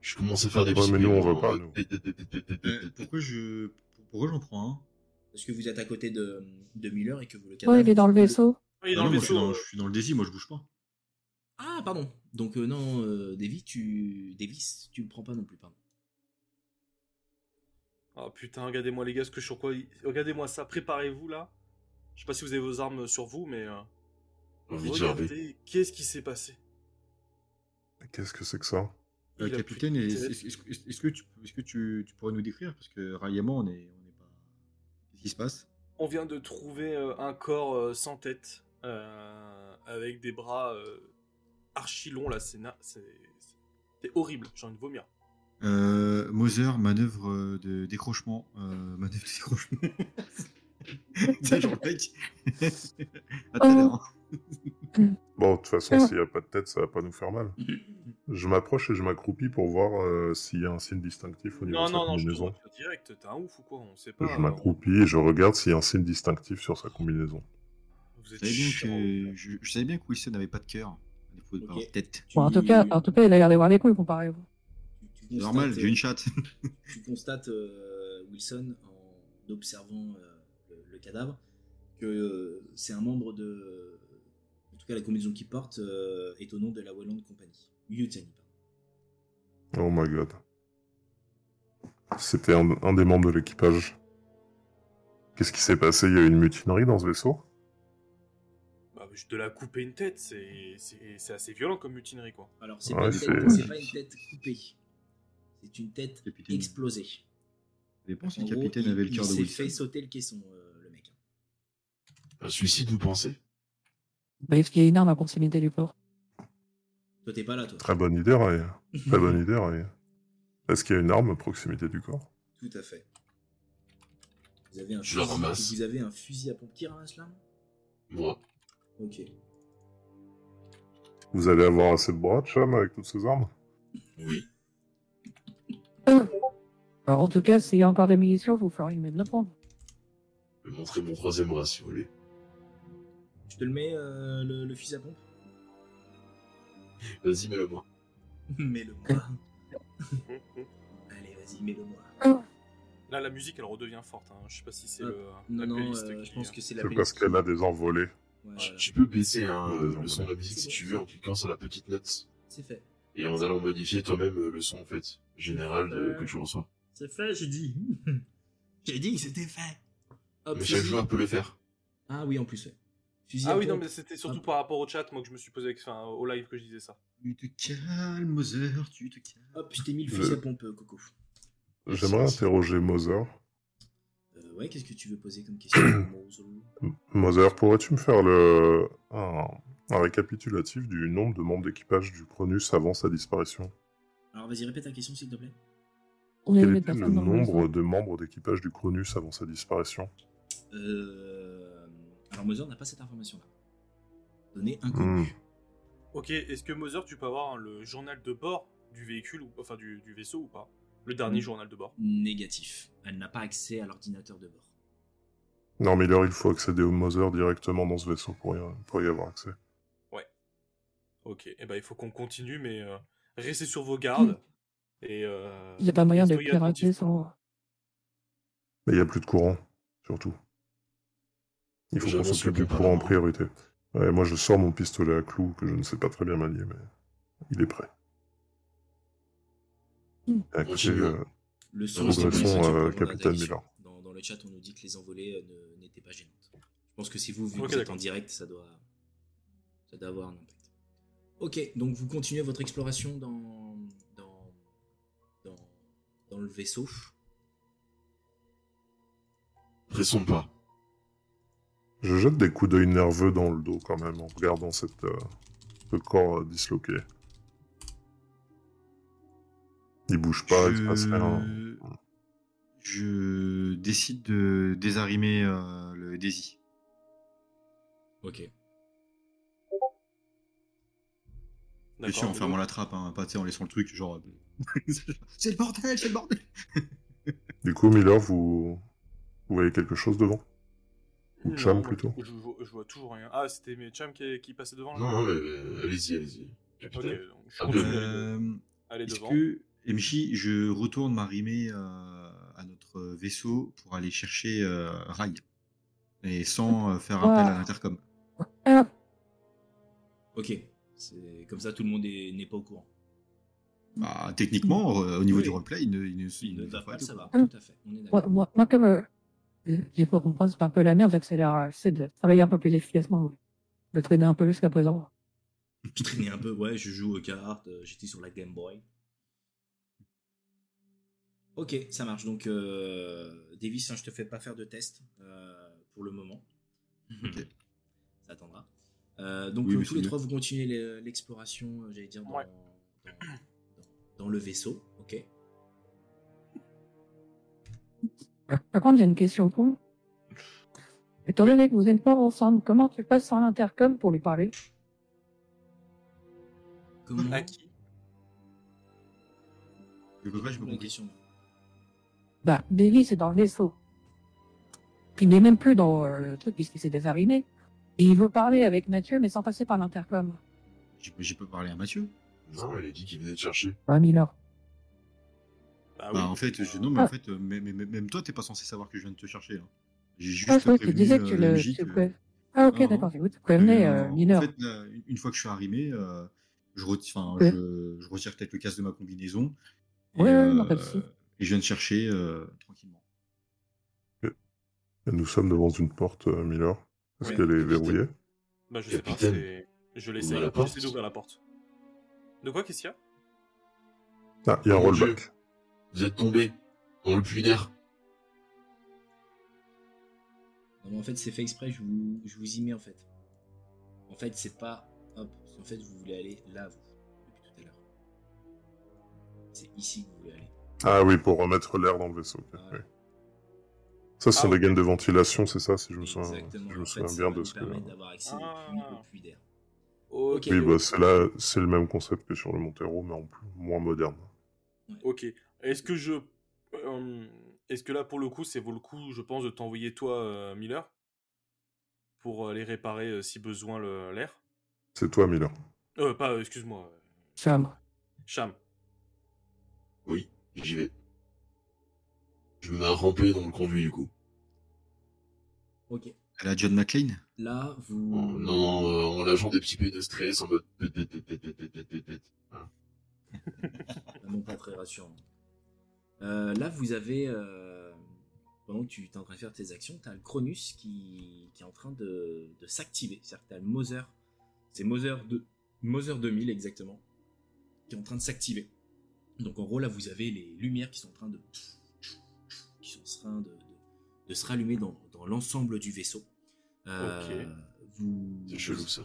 Je commence à faire des Ouais, mais nous, on va pas, nous. Euh, pourquoi je. Pourquoi j'en prends un Parce que vous êtes à côté de, de Miller et que vous le Ouais, il est dans le vaisseau. Ah, il est Ah dans non, le moi, je, suis vaisseau. dans, euh, je suis dans le désir, moi je bouge pas. Ah, pardon. Donc euh, non, euh, Davis, tu... Davis, tu le prends pas non plus, pardon. Ah putain, regardez-moi les gars, ce que je suis sur quoi. Regardez-moi ça, préparez-vous là. Je sais pas si vous avez vos armes sur vous, mais. euh, J'ai envie de gerber. regardez, qu'est-ce qui s'est passé Qu'est-ce que c'est que ça Euh, Il a capitaine, plus de est-ce tête. est-ce- est-ce- est-ce que, tu, est-ce que tu, tu pourrais nous décrire Parce que Rayama, on est, on est pas. Qu'est-ce qui se passe On vient de trouver euh, un corps euh, sans tête, euh, avec des bras euh, archi longs là, c'est na- c'est c'est- c'est horrible, j'ai envie de vomir. Euh, Moser, manœuvre de décrochement. Euh, manœuvre de décrochement. T'as genre le mec. À tout à l'heure. Bon, de toute façon, s'il n'y a pas de tête, ça va pas nous faire mal. Mm-hmm. Je m'approche et je m'accroupis pour voir euh, s'il y a un signe distinctif au niveau Non, de sa non, non, je te combinaison. vois direct, t'es un ouf ou quoi On sait pas. hein. Je alors. m'accroupis et je regarde s'il y a un signe distinctif sur sa combinaison. Vous Je êtes savais bien chiant. euh, que, je, je savais bien que Wilson n'avait pas de cœur. à défaut de pas avoir de tête. Bon, en, tout cas, en tout cas, il a l'air d'avoir les couilles comparé à vous. Tu C'est normal, constates, j'ai euh, une chatte. tu constates, euh, Wilson, en observant euh, le, le cadavre, que euh, c'est un membre de. En tout cas, la combinaison qu'il porte euh, est au nom de la Welland Company. Mutiny, pardon. Oh my god. C'était un, un des membres de l'équipage. Qu'est-ce qui s'est passé Il y a eu une mutinerie dans ce vaisseau Bah, je te la couper une tête, c'est c'est- c'est assez violent comme mutinerie, quoi. Alors, c'est Ouais, pas, une tête- c'est- c'est pas une tête coupée. C'est une tête Capitaine. explosée. Ça dépend si En le gros, capitaine il- avait le il cœur de s'est fait Wilson. sauter le caisson, euh, le mec. Un suicide, vous pensez Bah, est-ce qu'il y a une arme à proximité du corps Toi, t'es pas là, toi. Très bonne idée, Ray. Très Mm-hmm. bonne idée, Ray. Est-ce qu'il y a une arme à proximité du corps Tout à fait. Vous avez un, Je la ramasse. fusil, vous avez un fusil à pompe qui ramasse l'arme Moi. Ok. Vous allez avoir assez de bras, Cham, avec toutes ces armes Oui. Alors, en tout cas, s'il y a encore des munitions, vous ferez mieux de le prendre. Je vais montrer mon troisième bras, si vous voulez. Je te le mets, euh, le, le fusil à pompe Vas-y, mets-le moi. Mets-le-moi. Allez, vas-y, mets-le-moi. Là, la musique, elle redevient forte. Hein. Je sais pas si c'est Ah, le- Non, la non, playlist euh, qui- je pense que c'est la C'est parce qu'elle a des envolées. Ouais, Tu, voilà. tu peux baisser hein, euh, Ouais, le son de la musique c'est si bon. tu veux en cliquant sur la petite note C'est fait. et en allant modifier toi-même euh, le son en fait général de- que tu reçois. C'est fait, j'ai dit. j'ai dit que c'était fait. Hop, Mais chaque fusil. joueur peut le faire. Ah oui, en plus, ouais. Fusil à Ah oui, non, pompe. mais c'était surtout par rapport au chat, moi, que je me suis posé avec, enfin, au live que je disais ça. Tu te calmes, Moser, tu te calmes. Hop, je t'ai mis le Je- fusil à pompe, euh, Coco. J'aimerais interroger Mother. Euh, ouais, qu'est-ce que tu veux poser comme question Mausolou Mother, pourrais-tu me faire le... un... un récapitulatif du nombre de membres d'équipage du Cronus avant sa disparition Alors, vas-y, répète la question, s'il te plaît. On est Quel une était le personne dans le nombre vaisseau. de membres d'équipage du Cronus avant sa disparition Euh... Alors Moser n'a pas cette information-là. Donnée Hmm. inconnue. Ok, est-ce que Mother, tu peux avoir hein, le journal de bord du véhicule, ou... enfin du, du vaisseau ou pas Le dernier Mm. journal de bord. Négatif. Elle n'a pas accès à l'ordinateur de bord. Non, Miller, il faut accéder au Mother directement dans ce vaisseau pour y, pour y avoir accès. Ok, et ben il faut qu'on continue, mais euh, restez sur vos gardes. Mm. Et, euh, Il n'y a pas moyen de soyez attentifs, pirater quoi. sans. Mais il n'y a plus de courant, surtout. Il faut qu'on J'annonce s'occupe le du combat, courant en non priorité. Ouais, moi, je sors mon pistolet à clous que je ne sais pas très bien manier, mais il est prêt. Hmm. À côté, Continue. euh, Le son Nous était adressons, positif euh, pendant la Capitaine traduction. Miller. Dans, dans le chat, on nous dit que les envolées euh, ne- n'étaient pas gênantes. Je pense que si vous, vu que Ok, vous êtes d'accord. en direct, ça doit, ça doit avoir un impact. Ok, donc vous continuez votre exploration dans, dans, dans, dans le vaisseau. Pressons pas. je jette des coups d'œil nerveux dans le dos quand même en regardant cette, euh, ce corps euh, disloqué. Il bouge pas, il se passe rien. Je... je décide de désarrimer euh, le Daisy. Ok. Bien sûr, en D'accord. fermant la trappe, hein, pas tu sais, en laissant le truc, genre. euh, c'est le bordel, c'est le bordel Du coup, Miller, vous... vous voyez quelque chose devant Ou Non, Cham, moi, plutôt. Je, je vois, je vois toujours rien. Ah, c'était mes Cham qui, qui passait devant là Non, non, mais euh, allez-y, allez-y. Ok, Capitaine. donc je Ah, continue bien. d'aller de- Euh, aller Est-ce devant. que, MJ, je retourne m'arrimer euh, à notre vaisseau pour aller chercher euh, Rai Et sans euh, faire appel à Wow. l'intercom. hein. Ah, Ok. C'est comme ça, tout le monde est- n'est pas au courant. Bah, techniquement, euh, au niveau Oui. du roleplay, il ne, il ne, Ils ne il doivent pas le tout. savoir. Hein Tout à fait. On est moi, d'accord. moi, moi, comme. euh, j'ai pas compris, c'est un peu la merde, j'accélère. C'est de travailler un peu plus efficacement. oui. Je traînais un peu jusqu'à présent. Je traînais un peu, ouais, je joue aux cartes, euh, j'étais sur la Game Boy. Ok, ça marche. Donc, euh, Davis, hein, je te fais pas faire de test euh, pour le moment. Ça attendra. Euh, donc, Oui, euh, mais tous c'est les euh, mieux. trois, vous continuez l'e- l'exploration, euh, j'allais dire, dans, Ouais. dans, dans- dans le vaisseau. Ok. Par contre, j'ai une question pour vous. Étant donné que vous n'êtes pas ensemble, comment tu passes sur l'intercom pour lui parler Comment À qui Je peux pas, j'ai pas Bonne compris. question. Bah, Davy, c'est dans le vaisseau. Il n'est même plus dans euh, le truc puisqu'il s'est désarriné. Et il veut parler avec Mathieu, mais sans passer par l'intercom. J'ai j'ai pas parlé à Mathieu. Non, elle a dit qu'il venait te chercher. Bah, Miller. Bah Bah, oui. en fait, je... non, mais Ah. en fait, euh, mais- mais- mais- même toi, t'es pas censé savoir que je viens de te chercher. hein. J'ai juste Ah, je croyais que tu prévenu disais que euh, tu le. Luigi tu que- pré- Ah, ok, Non, d'accord. Vous te que, prévenez, euh, euh, en Miller. fait, là, une- une fois que je suis arrivé, euh, je, reti- enfin, Ouais. je, je retire peut-être le casque de ma combinaison. Et, Ouais, ouais, non, euh, pas de souci. et je viens de chercher euh, tranquillement. Nous sommes devant une porte, euh, Miller. Est-ce Oui. qu'elle est verrouillée Bah, je sais pas, Capitaine. c'est. Je l'essaye, Ouvre la j'essaie porte. d'ouvrir la porte. De quoi, qu'est-ce qu'il y a Ah, il y a un Mon Dieu. rollback. Vous êtes tombé dans le puits d'air. Non, mais en fait, c'est fait exprès, je vous, je vous y mets en fait. En fait, c'est pas. Hop, en fait, vous voulez aller là, vous, depuis tout à l'heure. C'est ici que vous voulez aller. Ah oui, pour remettre l'air dans le vaisseau. ok, Voilà. oui. Ça, ce sont Ah, des gaines de ventilation, c'est ça, si je me souviens, Exactement, si je me en fait, souviens ça bien va de nous ce que... permettre d'avoir accès au puits- Ah. au puits d'air. Ok. Ok. Oui, bah, c'est là, c'est le même concept que sur le Montero, mais en plus, moins moderne. Ok. Est-ce que je. euh, Est-ce que là, pour le coup, c'est vaut le coup, je pense, de t'envoyer toi, euh, Miller Pour aller réparer, euh, si besoin, le- l'air C'est toi, Miller. Euh, pas, euh, excuse-moi, euh, Sam. Cham. Oui, j'y vais. Je me mets à ramper dans le conduit du coup. Ok. À la John McLean Là, En- vous. non, euh, en lâchant des petits pets de stress, en mode pète, pète, pète, pète, pète, pète, pète, pète, pète. Vraiment pas très rassurant. Euh, là, vous avez. euh, pendant que tu es en train de faire tes actions, tu as le Cronus qui, qui est en train de, de s'activer. C'est-à-dire que tu as le Moser. C'est Moser, de, Moser 2000 exactement. Qui est en train de s'activer. Donc en gros, là, vous avez les lumières qui sont en train de. qui sont en train de, de- de se rallumer dans, dans l'ensemble du vaisseau. Euh, vous, C'est chelou ça.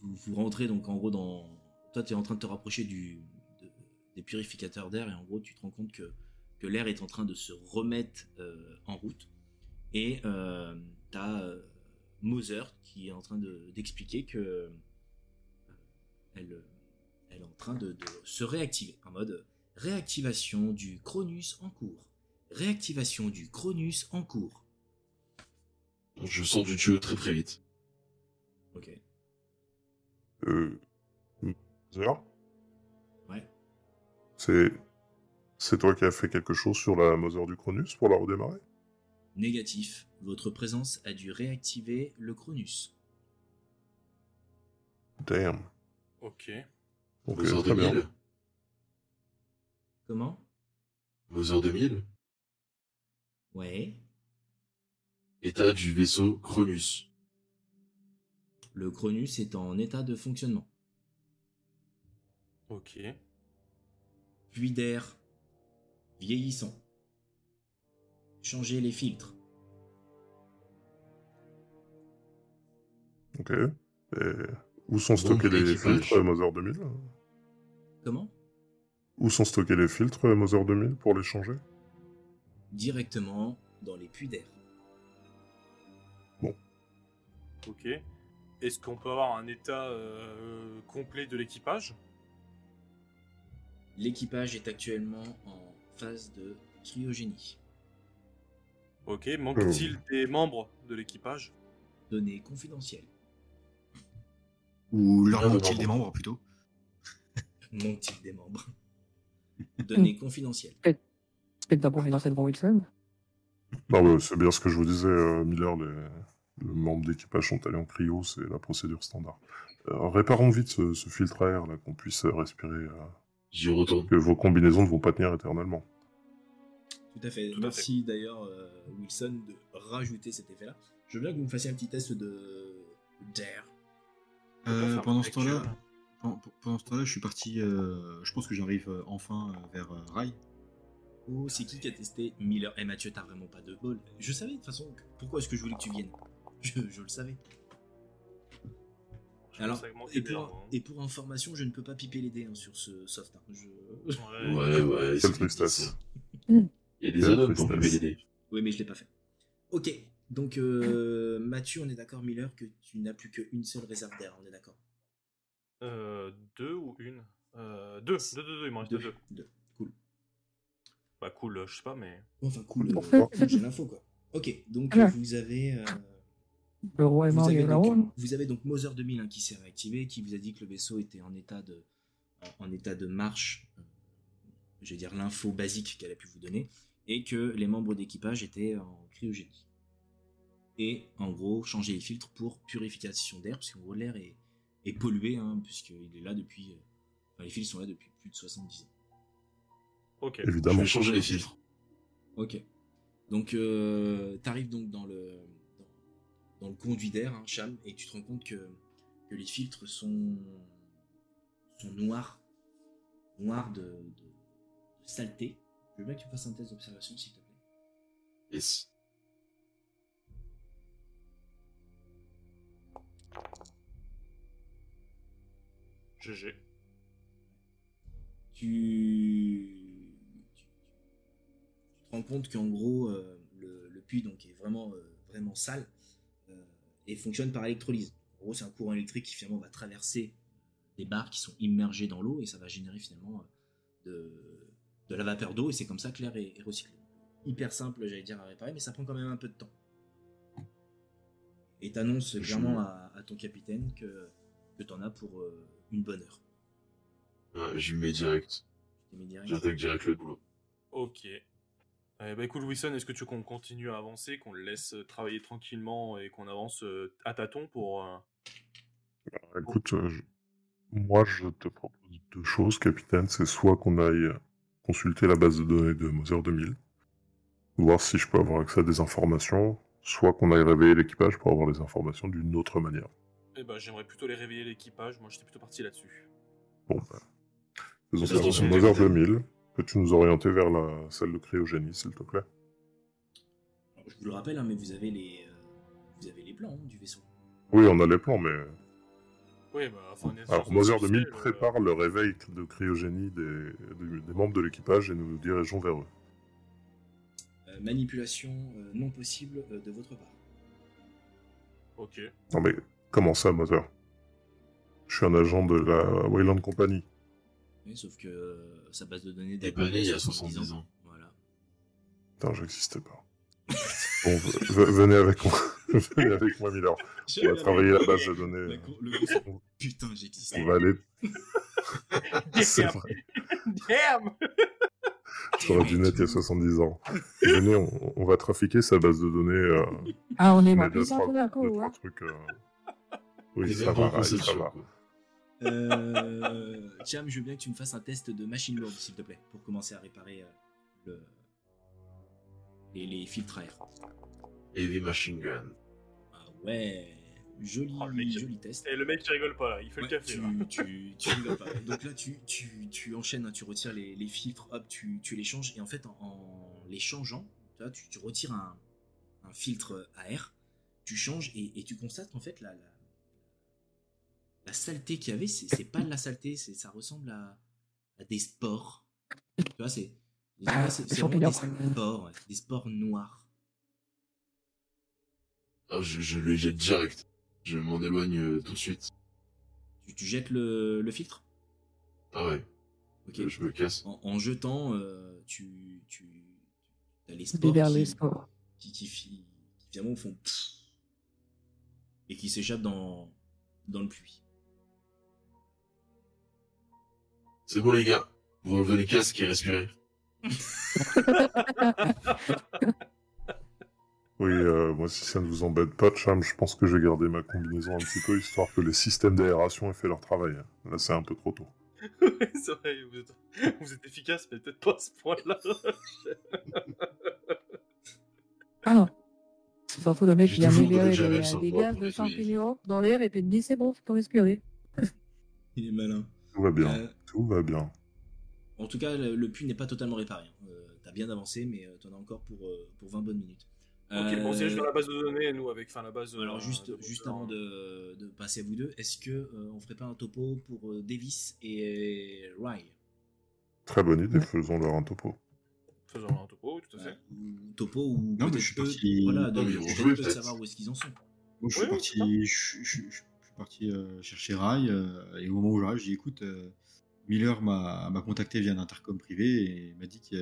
vous, vous rentrez donc en gros dans. Toi, tu es en train de te rapprocher du, de- des purificateurs d'air et en gros, tu te rends compte que, que l'air est en train de se remettre euh, en route. Et euh, tu as Moser qui est en train de- d'expliquer que euh, elle, elle est en train de, de se réactiver en mode réactivation du Cronus en cours. Réactivation du Cronus en cours. Je sors du tuyau très très vite. Ok. Euh... Miller Ouais. C'est... C'est toi qui as fait quelque chose sur la Mother du Cronus pour la redémarrer Négatif. Votre présence a dû réactiver le Cronus. Damn. Ok. Ok, Mother très bien. 2000 Comment Mother 2000 Ouais. État du vaisseau Cronus. Le Cronus est en état de fonctionnement. Ok. Puits d'air vieillissant. Changer les filtres. Ok. Et Où sont stockés Bon, les équipage. filtres euh, Mother 2000 Comment Où sont stockés les filtres euh, Mother 2000 pour les changer Directement dans les puits d'air. Ok. Est-ce qu'on peut avoir un état euh, complet de l'équipage L'équipage est actuellement en phase de cryogénie. Ok. Manque-t-il des membres de l'équipage Données confidentielles. Ou leur Ah, manque-t-il bon. des membres plutôt Manque-t-il des membres Données confidentielles. Peut-être d'abord dans cette hein. grande Wilson. Non, bah, c'est bien ce que je vous disais, euh, Miller. Les... les membres d'équipage sont allés en cryo, c'est la procédure standard. Euh, réparons vite ce, ce filtre à air, là, qu'on puisse euh, respirer. euh, J'y retourne. que vos combinaisons ne vont pas tenir éternellement. Tout à fait. Tout à Merci d'ailleurs, euh, Wilson, de rajouter cet effet-là. Je veux bien que vous me fassiez un petit test de. d'air. pas Euh, faire pendant un ce temps-là, lecture. pen- pen- pendant ce temps-là, je suis parti. euh, je pense que j'arrive euh, enfin euh, vers euh, Rai. Oh, c'est qui qui a testé Miller Eh Mathieu, t'as vraiment pas de bol. Je savais de toute façon. que- Pourquoi est-ce que je voulais que tu viennes je, je le savais. Je Alors, pense que ça manque et des pour, arbres, hein. et pour information, je ne peux pas piper les dés hein, sur ce soft. hein. Je- Ouais, ouais, Quelle c'est tristesse. Il y a des add-ons pour tristesse. PVD. Oui, mais je l'ai pas fait. Ok, donc euh, Mathieu, on est d'accord, Miller, que tu n'as plus qu'une seule réserve d'air, on est d'accord Euh, deux ou une Euh, deux. deux, deux, deux, il m'en reste deux. Deux, deux. Cool. Bah cool, euh, je sais pas, mais... Enfin, cool, En euh, fait- j'ai l'info, quoi. Ok, donc Alors. euh, vous avez... euh, Le roi est vous, mort, il y avez a la donc, ronde. vous avez donc Mother 2001 hein, qui s'est réactivé, qui vous a dit que le vaisseau était en état de, en, en état de marche, euh, je vais dire l'info basique qu'elle a pu vous donner, et que les membres d'équipage étaient en cryogénie. Et en gros, changer les filtres pour purification d'air, parce qu'en gros, l'air est, est pollué, hein, puisqu'il est là depuis. euh, enfin, les filtres sont là depuis plus de 70 ans. Ok. Je Évidemment. vais changer les filtres. Ok. Donc, euh, t'arrives donc dans le dans, dans le conduit d'air, hein, Cham, et tu te rends compte que, que les filtres sont sont noirs, noirs de, de, de saleté. Je veux bien que tu me fasses un test d'observation, s'il te plaît. Yes. GG. tu, tu- tu- tu te rends compte qu'en gros, euh, le, le puits donc, est vraiment, euh, vraiment sale euh, et fonctionne par électrolyse. En gros, c'est un courant électrique qui finalement va traverser des barres qui sont immergées dans l'eau et ça va générer finalement euh, de, de la vapeur d'eau et c'est comme ça que l'air est, est recyclé. Hyper simple, j'allais dire, à réparer, mais ça prend quand même un peu de temps. Et t'annonces clairement à, à ton capitaine que, que t'en as pour euh, une bonne heure. Ouais, J'y mets direct. Je t'ai mis direct. J'attaque direct le boulot. Ok. Eh ben, écoute, Wilson, est-ce que tu veux qu'on continue à avancer, qu'on le laisse euh, travailler tranquillement et qu'on avance euh, à tâtons pour... euh, Bah, Écoute, euh, je- moi je te propose deux choses, capitaine. C'est soit qu'on aille euh, consulter la base de données de Mother 2000, voir si je peux avoir accès à des informations, soit qu'on aille réveiller l'équipage pour avoir les informations d'une autre manière. Eh ben, j'aimerais plutôt les réveiller l'équipage. Moi, j'étais plutôt parti là-dessus. Bon, bah, faisons Fais ça. attention, Mother capitaine. 2000, peux-tu nous orienter vers la salle de cryogénie, s'il te plaît Alors, je vous le rappelle, hein, mais vous avez les, euh, vous avez les plans hein, du vaisseau. Oui, on a les plans, mais... Oui, bah, enfin, on est Alors, sur- Mother sur- 2000 euh, prépare le réveil de cryogénie des, des- des membres de l'équipage et nous nous dirigeons vers eux. Euh, manipulation euh, non possible euh, de votre part. euh, Ok. Non mais comment ça, Mother Je suis un agent de la Wayland Company. Oui, sauf que euh, sa base de données T'es date pas né il y a de 70 ans. Voilà. Putain, j'existe pas. Bon, v- v- venez avec moi. venez avec moi, Miller. On va travailler la base de données. Putain, j'existe. On va aller. C'est vrai. Damn J'aurais dû naître il y a 70 ans. Venez, on, on va trafiquer sa base de données. euh, Ah, on est mais mort. deux, Ils sont trois, tous d'accord, hein. deux, ouais. trois trucs. euh, Oui, Des ça va, bonnes Rai, ça conceptions, va. quoi. Euh, Cham, je veux bien que tu me fasses un test de machine learning, s'il te plaît, pour commencer à réparer euh, le... les, les filtres à air. Heavy machine gun. Ah ouais, joli, Oh, le mec, il- joli test. Et le mec, il rigole pas, là. Il fait Ouais, le café, tu, là. tu, tu rigoles pas. Donc là, tu, tu, tu enchaînes, hein, tu retires les, les filtres, hop, tu, tu les changes. Et en fait, en, en les changeant, tu, vois, tu, tu retires un, un filtre à air, tu changes et, et tu constates qu'en fait, la, la, la saleté qu'il y avait, c'est c'est pas de la saleté, c'est- ça ressemble à, à des spores. Tu vois, c'est Ah, c'est- des c'est vraiment des champignons. spores, ouais, des spores noirs. Ah, je, je le jette direct. Je m'en éloigne euh, tout de suite. Tu, tu jettes le, le filtre Ah ouais, Ok. je me casse. En, en jetant, euh, tu, tu as les spores Dévers qui- les sports. qui, qui, fi- qui finalement font pfff et qui s'échappent dans, dans le puits. C'est bon, les gars. Vous enlevez les casques et respirez. Oui, euh, moi, si ça ne vous embête pas, Cham, je pense que je vais garder ma combinaison un petit peu, histoire que les systèmes d'aération aient fait leur travail. Là, c'est un peu trop tôt. Ouais, c'est vrai, vous êtes, vous êtes efficace, mais peut-être pas à ce point-là. Euh, Ah non. C'est surtout le mec J'ai qui a toujours donné Oh, libéré Javel des, sans des bois gaz pour de nettoyer. champignons dans l'air et puis il me dit c'est bon, faut pas respirer. Il est malin. Tout va bien. Euh, Tout va bien. en tout cas, le, le puits n'est pas totalement réparé. hein. Euh, T'as bien avancé, mais tu t'en as encore pour, euh, pour 20 bonnes minutes. Ok, bon, on dirige Euh, vers la base de données, nous, avec, enfin, la base... euh, Alors juste, de- juste avant de, de passer à vous deux, est-ce que euh, on ferait pas un topo pour euh, Davis et euh, Rye Très bonne idée, Ouais. faisons leur un topo. Faisons un topo, tout à fait. Euh, Ou topo ou Non, mais peut-être je suis eux, parti- voilà, de, Non, mais ils vont peut-être jouer, eux de peut-être. savoir où est-ce qu'ils en sont. Moi, Oui, je suis oui, c'est ça. parti, je, je- je- je suis parti euh, chercher Rai, euh, et au moment où j'arrive, j'ai dit écoute, euh, Miller m'a m'a contacté via un intercom privé et il m'a dit qu'il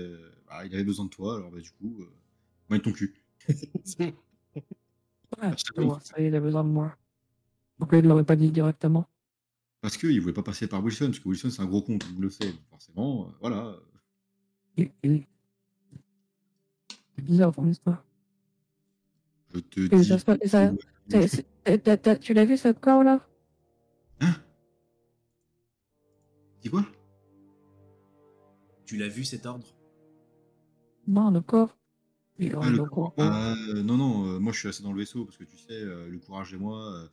avait besoin de toi, alors bah, du coup, euh, main ton cul. Ah, Ouais, Absolument. tu vois, ça y est, il a besoin de moi. Pourquoi il ne l'aurait pas dit directement Parce qu'il ne voulait pas passer par Wilson, parce que Wilson, c'est un gros con, donc il le fait, donc forcément, euh, voilà. Il- il- C'est bizarre ton histoire. Je te Et dis. Euh, ça se passe- et ça- C'est- c'est- t'as- t'as- t'as- Tu l'as vu ce corps là Dis quoi Tu l'as vu cet ordre Non, le corps. Il Ah, aurait le le corps. Euh, non, non, euh, moi je suis resté dans le vaisseau parce que tu sais, euh, le courage et moi, euh,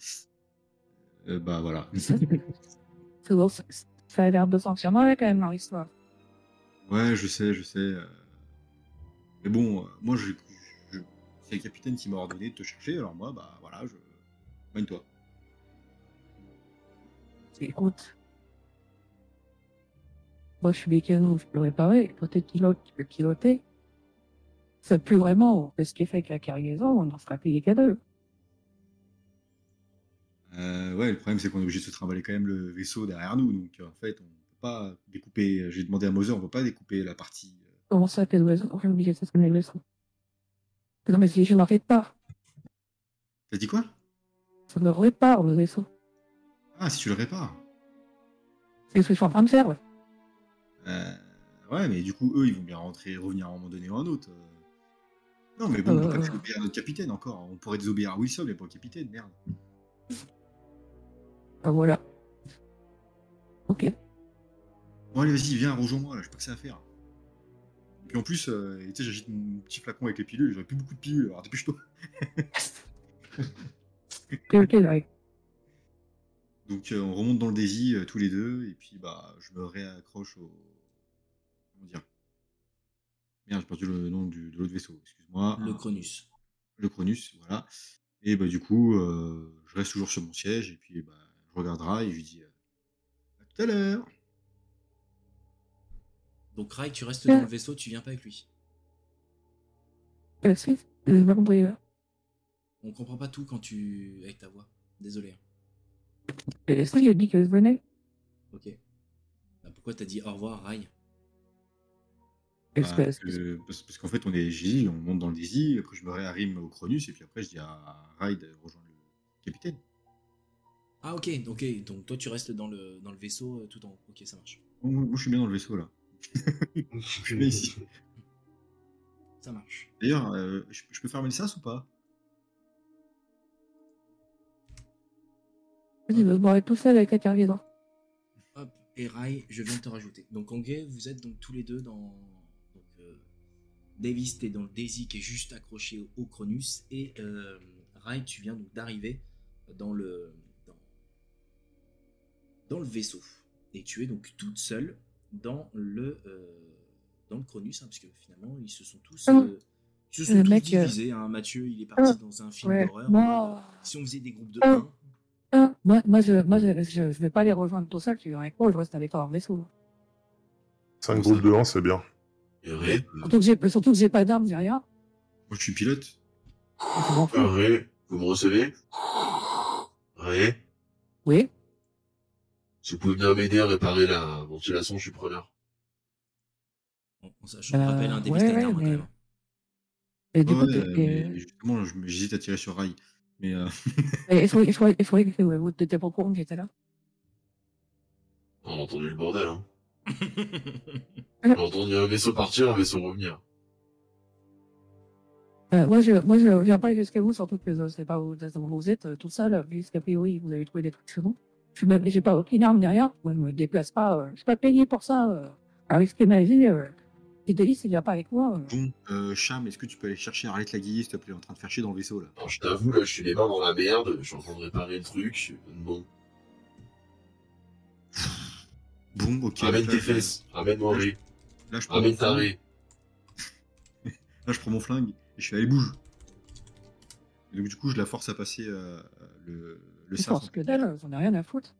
euh, bah voilà. C'est drôle, ça- Ça a l'air de sentir mauvais quand même leur histoire. ouais, je sais, je sais. euh, Mais bon, euh, moi je, je- c'est le capitaine qui m'a ordonné de te chercher, alors moi, bah voilà, je. Mène-toi. Écoute. Moi, je suis mécano, je peux le réparer. Toi, t'es pilote, tu peux piloter. Ça pue vraiment. Parce qu'il fait avec la cargaison, on en sera payé qu'à deux. Euh, ouais, le problème c'est qu'on est obligé de se trimballer quand même le vaisseau derrière nous, donc euh, en fait, on peut pas découper. euh, J'ai demandé à Moser, on peut pas découper la partie. euh. Comment ça, t'es l'oiseau J'ai oublié que ça s'appelait l'oiseau. Non, mais si je ne répare, T'as dit quoi ça ne répare le vaisseau. Ah, si tu le répares. C'est ce que je suis en train de faire, ouais. Euh, ouais, mais du coup, eux, ils vont bien rentrer, revenir à un moment donné ou à un autre. Euh, Non, mais bon, on peut pas Euh. désobéir à notre capitaine encore. On pourrait désobéir à Wilson, mais pas au capitaine, merde. Ah, voilà. Ok. Bon, allez, vas-y, viens, rejoins-moi, là, j'ai pas que ça à faire. Et puis en plus, euh, tu sais, j'agite mon petit flacon avec les pilules, j'aurais plus beaucoup de pilules, alors dépêche-toi. Ok, ok, j'arrive. Donc, euh, on remonte dans le Daisy, euh, tous les deux, et puis, bah, je me réaccroche au. Comment dire Merde, j'ai perdu le nom du, de l'autre vaisseau, excuse-moi. Le Un- Cronus. le Cronus, voilà. Et bah du coup, euh, je reste toujours sur mon siège et puis bah, je regarderai et je lui dis euh, à tout à l'heure. Donc Rai, tu restes Ouais. dans le vaisseau, tu viens pas avec lui. Et la suite Je vais pas compris, là. On comprend pas tout quand tu avec ta voix. Désolé. hein. Et la suite, il a dit que je venais. Ok. Bah, pourquoi t'as dit au revoir Rai Est-ce que- Hein, Parce est-ce que- que- parce parce qu'en fait, on est JJ, on monte dans le Daisy, après je me réarrime au Cronus et puis après je dis à Raid de rejoindre le capitaine. Ah ok. Donc ok, donc toi tu restes dans le dans le vaisseau euh, tout en haut. Ok, ça marche. Moi, moi, je suis bien dans le vaisseau là. Je suis bien ici. Ça marche. D'ailleurs, euh, je, je peux fermer le sas ou pas Vas-y, va se barrer tout seul avec la cargaison. Hop. Et Rai, je viens de te rajouter. Donc en gay, vous êtes donc tous les deux dans donc euh, Davis t'es dans le Daisy qui est juste accroché au, au Cronus et euh, Rai tu viens donc d'arriver dans le dans, dans le vaisseau et tu es donc toute seule dans le euh, dans le Cronus hein, parce que finalement ils se sont tous Ah. euh, ils se sont Le tous mec, euh, divisés hein. Mathieu il est parti Ah. dans un film Ouais. d'horreur Moi, Euh, si on faisait des groupes de Ah. 1 Ah, moi, moi, je, moi je, je, je vais pas les rejoindre tout seul, tu viens avec moi, je reste avec leur vaisseau. 5 groupes de 1, c'est bien. Et Ray, Surtout que j'ai, surtout que j'ai pas d'armes, j'ai rien. Moi, je suis pilote. Je m'en fous. euh, Ray, vous me recevez Ray, Oui, si vous pouvez venir m'aider à réparer la ventilation, je suis preneur. en, en sachant qu'on Euh, rappelle un Davis ouais, t'as une ouais, arme, quand mais- même. hein. et Ah, du Ouais, coup, euh, ouais, t'es- mais et- justement, je- j'hésite à tirer sur Raid. Mais euh, et- et je croyais- je croyais- je croyais que vous t'étais pas au courant que j'étais là. On a entendu le bordel, hein. On a entendu un vaisseau partir, un vaisseau revenir. Euh, moi, je, moi, je viens pas jusqu'à vous, surtout que je sais pas où, où vous êtes, euh, tout seul, euh, puisqu'a priori, vous avez trouvé des trucs chez vous. Je suis même, j'ai pas aucune arme derrière, moi, je me déplace pas, euh, je suis pas payé pour ça, euh, à risquer ma vie, euh, et Delis, il vient pas avec moi, euh. bon, euh, Cham, est-ce que tu peux aller chercher Arlette Laguillé, s'il te plaît, en train de faire chier dans le vaisseau là Alors, je t'avoue, là, je suis les mains dans la merde, je suis en train de réparer le truc. Bon, Bon, ok. ramène là, tes je- fesses, ramène-moi Ray, Là, je prends, mon ramène ta flingue, Ray. là, je prends mon flingue et je fais allez bouge. Et donc du coup, je la force à passer euh, le, le Je sas, en pense fait. que dalle, euh, j'en ai rien à foutre.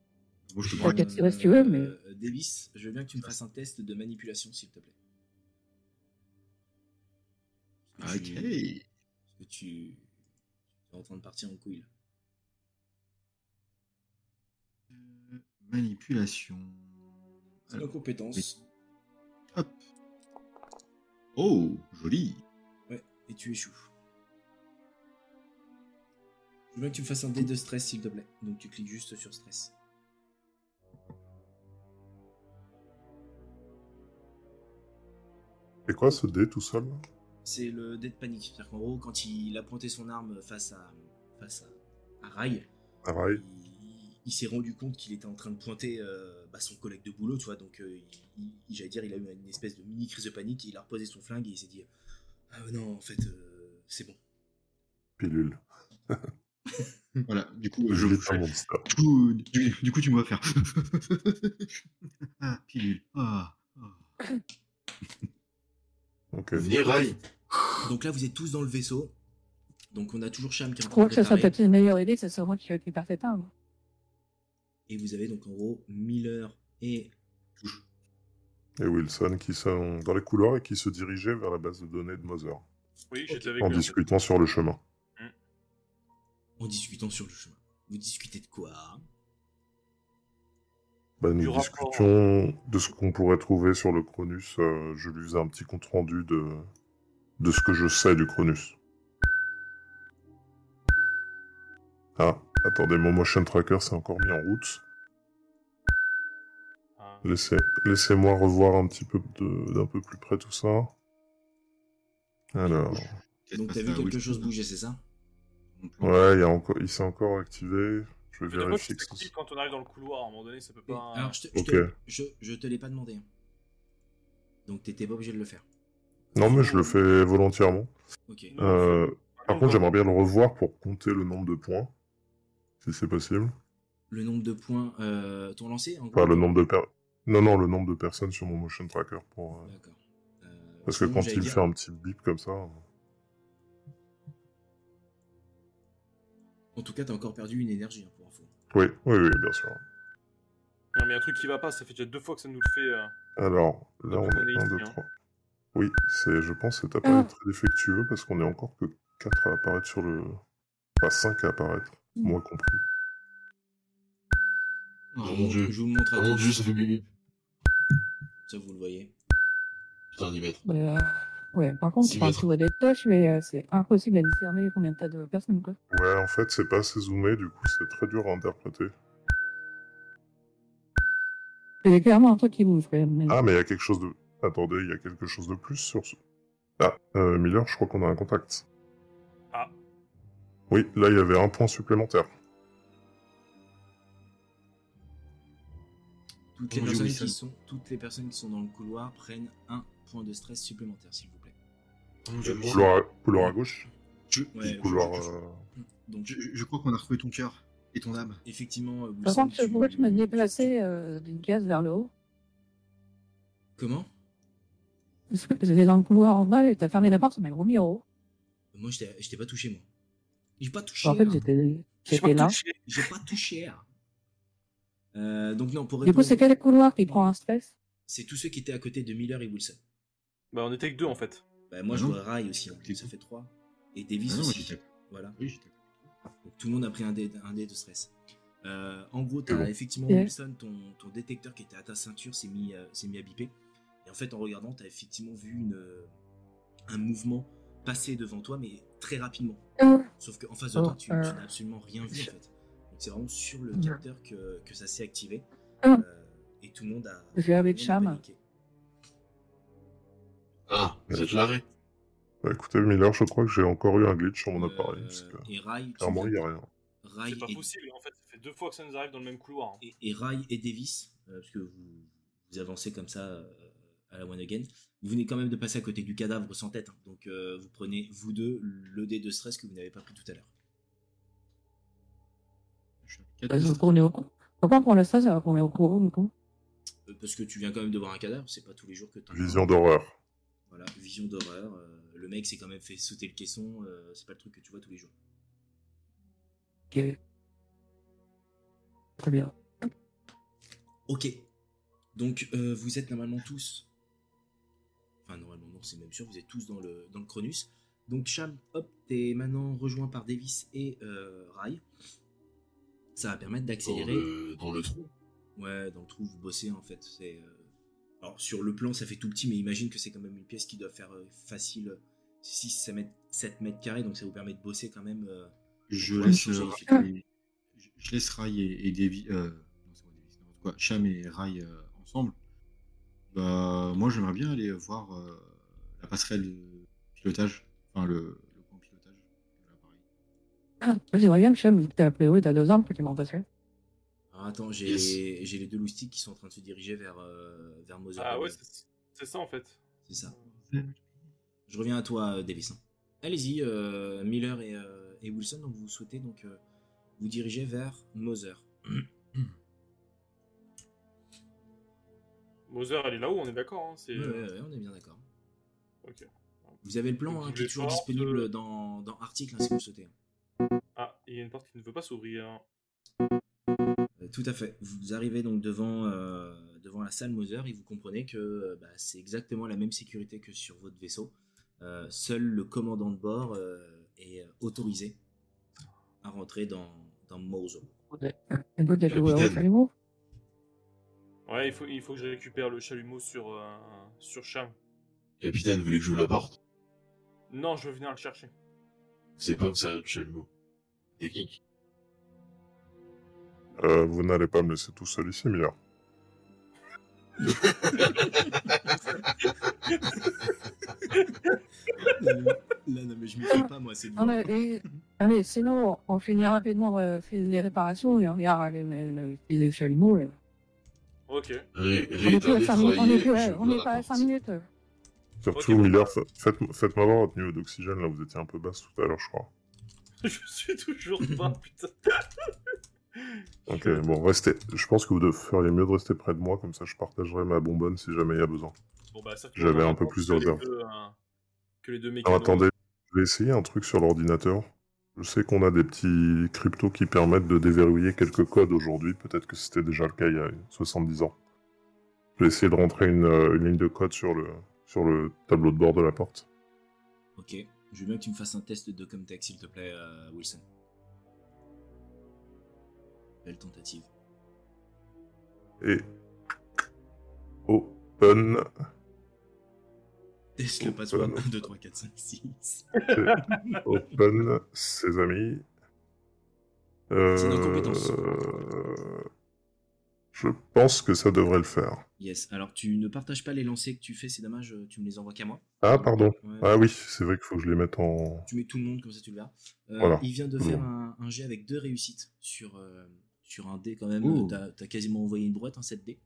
Moi, je te prends. Ok. T'inquiète, c'est vrai, si tu veux, mais- euh, Davis, je veux bien que tu me fasses un test de manipulation, s'il te plaît. Ah, Tu- Ok. parce que tu, tu es en train de partir en couille. là. Manipulation. C'est une compétence. Oh, joli. Ouais, et tu échoues. Je veux bien que tu me fasses un dé de stress, s'il te plaît. Donc tu cliques juste sur stress. C'est quoi ce dé tout seul C'est le dé de panique. C'est-à-dire qu'en gros, quand il a pointé son arme face à, face à, à Rai, Pareil. il s'est rendu compte qu'il était en train de pointer euh, bah, son collègue de boulot, tu vois. Donc, euh, il- il- j'allais dire, il a eu une espèce de mini crise de panique. Il a reposé son flingue et il s'est dit Ah non, en fait, euh, c'est bon. Pilule. Voilà, du coup, je Il est un monster. du coup, du, du coup, tu me vois faire. ah, pilule. Ah. Ok. Venez, Rai. Donc là, vous êtes tous dans le vaisseau. Donc, on a toujours Cham qui est Je en train crois de que ce serait préparer. peut-être une meilleure idée que ce soit moi qui, qui partais pas. moi. Et vous avez donc en gros Miller et Et Wilson qui sont dans les couloirs et qui se dirigeaient vers la base de données de Mother Oui, j'étais avec en lui, en fait. discutant sur le chemin. en discutant sur le chemin. Vous discutez de quoi Bah, nous Du rapport. discutions de ce qu'on pourrait trouver sur le Cronus. euh, je lui faisais un petit compte rendu de... de ce que je sais du Cronus. Ah, attendez, mon motion tracker s'est encore mis en route. Ah. Laissez- Laissez-moi revoir un petit peu de- d'un peu plus près tout ça. Alors, Donc, t'as vu quelque chose bouger, c'est ça ouais, il, y a encore... il s'est encore activé. Je Mais vais des fois, c'est vérifier que ce actif quand on arrive dans le couloir, à un moment donné, ça peut pas. Alors, je te, je Ok. te- je- je te l'ai pas demandé. hein. Donc, t'étais pas obligé de le faire. Non, mais je le fais volontairement. Ok. Euh, par Encore. contre, j'aimerais bien le revoir pour compter le nombre de points, si c'est possible. Le nombre de points, euh, ton lancé en Enfin, gros le nombre de per... Non, non, le nombre de personnes sur mon motion tracker. Pour, euh, D'accord. Euh, Parce que sinon, quand j'allais il dire- fait un petit bip comme ça, euh, En tout cas, t'as encore perdu une énergie hein, pour info. oui, oui, oui, bien sûr. Non, mais il y a un truc qui va pas, ça fait déjà deux fois que ça nous le fait. euh. Alors, là, Donc, on on est est 1, ici, 2, hein. 3. Oui, c'est, je pense que cet appareil est très défectueux parce qu'on est encore que 4 à apparaître sur le. Enfin, 5 à apparaître, moi compris. Oh je, mon dieu. je vous le montre à Oh mon dieu, tous. ça fait bip bip. Ça, vous le voyez. Putain, 10 mètres. Mais, euh, ouais, par contre, Si, enfin, mais- tu vois des tâches, mais euh, c'est impossible à discerner combien t'as de personnes. Quoi. Ouais, en fait, c'est pas assez zoomé, du coup, c'est très dur à interpréter. Il y a clairement un truc qui bouge quand même. mais- Ah, mais il y a quelque chose de. Attendez, il y a quelque chose de plus sur ce. Ah, euh, Miller, je crois qu'on a un contact. Ah. Oui, là, il y avait un point supplémentaire. Toutes les, Bonjour, personnes Wilson. qui sont, toutes les personnes qui sont dans le couloir prennent un point de stress supplémentaire, s'il vous plaît. Oh mon dieu, moi, Couloir à, couloir à gauche Je, Ouais, Couloir. je- euh, Donc, je- je- je crois qu'on a retrouvé ton cœur et ton âme. effectivement, euh, Par Wilson, contre, je pourrais que je me déplacer euh, d'une case vers le haut. Comment Parce que j'étais dans le couloir en bas et t'as fermé la porte, ça m'a remis en haut. Moi, je t'ai- je t'ai pas touché, moi. J'ai pas touché. En fait, hein. j'étais Je sais pas j'étais là. touché. J'ai pas touché. hein. Euh, donc non, pour Du coup, répondre, c'est quel couloir qui prend un stress c'est tous ceux qui étaient à côté de Miller et Wilson. Bah, on était que deux en fait. Bah, moi, Ah je non. vois Rai aussi, hein, donc ça fait 3. Et Davis Ah non, moi, aussi. j'étais- Voilà. Oui, j'étais- Donc, tout le monde a pris un dé, un dé de stress. Euh, en gros, t'as bon. effectivement Ouais. Wilson, ton, ton détecteur qui était à ta ceinture s'est mis, euh, s'est mis à biper. Et en fait, en regardant, t'as effectivement vu une, euh, un mouvement passer devant toi, mais très rapidement. Sauf qu'en face de Oh, toi, tu, tu euh, n'as absolument rien vu en je- fait. Donc c'est vraiment sur le Ouais. capteur que, que ça s'est activé. Ah. Euh, et tout le monde a. Je vais avec tout le Cham. monde a paniqué. Ah, vous êtes larré. Bah, écoutez, Miller, je crois que j'ai encore eu un glitch sur mon Euh, appareil. parce que, et Rai, tu clairement, il n'y vois- a rien. Rai C'est pas et, possible en fait, ça fait deux fois que ça nous arrive dans le même couloir. hein. et, et Rai et Davis, euh, parce que vous, vous avancez comme ça euh, à la one again, vous venez quand même de passer à côté du cadavre sans tête. hein. Donc euh, vous prenez, vous deux, le dé de stress que vous n'avez pas pris tout à l'heure. je suis à quatre Bah, je de vais stress. tourner au cou. Pourquoi prendre le stress alors qu'on est au courant du coup Euh, parce que tu viens quand même de voir un cadavre, c'est pas tous les jours que tu Vision d'horreur. Voilà, vision d'horreur. euh, le mec s'est quand même fait sauter le caisson, euh, c'est pas le truc que tu vois tous les jours. Ok. Très bien. Ok. Donc euh, vous êtes normalement tous. Enfin normalement non, c'est même sûr, vous êtes tous dans le, dans le Cronus. Donc Cham, hop, t'es maintenant rejoint par Davis et euh, Rai. Ça va permettre d'accélérer. Oh, Dans le- dans le trou. Ouais, dans le trou, vous bossez en fait. C'est, euh, Alors sur le plan, ça fait tout petit, mais imagine que c'est quand même une pièce qui doit faire euh, facile 6, 7 mètres, 7 mètres carrés, donc ça vous permet de bosser quand même. euh, Je pour laisse, changer euh, les fils. je- je laisse Rai et, et Davis, euh, non, c'est pas Davis, n'importe quoi, Cham et Rai euh, ensemble. Bah, moi, j'aimerais bien aller voir euh, la passerelle de pilotage, enfin le, le point pilotage. Ah, vas-y, reviens, Chum, t'as appelé, oui, t'as deux ans, tu m'en passer. Alors, attends, j'ai, j'ai les deux loustiques qui sont en train de se diriger vers, euh, vers Mother Ah Goblin. ouais, c'est c'est ça en fait. C'est ça. Je reviens à toi, euh, Davis. Allez-y, euh, Miller et, euh, et Wilson, donc vous souhaitez donc euh, vous diriger vers Mother. Mother, elle est là-haut, on est d'accord. hein, c'est- Ouais, ouais, ouais, on est bien d'accord. Ok. Vous avez le plan Donc, hein, je qui est vais toujours voir, disponible euh, dans, dans Article hein, si vous le souhaitez. Ah, il y a une porte qui ne veut pas s'ouvrir. Euh, Tout à fait. Vous arrivez donc devant, euh, devant la salle Mother et vous comprenez que euh, bah, c'est exactement la même sécurité que sur votre vaisseau. Euh, seul le commandant de bord euh, est autorisé à rentrer dans, dans Mother. Une fois que t'as joué au chalumeau, Ouais, il faut, il faut que je récupère le chalumeau sur, euh, sur Cham. Capitaine, vous voulez que j'ouvre la porte Non, je veux venir le chercher. C'est comme ça, Chalmo. Technique. Euh, vous n'allez pas me laisser tout seul ici, Miller. Là, non, mais je m'y fais pas, moi, c'est Non, mais, et- non, mais sinon, on finit rapidement euh, fait les réparations et on regarde les, les, les, les chalumeaux. là. Ok. Ré- euh. On est plus à Rétablir cinq minutes, on est travailler, plus à- je on vous est pas à raconte. 5 minutes. euh. Surtout, Miller, fa- faites- faites-moi voir votre niveau d'oxygène, là, vous étiez un peu basse tout à l'heure, je crois. je suis toujours pas, putain. Ok, bon, restez. Je pense que vous de- feriez mieux de rester près de moi, comme ça je partagerai ma bonbonne si jamais il y a besoin. Bon, bah, ça fait J'avais longtemps un peu que plus de les réserve. deux, hein, Que les deux Alors, mécanos. attendez, je vais essayer un truc sur l'ordinateur. Je sais qu'on a des petits cryptos qui permettent de déverrouiller quelques codes aujourd'hui. Peut-être que c'était déjà le cas il y a 70 ans. Je vais essayer de rentrer une, euh, une ligne de code sur le, sur le tableau de bord de la porte. Ok, je veux bien que tu me fasses un test de Comtech, s'il te plaît, euh, Wilson. Belle tentative. Et. Open. Teste Oh, le password 1, 2, 3, 4, 5, 6. Open, ses amis. Euh, C'est une incompétence. Je pense que ça devrait le faire. Yes, alors tu ne partages pas les lancers que tu fais, c'est dommage, euh, tu me les envoies qu'à moi. Ah, pardon. Ouais. Ah oui, c'est vrai qu'il faut que je les mette en. Tu mets tout le monde, comme ça tu le verras. Euh, Voilà. Il vient de Tout le faire un, un jet avec deux réussites sur, euh, sur un dé quand même. Ouh. Euh, T'as t'as quasiment envoyé une boîte, en 7 dés.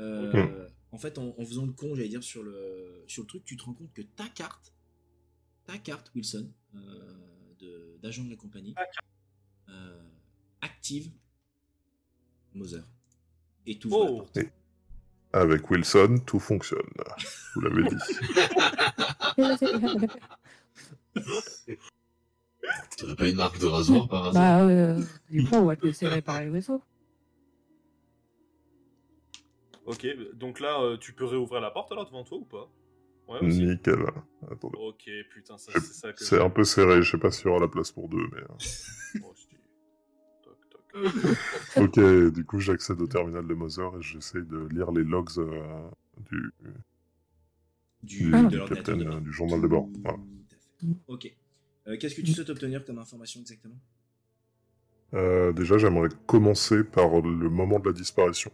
Euh, Ok. En fait, en, en faisant le con, j'allais dire, sur le, sur le truc, tu te rends compte que ta carte, ta carte, Wilson, euh, de- d'agent de, la compagnie, euh, active Mother. Et t'ouvres la porte. Et avec Wilson, tout fonctionne. Je vous l'avez dit. T'aurais pas une marque de rasoir par hasard bah, euh, du coup, on va te laisser réparer le vaisseau. Ok, donc là, euh, tu peux réouvrir la porte alors devant toi ou pas Ouais, aussi. Nickel. Attendez. Ok, putain, ça, c'est ça que C'est un peu serré, je sais pas s'il y aura la place pour deux, mais. Oh, c'est- Toc, toc. euh. Ok, du coup, j'accède au terminal de Mother et j'essaie de lire les logs euh, du, Du, Ah. de du l'ordinateur de capitaine, bord. euh, du journal de bord. Voilà. Ok. Euh, Qu'est-ce que tu souhaites obtenir comme information exactement Euh, déjà, j'aimerais commencer par le moment de la disparition.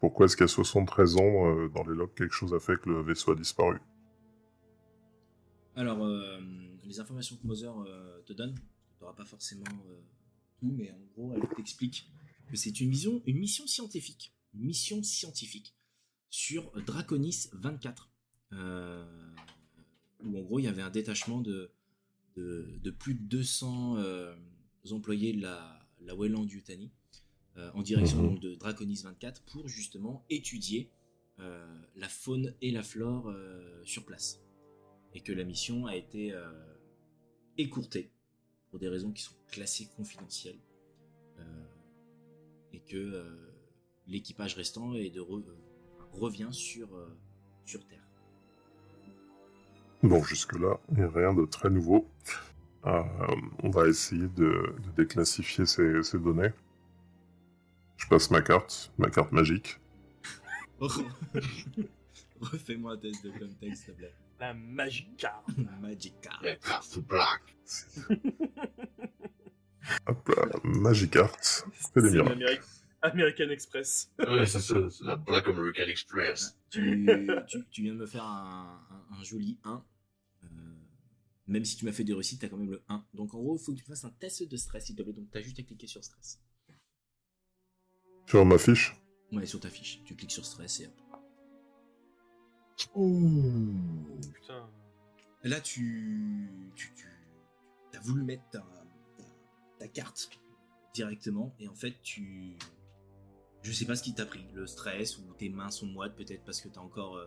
Pourquoi est-ce qu'à 73 ans, euh, dans les logs, quelque chose a fait que le vaisseau a disparu Alors, euh, les informations que Mother euh, te donne, tu n'auras pas forcément euh, tout, mais en gros, elle t'explique que c'est une mission, une mission scientifique, une mission scientifique sur Draconis 24, euh, où en gros, il y avait un détachement de, de, de plus de 200 euh, employés de la, la Wayland Yutani euh, en direction Mhm. donc, de Draconis 24 pour justement étudier euh, la faune et la flore euh, sur place. Et que la mission a été euh, écourtée pour des raisons qui sont classées confidentielles. Euh, et que euh, l'équipage restant est de re- euh, revient sur, euh, sur Terre. Bon, jusque-là, il n'y a rien de très nouveau. Euh, on va essayer de, de déclassifier ces, ces données. Je passe ma carte, ma carte magique. Refais-moi un test de contexte, s'il te plaît. La Magica. Bah. Magica. C'est black. Hop là, Magicarte. C'est des C'est miracles. l'Amérique- American Express. Ouais, c'est ça, c'est la Black American Express. Tu, tu- tu viens de me faire un, un- un joli 1. Euh, même si tu m'as fait des réussites, t'as quand même le 1. Donc en gros, il faut que tu fasses un test de stress, s'il te plaît. Donc t'as juste à cliquer sur stress. Sur ma fiche Ouais, sur ta fiche. Tu cliques sur stress et hop. Putain. Là, tu. Tu. tu as voulu mettre ta, ta, ta carte directement, et en fait, tu. Je sais pas ce qui t'a pris. Le stress, ou tes mains sont moites, peut-être parce que t'as encore. euh,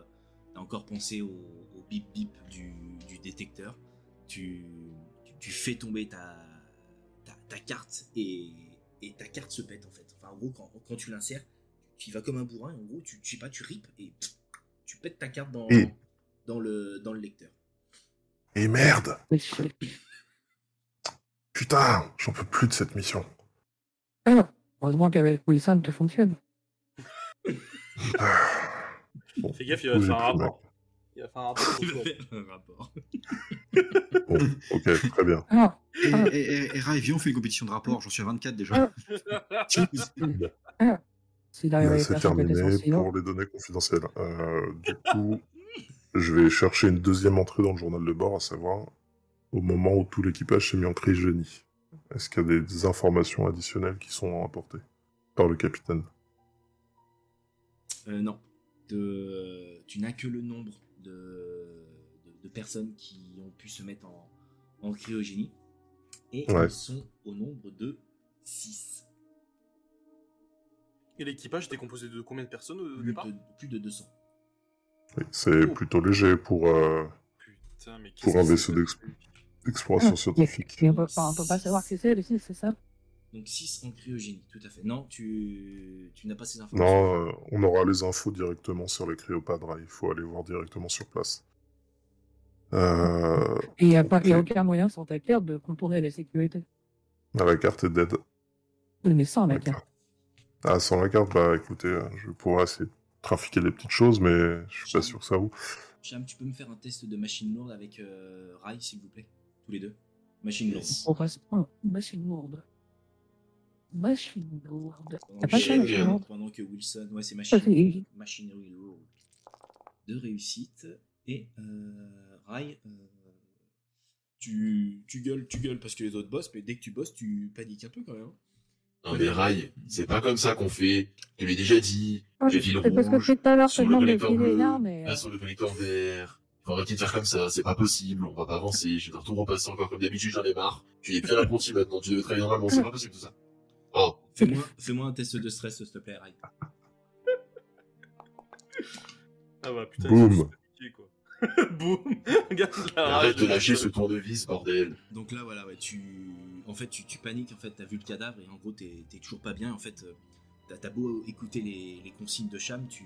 t'as encore pensé au, au bip bip du, du détecteur. Tu, tu. tu fais tomber ta. ta, ta carte, et. et ta carte se pète, en fait. Enfin, en gros, quand, quand tu l'insères, tu y vas comme un bourrin, et en gros, tu. tu sais pas, tu ripes, et. pff, tu pètes ta carte dans. Et- dans le, dans le lecteur. Et merde Monsieur. Putain J'en peux plus de cette mission. Ah, heureusement qu'avec Wilson, tout fonctionne. Ah. Bon, Fais gaffe, il du va faire coup, j'ai un pris ma- rapport. Il va faire un rapport. Il va faire un rapport. Bon, ok, très bien. Ah, Et, et, et- et Ra et Vion fait une compétition de rapport, j'en suis à 24 déjà. c'est d'arriver Bah, avec c'est la compétence terminé sinon. pour les données confidentielles. Euh, du coup, je vais chercher une deuxième entrée dans le journal de bord, à savoir au moment où tout l'équipage s'est mis en crise génie. Est-ce qu'il y a des, des informations additionnelles qui sont apportées par le capitaine Euh, non. De- euh, tu n'as que le nombre de, de- de personnes qui ont pu se mettre en, en cryogénie. Et Ouais. ils sont au nombre de 6. Et l'équipage était composé de combien de personnes au Plus départ de, plus de 200. Oui, C'est Oh. plutôt léger pour euh, Putain, mais qu'est-ce Pour un que vaisseau c'est d'exploration. exploration Mais- scientifique. mais on peut pas, on peut pas savoir qui c'est, le six, c'est ça Donc 6 en cryogénie, tout à fait. Non, tu, tu n'as pas ces informations. Non, euh, on aura les infos directement sur les cryopadres. Il faut aller voir directement sur place. Euh, Et il n'y a, pas- y a aucun moyen sans ta carte de contourner la sécurité. la carte est dead. Oui, Mais sans la carte. Ah, sans la carte, bah écoutez, euh, je pourrais essayer de trafiquer des petites choses, mais je suis pas sûr que ça vous. Cham, tu peux me faire un test de machine lourde avec euh, Rai, s'il vous plaît Tous les deux. Machine lourde. On va se prendre une machine lourde. Machine lourde. T'as pas Pendant que- fait machine lourde pendant que Wilson, ouais, c'est Ah, machine, si. machinery roll. De réussite et euh, Rai, euh, tu, tu gueules, tu gueules parce que les autres bossent, mais dès que tu bosses, tu paniques un peu quand même. hein. Non mais Rai, c'est pas comme ça qu'on fait. Je l'ai déjà dit. Ah, J'ai dit le C'est parce que rouge, depuis tout à l'heure, je te Sur le demande de connecteur filer bleu, là, mais. euh, là, sur le connecteur vert. Faut arrêter de faire comme ça, c'est pas possible, on va pas avancer. Je vais de repasser encore comme d'habitude, j'en ai marre. Tu es bien apprenti maintenant, tu devais travailler normalement, c'est pas possible tout ça. Oh, Fais-moi fais un test de stress, s'il te plaît, Rai. Ah bah putain, Boum. ils sont fatigués, quoi. Boum. Regarde la arrête rage de lâcher ce tournevis, bordel. Donc là, voilà, ouais, tu, en fait, tu, tu paniques, en fait, t'as vu le cadavre et en gros, t'es t'es toujours pas bien. En fait, euh, t'as t'as beau écouter les, les consignes de Cham, tu,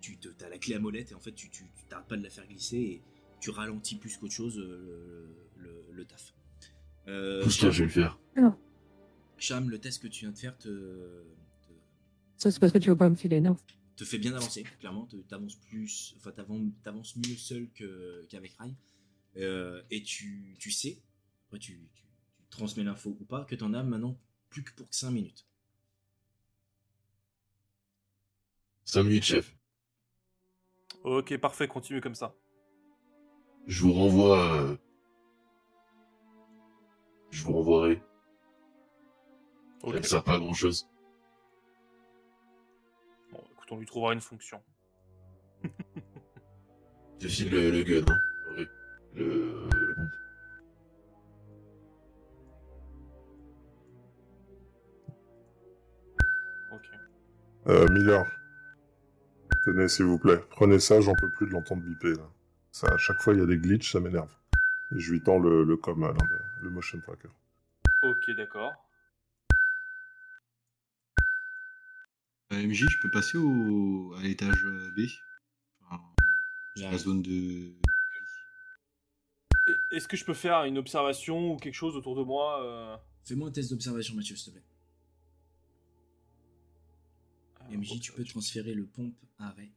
tu te- t'as la clé à molette et en fait, tu tu- tu t'arrêtes pas de la faire glisser et tu ralentis plus qu'autre chose euh, le, le taf. Euh, Pousse-toi, je vais le faire. Cham, le test que tu viens de faire te, te, Ça, c'est parce que tu veux pas me filer, non te fait bien avancer, clairement. te- T'avances plus, enfin, t'avan- t'avances mieux seul que- qu'avec Rai. Euh, et tu, tu sais, après, tu, tu- tu transmets l'info ou pas, que t'en as maintenant plus que pour 5 minutes. 5 minutes, chef. Ok, parfait, continue comme ça. Je vous renvoie. euh, Je vous renvoierai. Ok. Ça ne sert pas à grand chose. Bon, écoute, on lui trouvera une fonction. Je te file le, le gun, hein. Ouais. Le. le pompe. Ok. Euh, Miller, tenez s'il vous plaît, prenez ça, j'en peux plus de l'entendre biper. Là. Ça, à chaque fois il y a des glitches, ça m'énerve. Et Je lui tends le, le com, là, le- le motion tracker. Ok, d'accord. MJ, je peux passer au... à l'étage euh, B Enfin, La J'arrive. zone de. Est-ce que je peux faire une observation ou quelque chose autour de moi euh, Fais-moi un test d'observation, Mathieu, s'il te plaît. euh, MJ, tu peux transférer le pompe à Ray.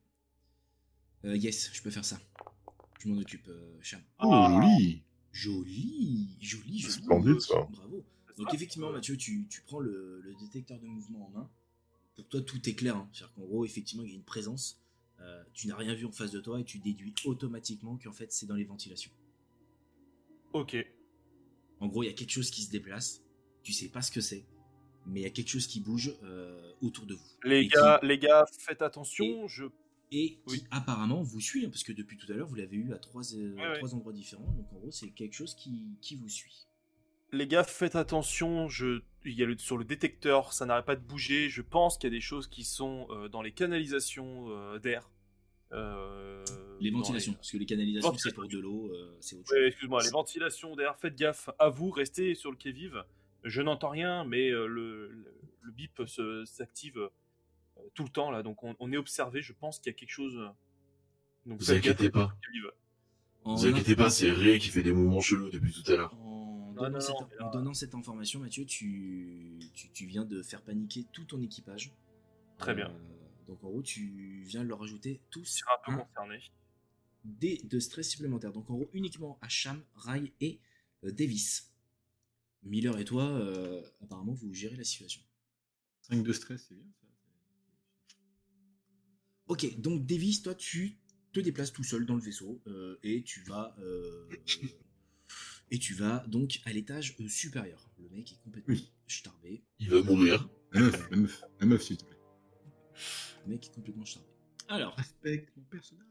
Euh, yes, je peux faire ça. Je m'en occupe, euh, Cham. Ah, Oh, joli Joli, joli, joli. Splendide, ça. Bravo. Ah, Donc effectivement, Mathieu, tu, tu prends le, le détecteur de mouvement en main. Pour toi, tout est clair. hein. C'est-à-dire qu'en gros, effectivement, il y a une présence. Euh, tu n'as rien vu en face de toi et tu déduis automatiquement qu'en fait, c'est dans les ventilations. Ok. En gros, il y a quelque chose qui se déplace. Tu sais pas ce que c'est, mais il y a quelque chose qui bouge euh, autour de vous. Les Et qui- gars, les gars, faites attention. Je. et qui Oui. apparemment vous suit, hein, parce que depuis tout à l'heure vous l'avez eu à trois, euh, Ouais, ouais. trois endroits différents, donc en gros c'est quelque chose qui, qui vous suit. Les gars, faites attention. Je. Il y a le sur le détecteur, ça n'arrête pas de bouger. Je pense qu'il y a des choses qui sont euh, dans les canalisations euh, d'air. Euh, Les dans ventilations, les- parce que les canalisations c'est Ventilations. pour de l'eau, euh, c'est autre Ouais, chose. excuse-moi, les ventilations d'air, faites gaffe à vous, restez sur le quai vive. Je n'entends rien, mais euh, le, le, le bip se- s'active euh, tout le temps, là, donc on, on est observé, je pense qu'il y a quelque chose. euh, Donc, Vous faites inquiétez gaffe pas. sur le quai vive. En vous in- inquiétez pas, c'est Ray qui fait des mouvements chelous depuis tout à l'heure. En Non, donnant, non, cette, non, mais là- euh, en donnant cette information, Mathieu, tu, tu, tu viens de faire paniquer tout ton équipage. Très bien. Euh, donc en gros, tu viens de leur ajouter tous C'est un peu un concerné. dé de stress supplémentaire. Donc en gros, uniquement à Cham, Rai et euh, Davis. Miller et toi, euh, apparemment, vous gérez la situation. 5 de stress, c'est bien ça. Ok, donc Davis, toi, tu te déplaces tout seul dans le vaisseau euh, et tu vas euh, et tu vas donc à l'étage euh, supérieur. Le mec est complètement Oui. starbé. Il va mourir. La meuf, la meuf, la meuf, s'il te plaît. Le mec est complètement starbé. Alors, Respecte mon personnage.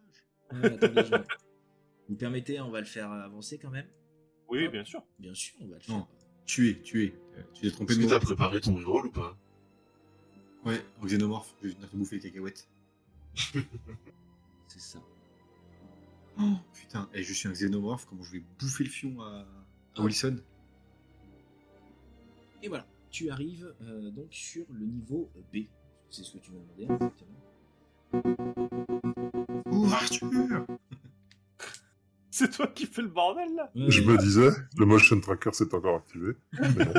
euh, attendez, je- vous permettez, on va le faire euh, avancer quand même. Oui, bien sûr. Bien sûr, on va le faire. Non. Tu es, tu es. Euh, Tu t'es trompé Est-ce de que mot. t'as préparé ton reroll ou pas Ouais, en xénomorphe, je vais venir te bouffer les cacahuètes. Euh, C'est ça. Oh, putain, et je suis un xénomorphe, comment je vais bouffer le fion à, à Wilson Et voilà, tu arrives euh, donc sur le niveau euh, B. C'est ce que tu m'as demandé hein, exactement. Oh, Arthur C'est toi qui fais le bordel, là Ouais, Je ouais. me disais, le motion tracker s'est encore activé. Mais non,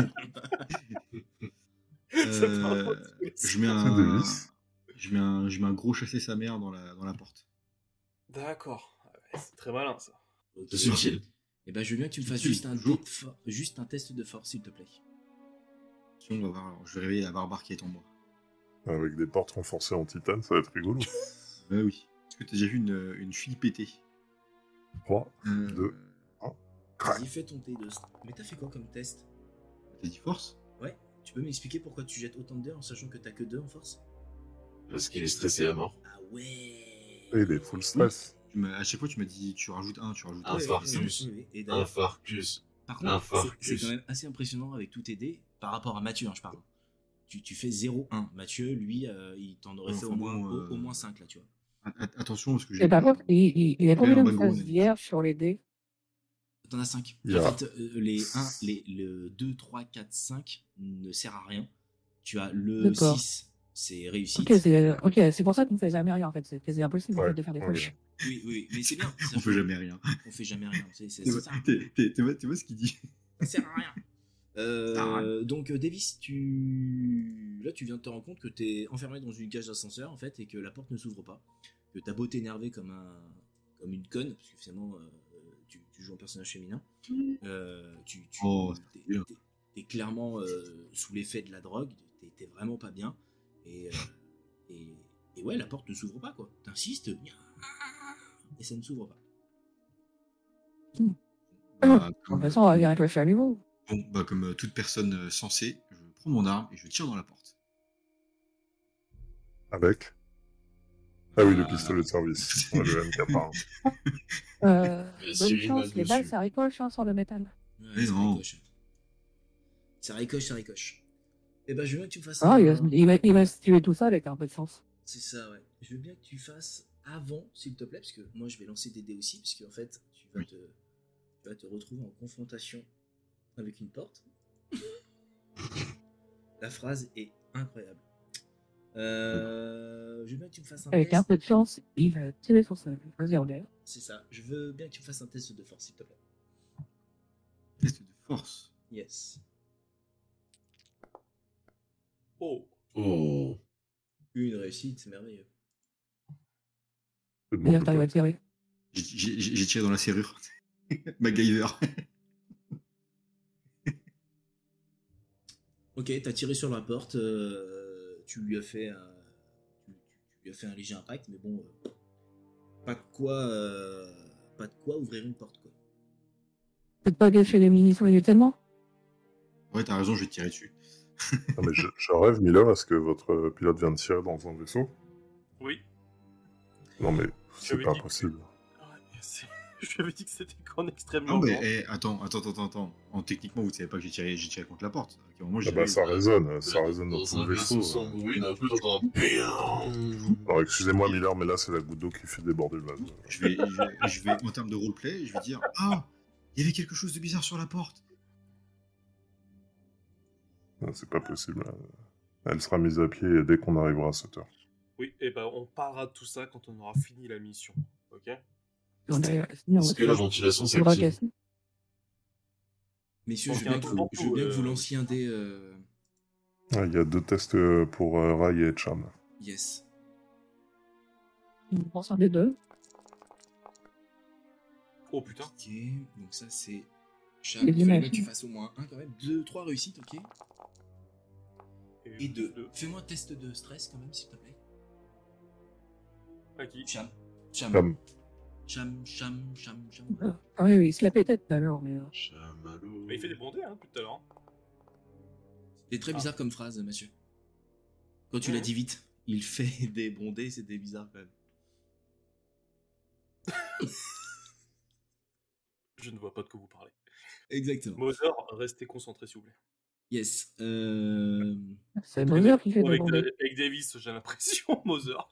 Ça part dans Euh, tous les je, mets sens. c'est un, Davis. je, mets un, je mets un gros chasser sa mère dans la, dans la porte. D'accord. Ah ouais, c'est très malin, ça. Ok. C'est subtil. Eh ben, je veux bien que tu me fasses Subtil, juste un, toujours. dé de for- juste un test de force, s'il te plaît. Sinon, on va voir, alors, je vais réveiller la barbare qui est en moi. Avec des portes renforcées en titane, ça va être rigolo. Bah oui. Est-ce que t'as déjà vu une, une fille pétée 3, Euh, Deux. Vas-y, fais ton T2. Mais t'as fait quoi comme test T'as dit force Tu peux m'expliquer pourquoi tu jettes autant de dés en sachant que t'as que 2 en force Parce qu'il est stressé à mort. Ah ouais et il est Eh ben, full stress. Tu m'as- À chaque fois, tu m'as dit tu rajoutes un, tu rajoutes Ah, un. Ouais, ouais, ça. ouais, Infarctus. ouais, ouais. Et Un d'ailleurs, farcus. par un contre, c'est- c'est Farcus. quand même assez impressionnant avec tous tes dés par rapport à Mathieu, hein, je parle. Tu, tu fais 0-1. Mathieu, lui, euh, il t'en aurait Ouais, fait au enfin, moins, bon, au, euh, au moins 5 là, tu vois. A- a- Attention, parce que j'ai. Et par contre, Eh ben, il, il, il y a combien Alors, de bonne phases grosse. vierges sur les dés T'en as 5. Il y En a- fait, euh, les 1, les, le 2, 3, 4, 5 ne sert à rien. Tu as le D'accord. 6, c'est réussi. Ok, c'est ok, c'est pour ça qu'on fait jamais rien en fait. C'est que c'est impossible en Ouais, fait, de faire des ouais. poches. Oui, oui, mais c'est bien. On fait jamais rien. On fait jamais rien. C'est c'est- c'est T'es ça. vois ce qu'il dit Ça sert à rien. Euh, Ça sert à donc euh, Davis, tu là tu viens de te rendre compte que t'es enfermé dans une cage d'ascenseur en fait et que la porte ne s'ouvre pas, que t'as beau t'énerver comme un comme une conne parce que finalement euh, tu, tu joues un personnage féminin, euh, tu, tu Oh, t'es- bien. t'es- t'es clairement euh, sous l'effet de la drogue, t'es- t'es vraiment pas bien et, euh, et et ouais la porte ne s'ouvre pas quoi. T'insistes et ça ne s'ouvre pas. Bah, En comme, fait, on va bien le faire niveau. bon, bah, comme, euh, toute personne euh, sensée, je prends mon arme et je tire dans la porte. Avec. Ah oui, le Ah. pistolet de service. Ouais, le MK, pardon. Euh, Mais bonne si, une balle chance, les balles dessus. ça ricoche hein, sur le métal. Ouais, Mais ça non. ricoche. Ça ricoche, ça ricoche. Eh ben, je veux bien que tu me fasses. Ah, un- il va, il, va, il va se tuer tout ça avec un peu de chance. C'est ça, ouais. Je veux bien que tu fasses avant, s'il te plaît, parce que moi, je vais lancer des dés aussi, parce qu'en fait, tu vas, Oui. te... tu vas te retrouver en confrontation avec une porte. La phrase est incroyable. Euh, Je veux bien que tu me fasses un Avec un test. peu de chance, il va tirer sur sa vas-y, on est. C'est ça. Je veux bien que tu me fasses un test de force, s'il te plaît. Force. Yes. Oh. Oh. Une réussite, c'est merveilleux. C'est bon, Il je pas le droit peux. de tirer. J'ai j'ai- j'ai tiré dans la serrure. MacGyver. Ok, t'as tiré sur la porte, euh, tu lui as fait un, tu, tu lui as fait un léger impact, mais bon, euh, pas de quoi, euh, pas de quoi ouvrir une porte quoi. Peut-être pas gâcher les munitions inutilement. Ouais, t'as raison, je vais tirer dessus. Non, mais je, je rêve, Miller, à ce que votre euh, pilote vienne tirer dans un vaisseau. Oui. Non, mais J'avais c'est pas dit Ah que- possible. Je avais dit que c'était qu'en extrême Non, mais urgence. eh, attends, attends, attends, attends. En, techniquement, vous savez pas que j'ai tiré, j'ai tiré contre la porte. À quel moment, Ah j'ai- bah, ça résonne, ça résonne dans Dans tout un le vaisseau vaisseau. sans hein. bruit, d'un coup, t'entends un PIAM. Alors, excusez-moi, Miller, mais là, c'est la goutte d'eau qui fait déborder le vase. je, vais, je, vais- je vais, en termes de roleplay, je vais dire Ah, il y avait quelque chose de bizarre sur la porte. Non, C'est pas possible. Elle sera mise à pied dès qu'on arrivera à cette heure. Oui, et ben on parlera de tout ça quand on aura fini la mission. Ok On a- sinon, Est-ce que la ventilation on va s'active casser. Messieurs, Bon, je il y a veux bien un que trou vous, partout, je veux bien que vous euh. lanciez un dé. euh, Ah, Il y a deux tests euh, pour euh, Rai et Cham. Yes. On pense un des deux. Oh putain. Ok, donc ça c'est. Chaque Et il fallait l'image. que tu fasses au moins un quand même, deux, trois réussites, ok. Et deux. Fais-moi un test de stress quand même, s'il te plaît. À qui Cham, cham, Cham. cham, cham, cham, cham. Ah ah oui, oui, il se la pétait tout à l'heure, mais. euh, Chamallow. Mais il fait des bondés, hein, depuis tout à l'heure. C'est Ah. très bizarre comme phrase, monsieur. Quand tu l'as dit vite, il fait des bondés, c'était bizarre quand même. Je ne vois pas de quoi vous parlez. Exactement. Mother, restez concentré, s'il vous plaît. Yes. euh, C'est Mother qui fait des avec, bondés. avec Davis, j'ai l'impression, Mother.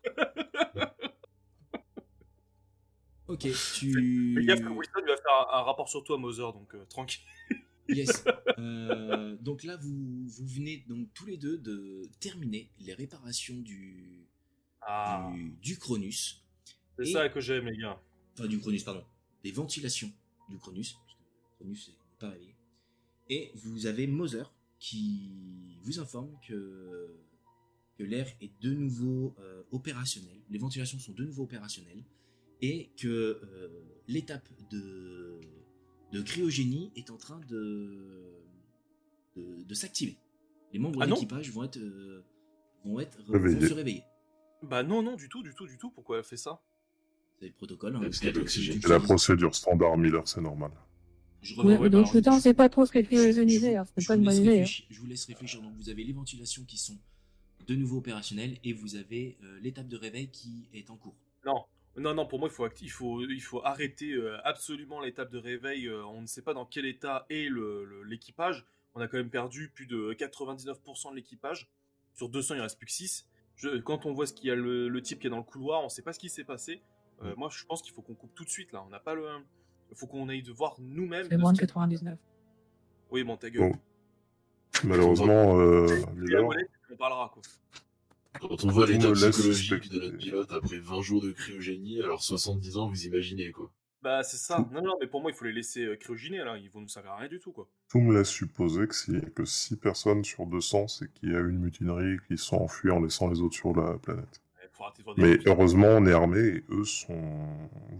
Ok, Fais tu. gaffe que Wilson lui va faire un, un rapport sur toi, Mother, donc euh, tranquille. Yes. Euh, donc là, vous, vous venez donc tous les deux de terminer les réparations du, Ah, du, du Cronus. c'est Et- ça que j'aime, les gars. Enfin, du Cronus, pardon. Des ventilations du Cronus. Parce que le Cronus n'est pas réveillé. Et vous avez Mother qui vous informe que, que l'air est de nouveau euh, opérationnel. Les ventilations sont de nouveau opérationnelles. Et que euh, l'étape de, de cryogénie est en train de, de, de s'activer. Les membres Ah de non. l'équipage vont être, euh, vont être vont Réveillés. se réveiller. Bah non, non, du tout, du tout, du tout. Pourquoi elle fait ça C'est le protocole. hein, Parce qu'il y a de l'oxygène. C'est la procédure standard, Miller, c'est normal. Je Ouais, reviendrai donc par- putain, c'est pas trop ce qu'elle Je- fait je vous- les hein. je c'est pas vous une bonne laisse idée. hein. réfléchir- Je vous laisse réfléchir. Donc, vous avez les ventilations qui sont de nouveau opérationnelles et vous avez euh, l'étape de réveil qui est en cours. Non, non, pour moi, il faut, act- il faut, il faut arrêter euh, absolument l'étape de réveil. euh, on ne sait pas dans quel état est le- le- l'équipage. On a quand même perdu plus de 99% de l'équipage. Sur 200, il reste plus que 6. quand on voit ce qu'il y a le, le type qui est dans le couloir, on ne sait pas ce qui s'est passé. Euh, Mm. Moi, je pense qu'il faut qu'on coupe tout de suite là. On n'a pas le. Il faut qu'on aille de voir nous-mêmes. C'est de moins ce de qui- 99. Oui, bon, ta gueule. Bon. Malheureusement, euh, Et la Miller, monnaie, on parlera quoi. Quand on voit Tout l'état me laisse psychologique suspecter. de notre pilote après 20 jours de cryogénie, alors 70 ans, vous imaginez quoi. Bah, c'est ça. Non, non, mais pour moi, il faut les laisser euh, cryogéner là. Ils vont nous servir à rien du tout quoi. tout me laisse supposer que s'il y a que 6 personnes sur 200, c'est qu'il y a eu une mutinerie et qu'ils sont enfuis en laissant les autres sur la planète. Il faut arrêter de voir des Mais gens qui- heureusement, on est armés et eux sont...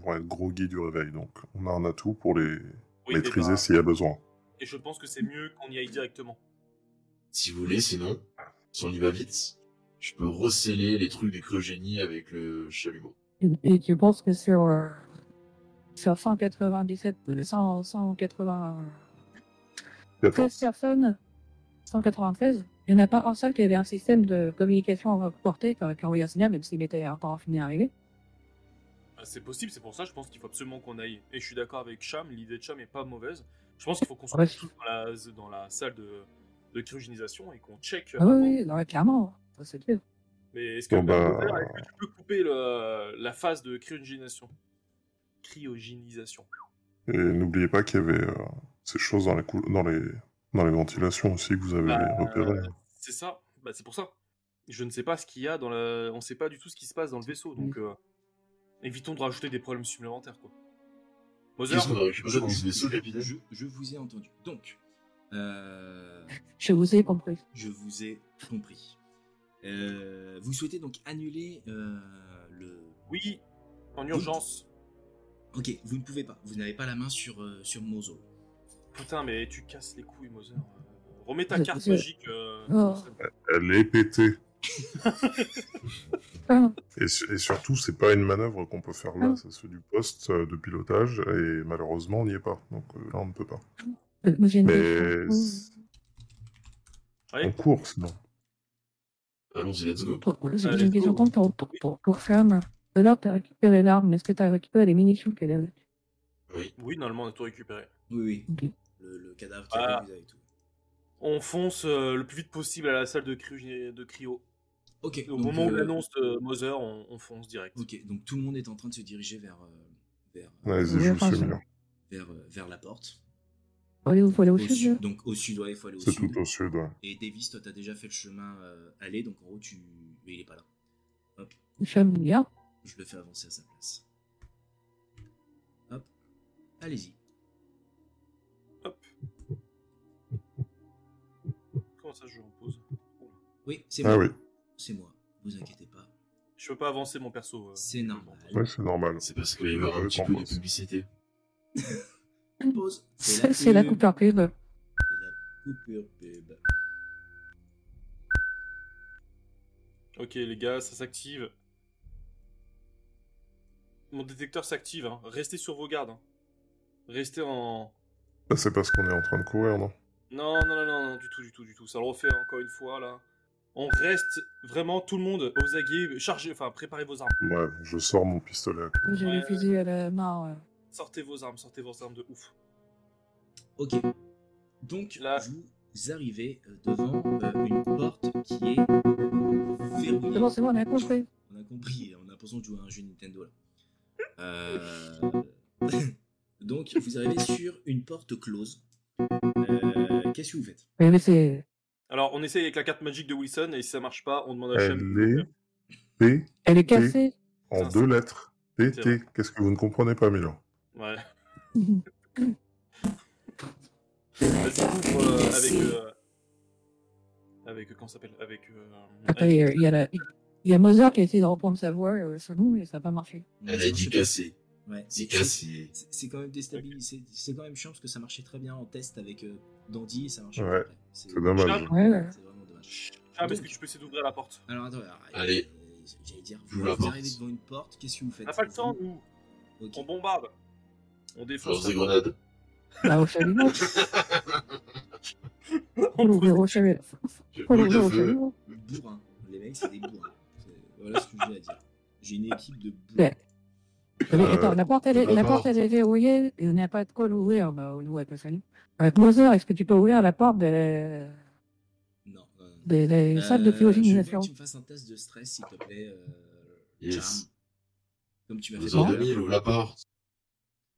vont être gros guides du réveil, donc on a un atout pour les Oui, mais maîtriser bah, s'il y a besoin. Et je pense que c'est mieux qu'on y aille directement. Si vous voulez, sinon, si on y va vite, je peux receller les trucs des cryogénies avec le chalumeau. Et, et tu penses que sur, euh, sur euh, 197, 100, 180, 13 14. personnes, 193, il n'y en a pas un seul qui avait un système de communication porté qui qui envoyait un signal, même s'il était encore en fin d'arrivée. Ah, C'est possible, c'est pour ça je pense qu'il faut absolument qu'on aille. Et je suis d'accord avec Cham, l'idée de Cham est pas mauvaise. Je pense qu'il faut qu'on soit Ah Ouais. tous dans la, dans la salle de, de cryogénisation et qu'on check. Ah oui, avant. oui, non, mais clairement, ça c'est clair. Mais est-ce que, Bon, bah, Mother, est-ce que tu peux couper le- la phase de cryogénisation Cryogénisation. Et n'oubliez pas qu'il y avait euh, ces choses dans les, cou- dans, les... dans les ventilations aussi que vous avez Bah, repérées. C'est ça, bah, c'est pour ça. Je ne sais pas ce qu'il y a dans la. On sait pas du tout ce qui se passe dans le vaisseau, donc Mm. euh, évitons de rajouter des problèmes supplémentaires quoi. Mother, Qu'est-ce qu'on a récupéré dans ce vaisseau, capitaine je, je vous ai entendu. Donc, Euh, Je vous ai compris. je vous ai compris. Euh, vous souhaitez donc annuler euh, le. Oui, en urgence. Ok, vous ne pouvez pas. Vous n'avez pas la main sur, euh, sur Mozo. Putain, mais tu casses les couilles, Mother. Euh, Remets ta Je- carte je- magique. euh, Oh. Elle est pétée. Ah, Et, su- et surtout, c'est pas une manœuvre qu'on peut faire là, ça se fait du poste euh, de pilotage, et malheureusement, on n'y est pas. Donc euh, là, on ne peut pas. euh, j'ai une Mais question. Oui. on court, sinon. Allons-y, let's go. Pour- pour- J'ai Allez, une question go. pour, pour, pour, pour Flamme. De là, t'as récupéré l'arme. Est-ce que t'as récupéré les munitions qu'elle avait Oui. Oui, normalement, on a tout récupéré. Oui, oui. Ok. Le, le cadavre qui Ah. avait, vous avez tout. On fonce euh, le plus vite possible à la salle de, cru- de cryo. Ok. Au donc, moment où euh, Mm. l'annonce de Mother, on, on fonce direct. Ok, donc tout le monde est en train de se diriger vers, euh, vers, Vas-y, Oui, je enfin, suis je- meilleur. vers, euh, vers la porte. Faut aller où Faut aller au Au sud sud- donc au sud, ouais, il faut aller au C'est sud. tout au sud. ouais. Et Davis, toi, t'as déjà fait le chemin euh, aller, donc en gros, tu. Mais il est pas là. Flamme, il y a. Je le fais avancer à sa place. Hop. Allez-y. Comment ça, je repose Oui, c'est moi. Ah oui, C'est moi. Vous inquiétez pas. Je peux pas avancer mon perso. euh, C'est normal. ouais, c'est normal. C'est parce qu'il va y avoir un Ouais, petit peu de compose. publicité. Pause. C'est c'est la pub. coupure pub. C'est la coupure pub. Ok, les gars, ça s'active. Mon détecteur s'active. hein. Restez sur vos gardes. hein. Restez en. Bah, c'est parce qu'on est en train de courir, non Non, non, non, non, non, du tout, du tout, du tout. Ça le refait encore une fois là. On reste vraiment tout le monde aux aguets, chargez, enfin préparez vos armes. Ouais, je sors mon pistolet. à clou. J'ai Ouais. le fusil à la main. euh. Sortez vos armes, sortez vos armes de ouf. Ok. Donc Là. vous arrivez euh, devant euh, une porte qui est euh, verrouillée. C'est bon, c'est bon, on a compris. On a compris, on a l'impression de jouer à un jeu Nintendo là. Euh, Donc vous arrivez sur une porte close. Euh, Qu'est-ce que vous faites Mais, mais c'est. Alors on essaye avec la carte magique de Wilson et si ça marche pas, on demande à Shem. Elle est P Elle est cassée. en Ça, deux lettres. C'est vrai. PT. Qu'est-ce que vous ne comprenez pas, Milan Ouais. La Vas-y, carte ouvre, euh, est avec cassée. euh, avec euh, comment ça s'appelle avec euh, Après, il avec- y a- il y a la. Il y a Mozart qui a essayé de reprendre sa voix euh, sur nous, mais ça n'a pas marché. Elle a dit cassé. Ouais. C'est Et- cassé. C'est c'est quand même déstabilisé. c'est- C'est quand même chiant parce que ça marchait très bien en test avec euh, Dandy et ça marchait Ouais. pas. après. C'est dommage. Ouais, ouais. C'est vraiment dommage. Ah, mais est-ce que tu peux essayer d'ouvrir la porte Alors attends, alors, Allez. euh, j'allais dire, J'ouvre vous, la vous porte. arrivez devant une porte, qu'est-ce que vous faites On n'a pas le temps, nous. Ok. On bombarde. On Lance défonce. des grenades. Bah, au chalumeau. Faut On l'ouvrir au chalumeau. Je- Faut Boule l'ouvrir de au feu. chalumeau. Bourrin. Les mecs, c'est des bourrins. C'est- Voilà ce que j'ai à dire. J'ai une équipe de bourrins. Ouais. Mais Euh, attends, la porte, elle est, la porte, elle est verrouillée et on n'a pas de quoi l'ouvrir. Bah, on l'ouvre avec le chalumeau. Avec Mozart, est-ce que tu peux ouvrir la porte de la, Non, euh, non, non. de la salle de Euh, Je veux cryogénisation que tu me fasses un test de stress, s'il te plaît. euh, Yes. Charm. Comme tu m'as fait Mother la 2000, ouvre la porte.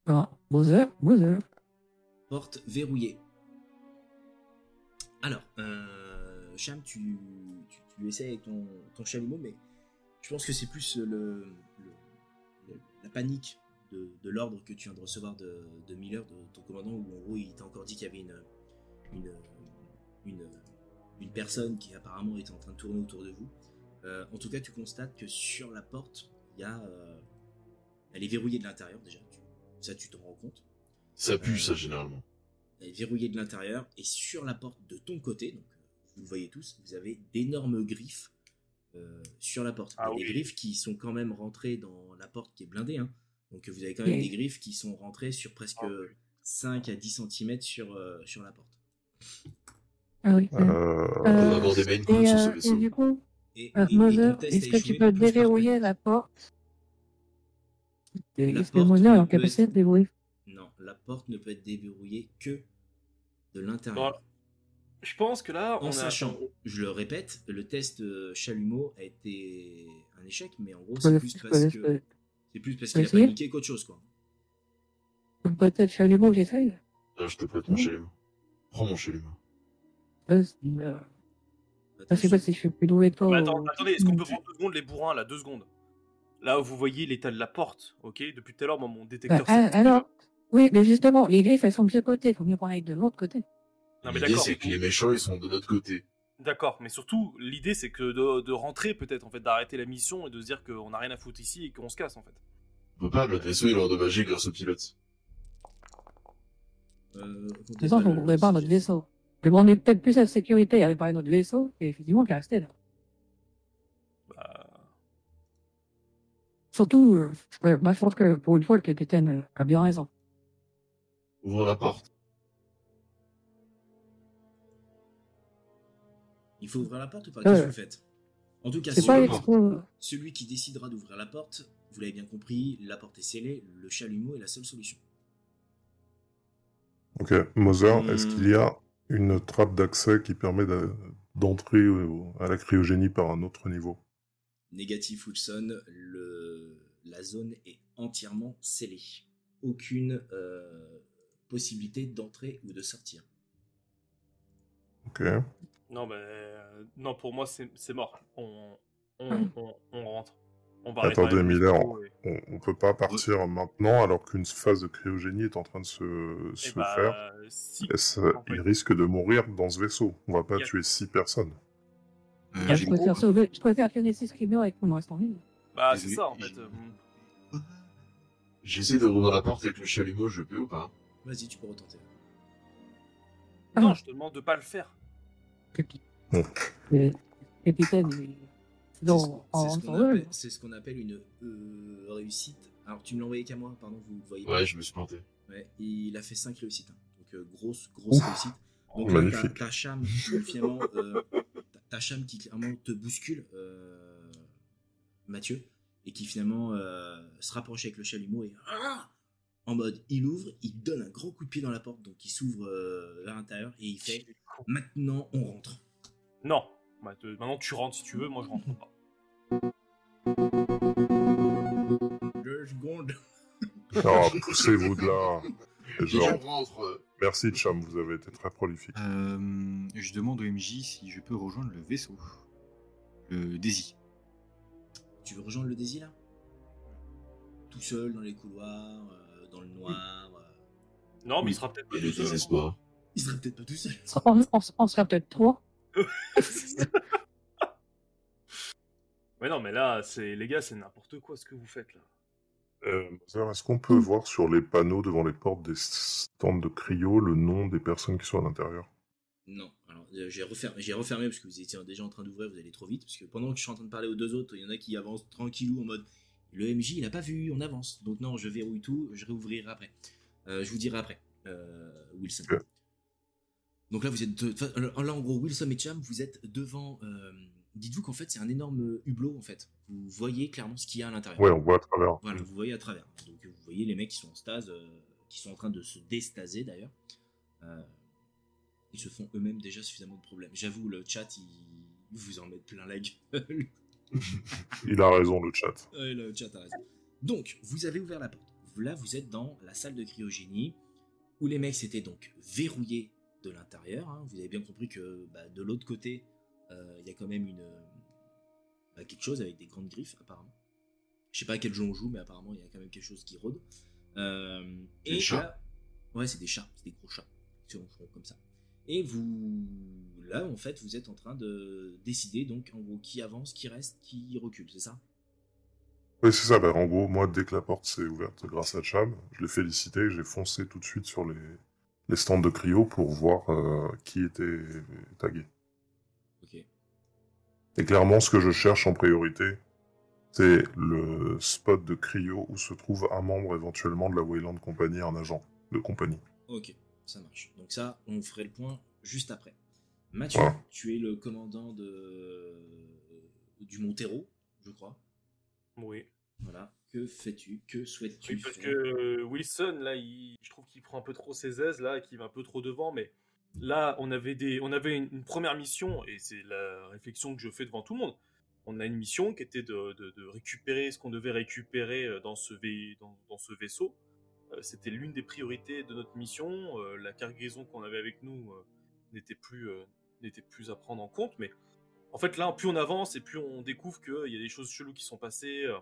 Non, Mozart, Mozart. porte verrouillée. Alors, euh, Cham, tu, tu, tu essaies avec ton, ton chalumeau, mais je pense que c'est plus le, le- le- la panique de, de l'ordre que tu viens de recevoir de, de Miller, de ton commandant, où en gros, il t'a encore dit qu'il y avait une, une, une, une personne qui apparemment était en train de tourner autour de vous. Euh, en tout cas, tu constates que sur la porte, il y a, euh, elle est verrouillée de l'intérieur déjà. Tu- ça, tu t'en rends compte. Ça pue, ça, généralement. Elle est verrouillée de l'intérieur et sur la porte de ton côté, donc vous le voyez tous, vous avez d'énormes griffes euh, sur la porte. Ah Mais Des oui. griffes qui sont quand même rentrées dans la porte qui est blindée. hein. Donc vous avez quand même Oui. des griffes qui sont rentrées sur presque Ah oui. 5 à 10 cm sur, euh, sur la porte. Ah oui. euh, Euh, On Euh, va avoir des main et, calls sur ce euh, et vaisseau. du coup, Et, euh, et- et Mother, ton test est-ce a que échoué, tu peux donc je marque déverrouiller pas. la porte Est-ce que porte Mother est en peut capacité être- de déverrouiller Non, la porte ne peut être déverrouillée que de l'intérieur. Je pense que là, on En a. sachant, je le répète, le test euh, chalumeau a été un échec, mais en gros, Je c'est peux- plus je peux- parce je que. peux- C'est plus parce Faut qu'il a essayer paniqué qu'autre chose, quoi. Peut-être chalumeau, j'essaye. Ah, je te prête mon chalumeau. Prends mon chalumeau. Euh, c'est- euh, Je sais Attention. pas si je suis plus doué Ah, toi. mais attends, ou- attendez, est-ce qu'on peut prendre deux secondes les bourrins là, deux secondes Là, vous voyez l'état de la porte, ok Depuis tout à l'heure, moi, mon Bah, détecteur. ah, s'active. alors, oui, mais justement, les griffes, elles sont de ce côté. Il faut mieux prendre avec de l'autre côté. Non, mais L'idée, d'accord. c'est que les méchants, ils sont de notre côté. D'accord, mais surtout, l'idée c'est que de, de rentrer peut-être, en fait, d'arrêter la mission et de se dire qu'on n'a rien à foutre ici et qu'on se casse en fait. On peut pas, notre vaisseau, il est endommagé grâce au pilote. Euh, De toute façon, on ne voulait pas notre vaisseau. Mais bon, on est peut-être plus à sécurité avec pas notre vaisseau, et effectivement, qu'à rester là. Bah. Surtout, euh, ouais, moi, je pense que pour une fois, le capitaine euh, a bien raison. Ouvre la porte. Il faut ouvrir la porte ou pas Ouais. Qu'est-ce que vous faites En tout cas, C'est celui, pas euh, expo. celui qui décidera d'ouvrir la porte, vous l'avez bien compris, la porte est scellée, le chalumeau est la seule solution. Ok, Mother, Hmm. est-ce qu'il y a une trappe d'accès qui permet d'a- d'entrer au- à la cryogénie par un autre niveau Négatif Wilson, le... la zone est entièrement scellée. Aucune euh, possibilité d'entrer ou de sortir. Ok. Non, mais. euh, Non, pour moi, c'est c'est mort. On, on, on, on rentre. On va réparer Attendez, le Miller, vaisseau et- on, on peut pas partir maintenant alors qu'une phase de cryogénie est en train de se, et se bah, faire. si. Et ça- en fait. il risque de mourir dans ce vaisseau. On va pas Yes. tuer six personnes. Ah, Euh, Je j'ai- préfère sauver, je préfère qu'il y ait des six qui meurent et qu'on reste en ligne. Bah, c'est Oui, ça en oui. fait. euh, J'essaie de rouvrir la porte avec le chalumeau, je peux ou pas Vas-y, tu peux retenter. Ah, Non, je te demande de pas le faire. Le capitaine, il- non, c'est en ce en qu'on sauveuse. appelle, c'est ce qu'on appelle une euh, réussite. Alors, tu me l'as envoyé qu'à moi, pardon, vous le voyez. pas. Ouais, je me suis planté. Ouais, il a fait 5 réussites. hein. Donc, euh, grosse, grosse réussite. Donc, là, t'as- Oh, Magnifique. t'as Cham, qui, finalement, euh, t'as- t'as Cham qui clairement te bouscule, euh, Mathieu, et qui finalement euh, se rapproche avec le chalumeau et. Ah en mode, il ouvre, il donne un grand coup de pied dans la porte, donc il s'ouvre euh, vers l'intérieur et il fait Maintenant, on rentre. Non. Bah, te- Maintenant, tu rentres si tu veux, moi je rentre pas. Deux secondes. Ah, poussez-vous de là. Et J'ai genre, dit, on rentre. merci Cham, vous avez été très prolifique. Euh, je demande au MJ si je peux rejoindre le vaisseau. Le Daisy. Tu veux rejoindre le Daisy là Tout seul dans les couloirs, euh, dans le noir. euh. Non, mais il sera peut-être pas Et le tout seul. désespoir. Il serait peut-être pas tout seul. On, on, on serait peut-être trois. Mais non, mais là, c'est les gars, c'est n'importe quoi ce que vous faites là. Euh, Mother, est-ce qu'on peut voir sur les panneaux devant les portes des stands de cryo le nom des personnes qui sont à l'intérieur Non, alors euh, j'ai refermé, j'ai refermé parce que vous étiez déjà en train d'ouvrir, vous allez trop vite. Parce que pendant que je suis en train de parler aux deux autres, il y en a qui avancent tranquillou en mode le MJ il a pas vu, on avance. Donc non, je verrouille tout, je réouvrirai après. Euh, je vous dirai après, euh, Wilson. Ok. Donc là, vous êtes. de- enfin, euh, là, en gros, Wilson et Cham, vous êtes devant. euh, Dites-vous qu'en fait, c'est un énorme hublot en fait. Vous voyez clairement ce qu'il y a à l'intérieur. Ouais, on voit à travers. Voilà, vous voyez à travers. Donc vous voyez les mecs qui sont en stase, euh, qui sont en train de se déstaser d'ailleurs. Euh, ils se font eux-mêmes déjà suffisamment de problèmes. J'avoue, le chat, il vous en met plein la gueule. Il a raison, le chat. Ouais, Euh, le chat a raison. Donc, vous avez ouvert la porte. Là, vous êtes dans la salle de cryogénie où les mecs s'étaient donc verrouillés de l'intérieur. hein. Vous avez bien compris que bah, de l'autre côté, euh, il y a quand même une euh, bah, quelque chose avec des grandes griffes, apparemment. Je sais pas à quel jeu on joue, mais apparemment, il y a quand même quelque chose qui rôde. Euh, Des chats. là- ouais, c'est des chats, c'est des gros chats. C'est comme ça. Et vous, là, en fait, vous êtes en train de décider donc en gros qui avance, qui reste, qui recule, c'est ça Oui, c'est ça. Bah, en gros, moi, dès que la porte s'est ouverte grâce à Cham, je l'ai félicité et j'ai foncé tout de suite sur les, les stands de cryo pour voir euh, qui était tagué. Ok. Et clairement, ce que je cherche en priorité, c'est le spot de cryo où se trouve un membre éventuellement de la Wayland Company, un agent de compagnie. Ok, ça marche. Donc ça, on ferait le point juste après. Mathieu, Ouais. tu es le commandant de du Montero, je crois. Oui. Voilà. Que fais-tu Que souhaites-tu Oui, parce que faire euh, Wilson, là, il- je trouve qu'il prend un peu trop ses aises, là, qu'il va un peu trop devant, mais là, on avait, des, on avait une, une première mission, et c'est la réflexion que je fais devant tout le monde. On a une mission qui était de, de- de récupérer ce qu'on devait récupérer euh, dans ce, vai- dans, dans ce vaisseau. Euh, C'était l'une des priorités de notre mission. Euh, la cargaison qu'on avait avec nous euh, n'était plus, euh, n'était plus à prendre en compte, mais en fait, là, plus on avance et plus on découvre qu'il y a des choses cheloues qui sont passées euh,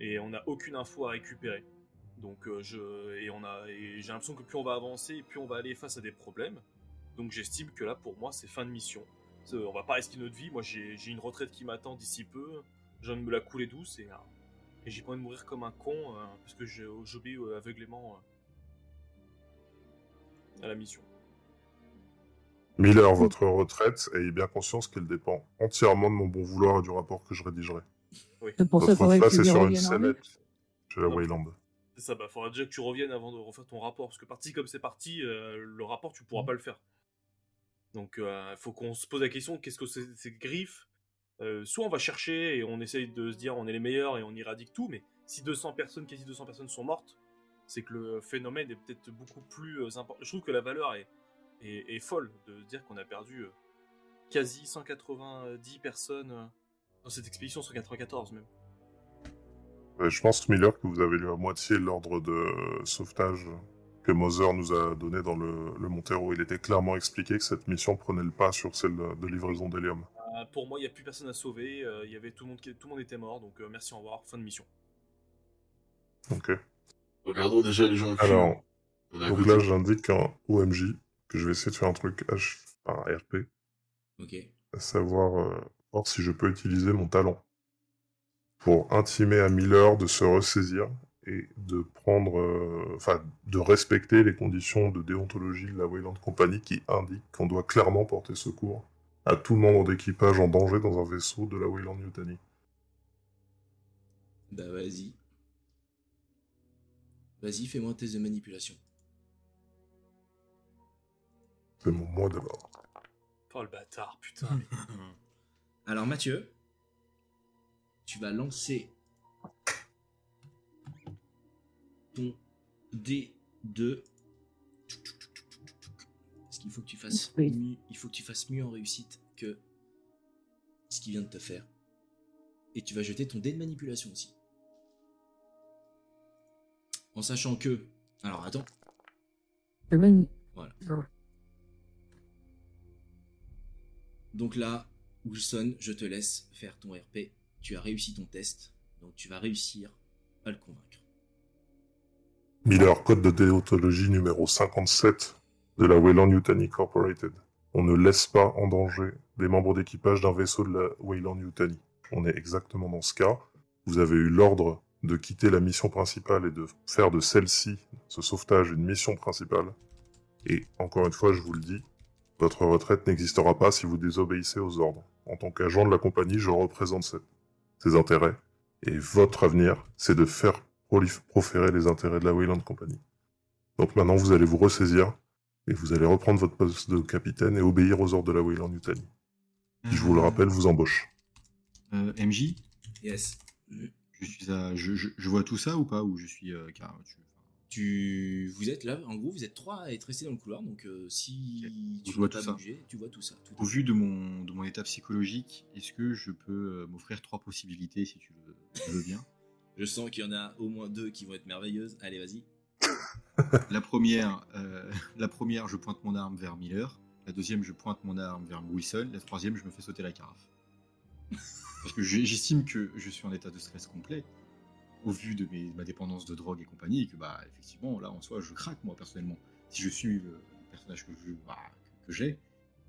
et on n'a aucune info à récupérer. Donc, euh, je, et on a, et j'ai l'impression que plus on va avancer, plus on va aller face à des problèmes. Donc j'estime que là, pour moi, c'est fin de mission. C'est- On va pas risquer notre vie. Moi, j'ai j'ai une retraite qui m'attend d'ici peu. J'ai envie de me la couler douce et, euh, et j'ai pas envie de mourir comme un con euh, parce que j'ai- j'obéis euh, aveuglément euh, à la mission. Miller, votre retraite, ayez bien conscience qu'elle dépend entièrement de mon bon vouloir et du rapport que je rédigerai. Oui. C'est pour ça qu'il Votre faudrait que face tu est lui sur une reviennes en vie. sellette chez la Non. Wayland. C'est ça, bah faudra déjà que tu reviennes avant de refaire ton rapport, parce que parti comme c'est parti, euh, le rapport tu pourras pas le faire. Donc euh, faut qu'on se pose la question, qu'est-ce que c'est ces griffes Euh, Soit on va chercher et on essaye de se dire on est les meilleurs et on éradique tout, mais si 200 personnes, quasi 200 personnes sont mortes, c'est que le phénomène est peut-être beaucoup plus important. Je trouve que la valeur est, est, est folle de se dire qu'on a perdu euh, quasi 190 personnes euh, dans cette expédition, 194 même. Euh, Je pense, Miller, que vous avez lu à moitié l'ordre de sauvetage que Moser nous a donné dans le, le Montero. Il était clairement expliqué que cette mission prenait le pas sur celle de livraison d'hélium. Euh, pour moi, il n'y a plus personne à sauver. euh, Il y avait tout le monde, qui... tout le monde était mort. Donc euh, merci, au revoir. Fin de mission. Ok. Regardons déjà les gens au cul. Alors, On est à donc côté. là, j'indique en OMJ que je vais essayer de faire un truc H, enfin, RP, Ok. à savoir euh, voir si je peux utiliser mon talent pour intimer à Miller de se ressaisir et de prendre, euh, enfin, de respecter les conditions de déontologie de la Wayland Company qui indiquent qu'on doit clairement porter secours à tout membre d'équipage en danger dans un vaisseau de la Wayland Yutani. Bah vas-y. Vas-y, fais-moi un test de manipulation. C'est mon moi d'abord. Oh le bâtard, putain. mais- Alors Mathieu, tu vas lancer ton D2. Parce qu'il faut que tu fasses Oui. mieux, il faut que tu fasses mieux en réussite que ce qu'il vient de te faire. Et tu vas jeter ton dé de manipulation aussi. En sachant que. Alors attends, C'est bon. Voilà. Donc là, Wilson, je te laisse faire ton RP. Tu as réussi ton test, donc tu vas réussir à le convaincre. Miller, code de déontologie numéro 57 de la Wayland Yutani Corporated. On ne laisse pas en danger des membres d'équipage d'un vaisseau de la Wayland Yutani. On est exactement dans ce cas. Vous avez eu l'ordre de quitter la mission principale et de faire de celle-ci, ce sauvetage, une mission principale. Et encore une fois, je vous le dis, votre retraite n'existera pas si vous désobéissez aux ordres. En tant qu'agent de la compagnie, je représente cette- ces intérêts. Et votre avenir, c'est de faire prolif- proférer les intérêts de la Wayland Company. Donc maintenant, vous allez vous ressaisir et vous allez reprendre votre poste de capitaine et obéir aux ordres de la Wayland Yutani. Qui, je vous le rappelle, vous embauche. Euh, MJ, Yes. je, suis à- je, je- je vois tout ça ou pas Ou je suis. euh, car- tu- Tu, vous êtes là, en gros, vous êtes trois à être restés dans le couloir, donc euh, si Je tu vois n'as tout pas ça. bougé, tu vois tout ça. tout à Au fait. vu de mon, de mon état psychologique, est-ce que je peux euh, m'offrir trois possibilités si tu le tu veux bien Je sens qu'il y en a au moins deux qui vont être merveilleuses. Allez, vas-y. La première, euh, la première, je pointe mon arme vers Miller. La deuxième, je pointe mon arme vers Wilson. La troisième, je me fais sauter la carafe. Parce que j'ai- j'estime que je suis en état de stress complet au vu de mes- ma dépendance de drogue et compagnie, et que bah effectivement là en soi je craque moi personnellement. Si je suis euh, le personnage que je bah, que j'ai,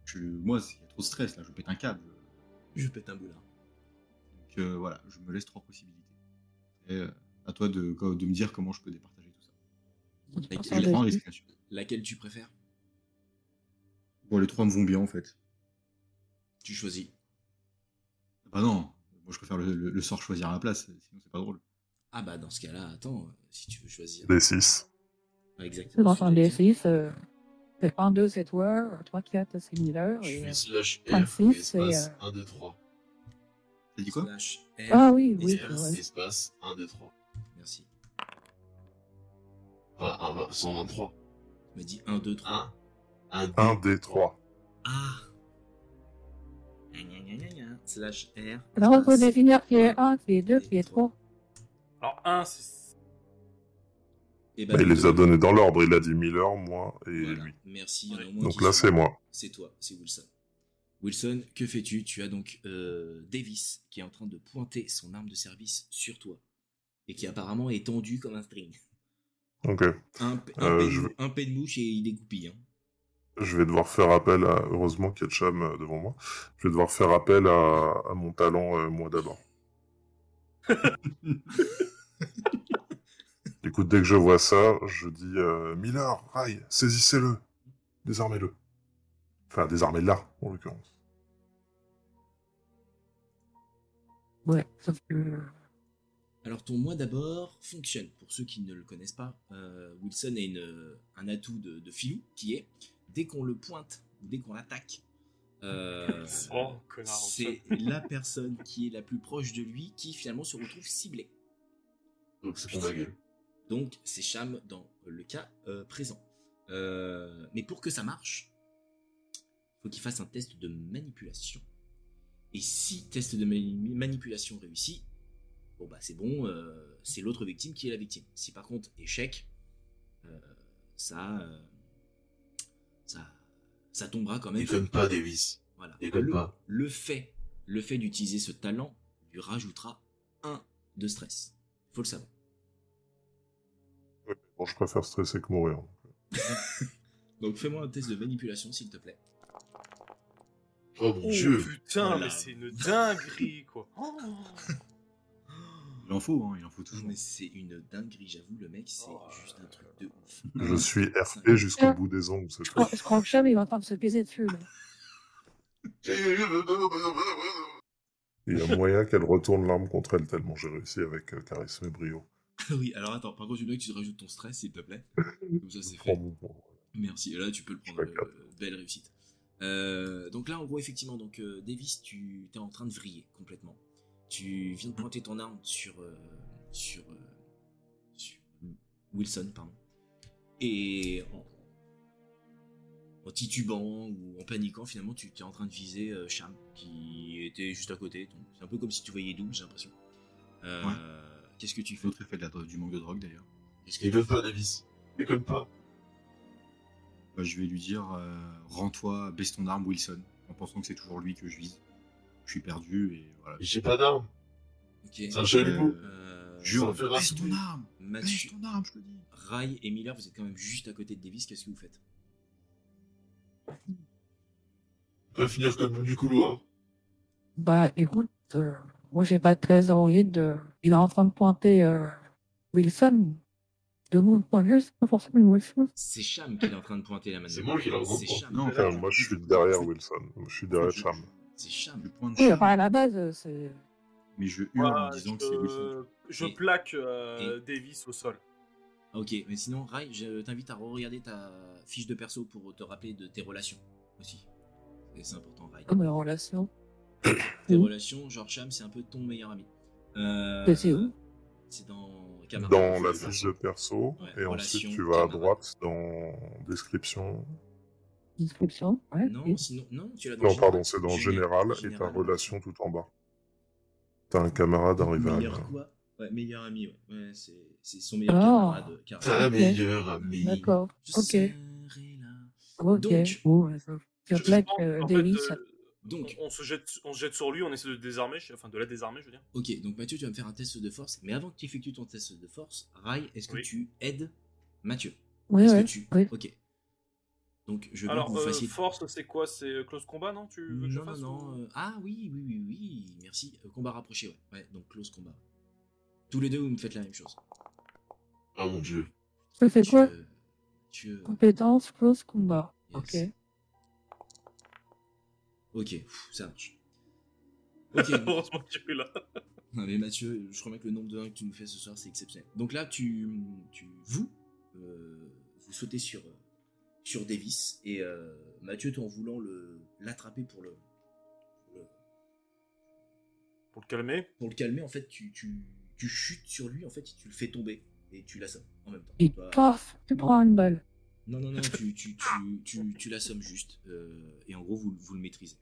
je- moi il y a trop de stress là, je pète un câble. Je pète un boulard. Donc euh, voilà, je me laisse trois possibilités. Et, euh, à toi de, de me dire comment je peux départager tout ça. Et- Ah, et bah, j'attends les explications. Laquelle tu préfères Bon, les trois me vont bien en fait. Tu choisis. Bah non, moi je préfère le, le- le sort choisir à la place, sinon c'est pas drôle. Ah bah dans ce cas-là, attends, euh, si tu veux choisir. Des 6. Ah, C'est exactement. dans ce que un j'allais dire. D6. Euh, c'est 1, 2, c'est toi. 3, 4, c'est Miller. Je et, euh, suis slash F, 36, espace et, euh, 1, 2, 3. T'as dit quoi hein. Slash R. Ah oui, Et oui, c'est c'est vrai. Espace 1, 2, 3. Merci. Enfin, un vingt- 123. Tu m'as dit 1, 2, 3. 1. 1, 1 des 3. Ah Gna, gna, gna, gna, gna. Slash R. Alors, on peut espace. définir qui est 1, qui est 2, qui est 3. Alors, un, c'est. Et bah, il les a donnés dans l'ordre. Il a dit Miller, moi et Voilà. lui. Merci, il y en a au moins Donc qui là, sont- c'est moi. C'est toi, c'est Wilson. Wilson, que fais-tu Tu as donc euh, Davis qui est en train de pointer son arme de service sur toi et qui apparemment est tendu comme un string. Ok. Un, p- un, Euh, pet de je mou- un pet de mouche et il est goupillé. hein. je vais devoir faire appel à, heureusement qu'il y a Cham euh, devant moi, je vais devoir faire appel à, à mon talent, euh, moi d'abord. Écoute, dès que je vois ça, je dis euh, Milord, Rai, saisissez-le, désarmez-le. Enfin, désarmez-la, en l'occurrence. Ouais, sauf que. Alors ton moi d'abord fonctionne. Pour ceux qui ne le connaissent pas, euh, Wilson est une- euh, un atout de, de filou qui est dès qu'on le pointe ou dès qu'on l'attaque, euh, Oh, connard, c'est la personne qui est la plus proche de lui qui finalement se retrouve ciblée. Donc c'est pour ma gueule. Donc c'est Cham dans le cas euh, présent. Euh, mais pour que ça marche, faut qu'il fasse un test de manipulation. Et si test de mani- manipulation réussi, bon bah c'est bon, euh, c'est l'autre victime qui est la victime. Si par contre échec, euh, ça, euh, ça, ça tombera quand même. Déconne pas, Davis. Voilà. Déconne Le- pas. le fait, le fait d'utiliser ce talent lui rajoutera un de stress. Faut le savoir. Ouais, Bon, je préfère stresser que mourir. Donc fais-moi un test de manipulation, s'il te plaît. Oh mon dieu. putain, Voilà. mais c'est une dinguerie, quoi. Oh. Il en faut, hein, il en faut toujours. Mais c'est une dinguerie, j'avoue, le mec, c'est juste un truc de ouf. Je Mm. suis RP Cinq. jusqu'au bout des ongles, c'est Je crois, oh, je crois que Cham, il va en train de se baiser dessus. là. Il y a moyen qu'elle retourne l'arme contre elle tellement j'ai réussi avec euh, charisme et brio. oui, alors attends, par contre, je veux bien que tu te rajoutes ton stress, s'il te plaît. Comme ça, c'est Prends fait. mon point. Merci. Et là, tu peux le prendre. D'accord. euh, belle réussite. Euh, donc là, en gros, effectivement, donc euh, Davis, tu es en train de vriller complètement. Tu viens de pointer ton arme sur euh, sur, euh, sur Wilson, pardon. Et en, en titubant ou en paniquant, finalement, tu es en train de viser euh, Cham, qui était juste à côté. Donc, C'est un peu comme si tu voyais double, j'ai l'impression. Euh, Ouais. Qu'est-ce que tu fais L'autre effet de la drogue- du manque de drogue d'ailleurs. Qu'est-ce qu'il veut pas, Davis Déconne pas. Bah, je vais lui dire euh, Rends-toi, baisse ton arme, Wilson, en pensant que c'est toujours lui que je vise. Je suis perdu et voilà. J'ai pas d'arme. Ok. C'est un chalumeau. Euh, Jure, Ça fait baisse ton raconter. arme Bah, Baisse Mathieu, ton arme, je te dis Rai et Miller, vous êtes quand même juste à côté de Davis, qu'est-ce que vous faites On peut finir comme du couloir. Bah, écoute, euh, moi, j'ai pas de classe droïde. euh, il est en train de pointer euh, Wilson. De mon point de vue, c'est pas forcément une bonne chose. C'est Cham qui est en train de pointer la main. C'est moi qui l'ai C'est rencontré. Cham. Non, Enfin, moi, je suis derrière Wilson. Je suis derrière Charm. C'est Je Cham. pointe Oui, Cham, enfin, à la base, euh, c'est. mais je hurle en Voilà, disant que c'est Wilson. je, je Et- plaque euh, Davis au sol. Ah, ok, mais sinon, Rai, je t'invite à regarder ta fiche de perso pour te rappeler de tes relations aussi. Et c'est important, Rai. Comme relation. Tes Ah, où relations, genre Cham, c'est un peu ton meilleur ami. Euh, Mais c'est où C'est dans Camarade. Dans la fiche de perso, Ouais, et relation, ensuite tu vas à camarade. droite dans description. Description. Ouais. Non, ok. sinon, non, tu l'as dans Non, Général. pardon, c'est dans général et ta relation tout en bas. T'as un camarade arrivé à Meilleur quoi Ouais, meilleur ami, ouais. Ouais, c'est c'est son meilleur Ah. camarade. Ta camarade. meilleure amie. D'accord. Je Ok. serai là. Ok. Donc- bon, euh, je Je- je plaque pense, euh, en fait, Davis. euh, Donc, on, on se jette, on se jette sur lui, on essaie de le désarmer, je- enfin de la désarmer, je veux dire. Ok, donc Mathieu, tu vas me faire un test de force. Mais avant que tu effectues ton test de force, Rai, est-ce que Oui. tu aides Mathieu Ouais, Est-ce ouais. que tu... oui. Ok. Donc, je veux bien que Alors, vous euh, fassiez... force, c'est quoi C'est euh, close combat, non Tu veux que je Non, non, fasse non. ou- euh, Ah oui, oui, oui, oui. Merci. Euh, combat rapproché, ouais. Ouais, donc close combat. Tous les deux, vous me faites la même chose. Oh mon dieu. Je fais quoi Mathieu, Mathieu, Compétence, close combat. yes. Ok. Ok, pff, ça marche. Ok, donc- Heureusement que tu es là. Non mais Mathieu, je remets que le nombre de 1 que tu nous fais ce soir, c'est exceptionnel. Donc là, tu, tu vous, euh, vous sautez sur, euh, sur Davis et euh, Mathieu, tout en voulant le l'attraper pour le, le- Pour le calmer. pour le calmer, en fait, tu, tu, tu chutes sur lui, en fait, et tu le fais tomber et tu l'assommes en même temps. Et Bah, paf, tu prends une balle. non non non, tu tu, tu, tu, tu l'assommes juste euh, et en gros vous, vous le maîtrisez,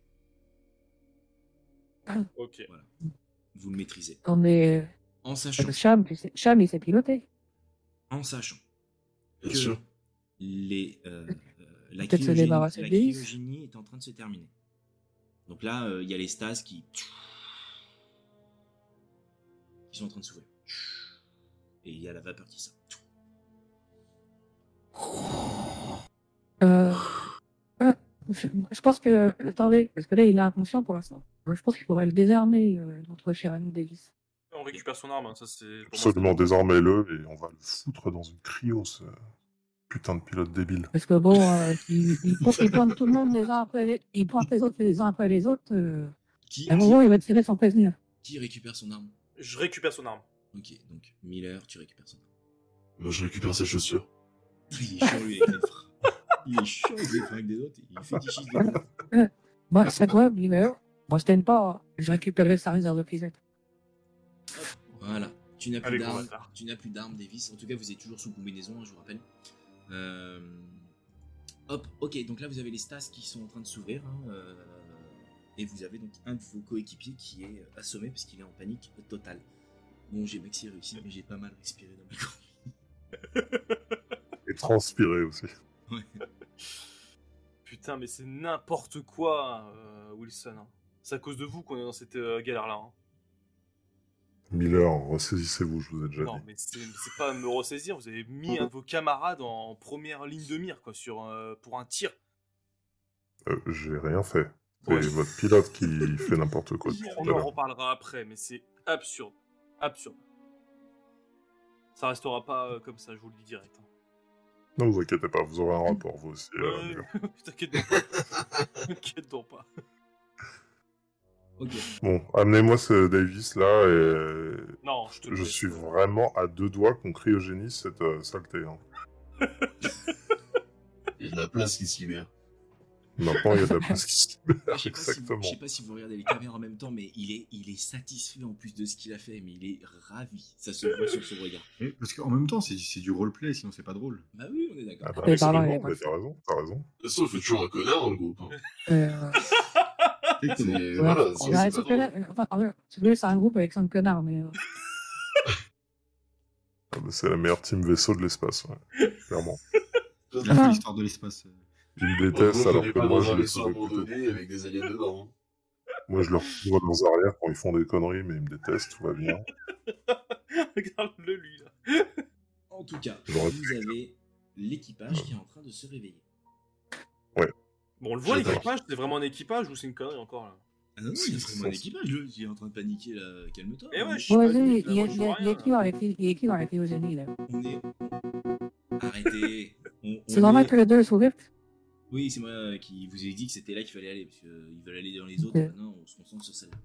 Ok. vous le maîtrisez. On est. En sachant, Parce que euh, Cham, tu sais- Cham, il s'est piloté. en sachant Bien que sûr. les, euh, euh, la, Peut-être se cryogénie, débarrasser la de Davis. cryogénie est en train de se terminer. Donc là, euh, il y a les stases qui... qui sont en train de s'ouvrir. Et il y a la vapeur qui sort. Euh, Je, je pense que, attendez, parce que là, il est inconscient pour l'instant. Je pense qu'il faudrait le désarmer, euh, notre cher Anne Davis. On récupère son arme, hein, ça c'est. pour moi, Absolument, désarmez-le et on va le foutre dans une cryo, ce putain de pilote débile. Parce que bon, euh, il, il, il pointe tout le monde les uns après les, il pointe les autres les uns après les autres. euh, Qui, à un moment, il va tirer sans prévenir. qui récupère son arme Je récupère son arme. Ok, donc Miller, tu récupères son arme. Moi, je récupère ses chaussures. Il est chaud, lui, avec les fringues. Il est chaud avec les fringues des autres. Il fétichise les fringues. Bah, c'est quoi, Beaver Moi, je t'aime pas. hein. Je récupérerai sa réserve de pilote. Voilà. Tu n'as plus Allez, gros d'armes. bâtard. Tu n'as plus d'armes, Davis. En tout cas, vous êtes toujours sous combinaison, hein, je vous rappelle. Euh, Hop, ok. Donc là, vous avez les stas qui sont en train de s'ouvrir. hein, euh, Et vous avez donc un de vos coéquipiers qui est euh, assommé parce qu'il est en panique totale. Bon, j'ai maxi réussi, mais j'ai pas mal respiré dans ma gorge. Et transpirer aussi. Putain, mais c'est n'importe quoi, euh, Wilson. hein. C'est à cause de vous qu'on est dans cette euh, galère-là. hein. Miller, ressaisissez-vous, je vous ai déjà Non, dit. mais c'est c'est pas à me ressaisir. Vous avez mis un de vos camarades en première ligne de mire, quoi, sur, euh, pour un tir. Euh, J'ai rien fait. C'est Ouais. votre pilote qui fait n'importe quoi. depuis On tout à en l'heure. reparlera après, mais c'est absurde. Absurde. Ça restera pas euh, comme ça, je vous le dis direct. hein. Non, vous inquiétez pas, vous aurez un rapport, vous aussi. euh, Ouais, Miller. T'inquiète donc pas. T'inquiète donc pas. Ok. Bon, amenez-moi ce Davis là et Non, je te le je laisse. suis vraiment à deux doigts qu'on crie au génie cette euh, saleté. hein. Il y a de la place qui se libère. Maintenant, il y a de la place qui se libère, Je sais, pas si vous, exactement. je sais pas si vous regardez les caméras en même temps, mais il est, il est satisfait en plus de ce qu'il a fait, mais il est ravi. Ça se voit sur son regard. Oui, Parce qu'en même temps, c'est- c'est du roleplay, sinon c'est pas drôle. Bah oui, on est d'accord. Ah bah, Mais pardon, absolument, il y a mais pas de- t'as raison, t'as raison. De toute façon, il faut toujours un connard dans le groupe. hein. Euh, C'est- euh, Exactement. ouais, voilà, on sinon, verra, c'est sauf pas que drôle. là, euh, enfin, en vrai, sauf que là, c'est un groupe avec cinq connards, mais. euh, Ah bah, c'est la meilleure team vaisseau de l'espace, ouais. clairement. Il a fait l'histoire de l'espace. Ils me En gros, détestent on alors n'est que pas moi dans je un les vaisseau sauve plutôt. abandonné avec des aliens dedans. hein. Moi je leur couvre leurs arrières quand ils font des conneries, mais ils me détestent, tout va bien. Regarde-le, lui, là. En tout cas, J'aurais vous avez l'équipage qui est en train de se réveiller. Bon, on le voit, J'adore. l'équipage, c'est vraiment un équipage ou c'est une connerie encore, là Ah non, non, C'est il a fou, vraiment un ça. équipage, le- il est en train de paniquer là, calme-toi. hein. Eh ouais, On- je suis Ouais, pas vas-y, venu, il y a- là, je il y vois a il y a rien. qui dans la clé- il y a qui dans la cryogénie, là on est. Arrêtez on- on C'est normal est- que les deux s'ouvrent Oui, c'est moi euh, qui vous ai dit que c'était là qu'il fallait aller, parce qu'ils veulent aller dans les autres, Ok. maintenant on se concentre sur celle-là.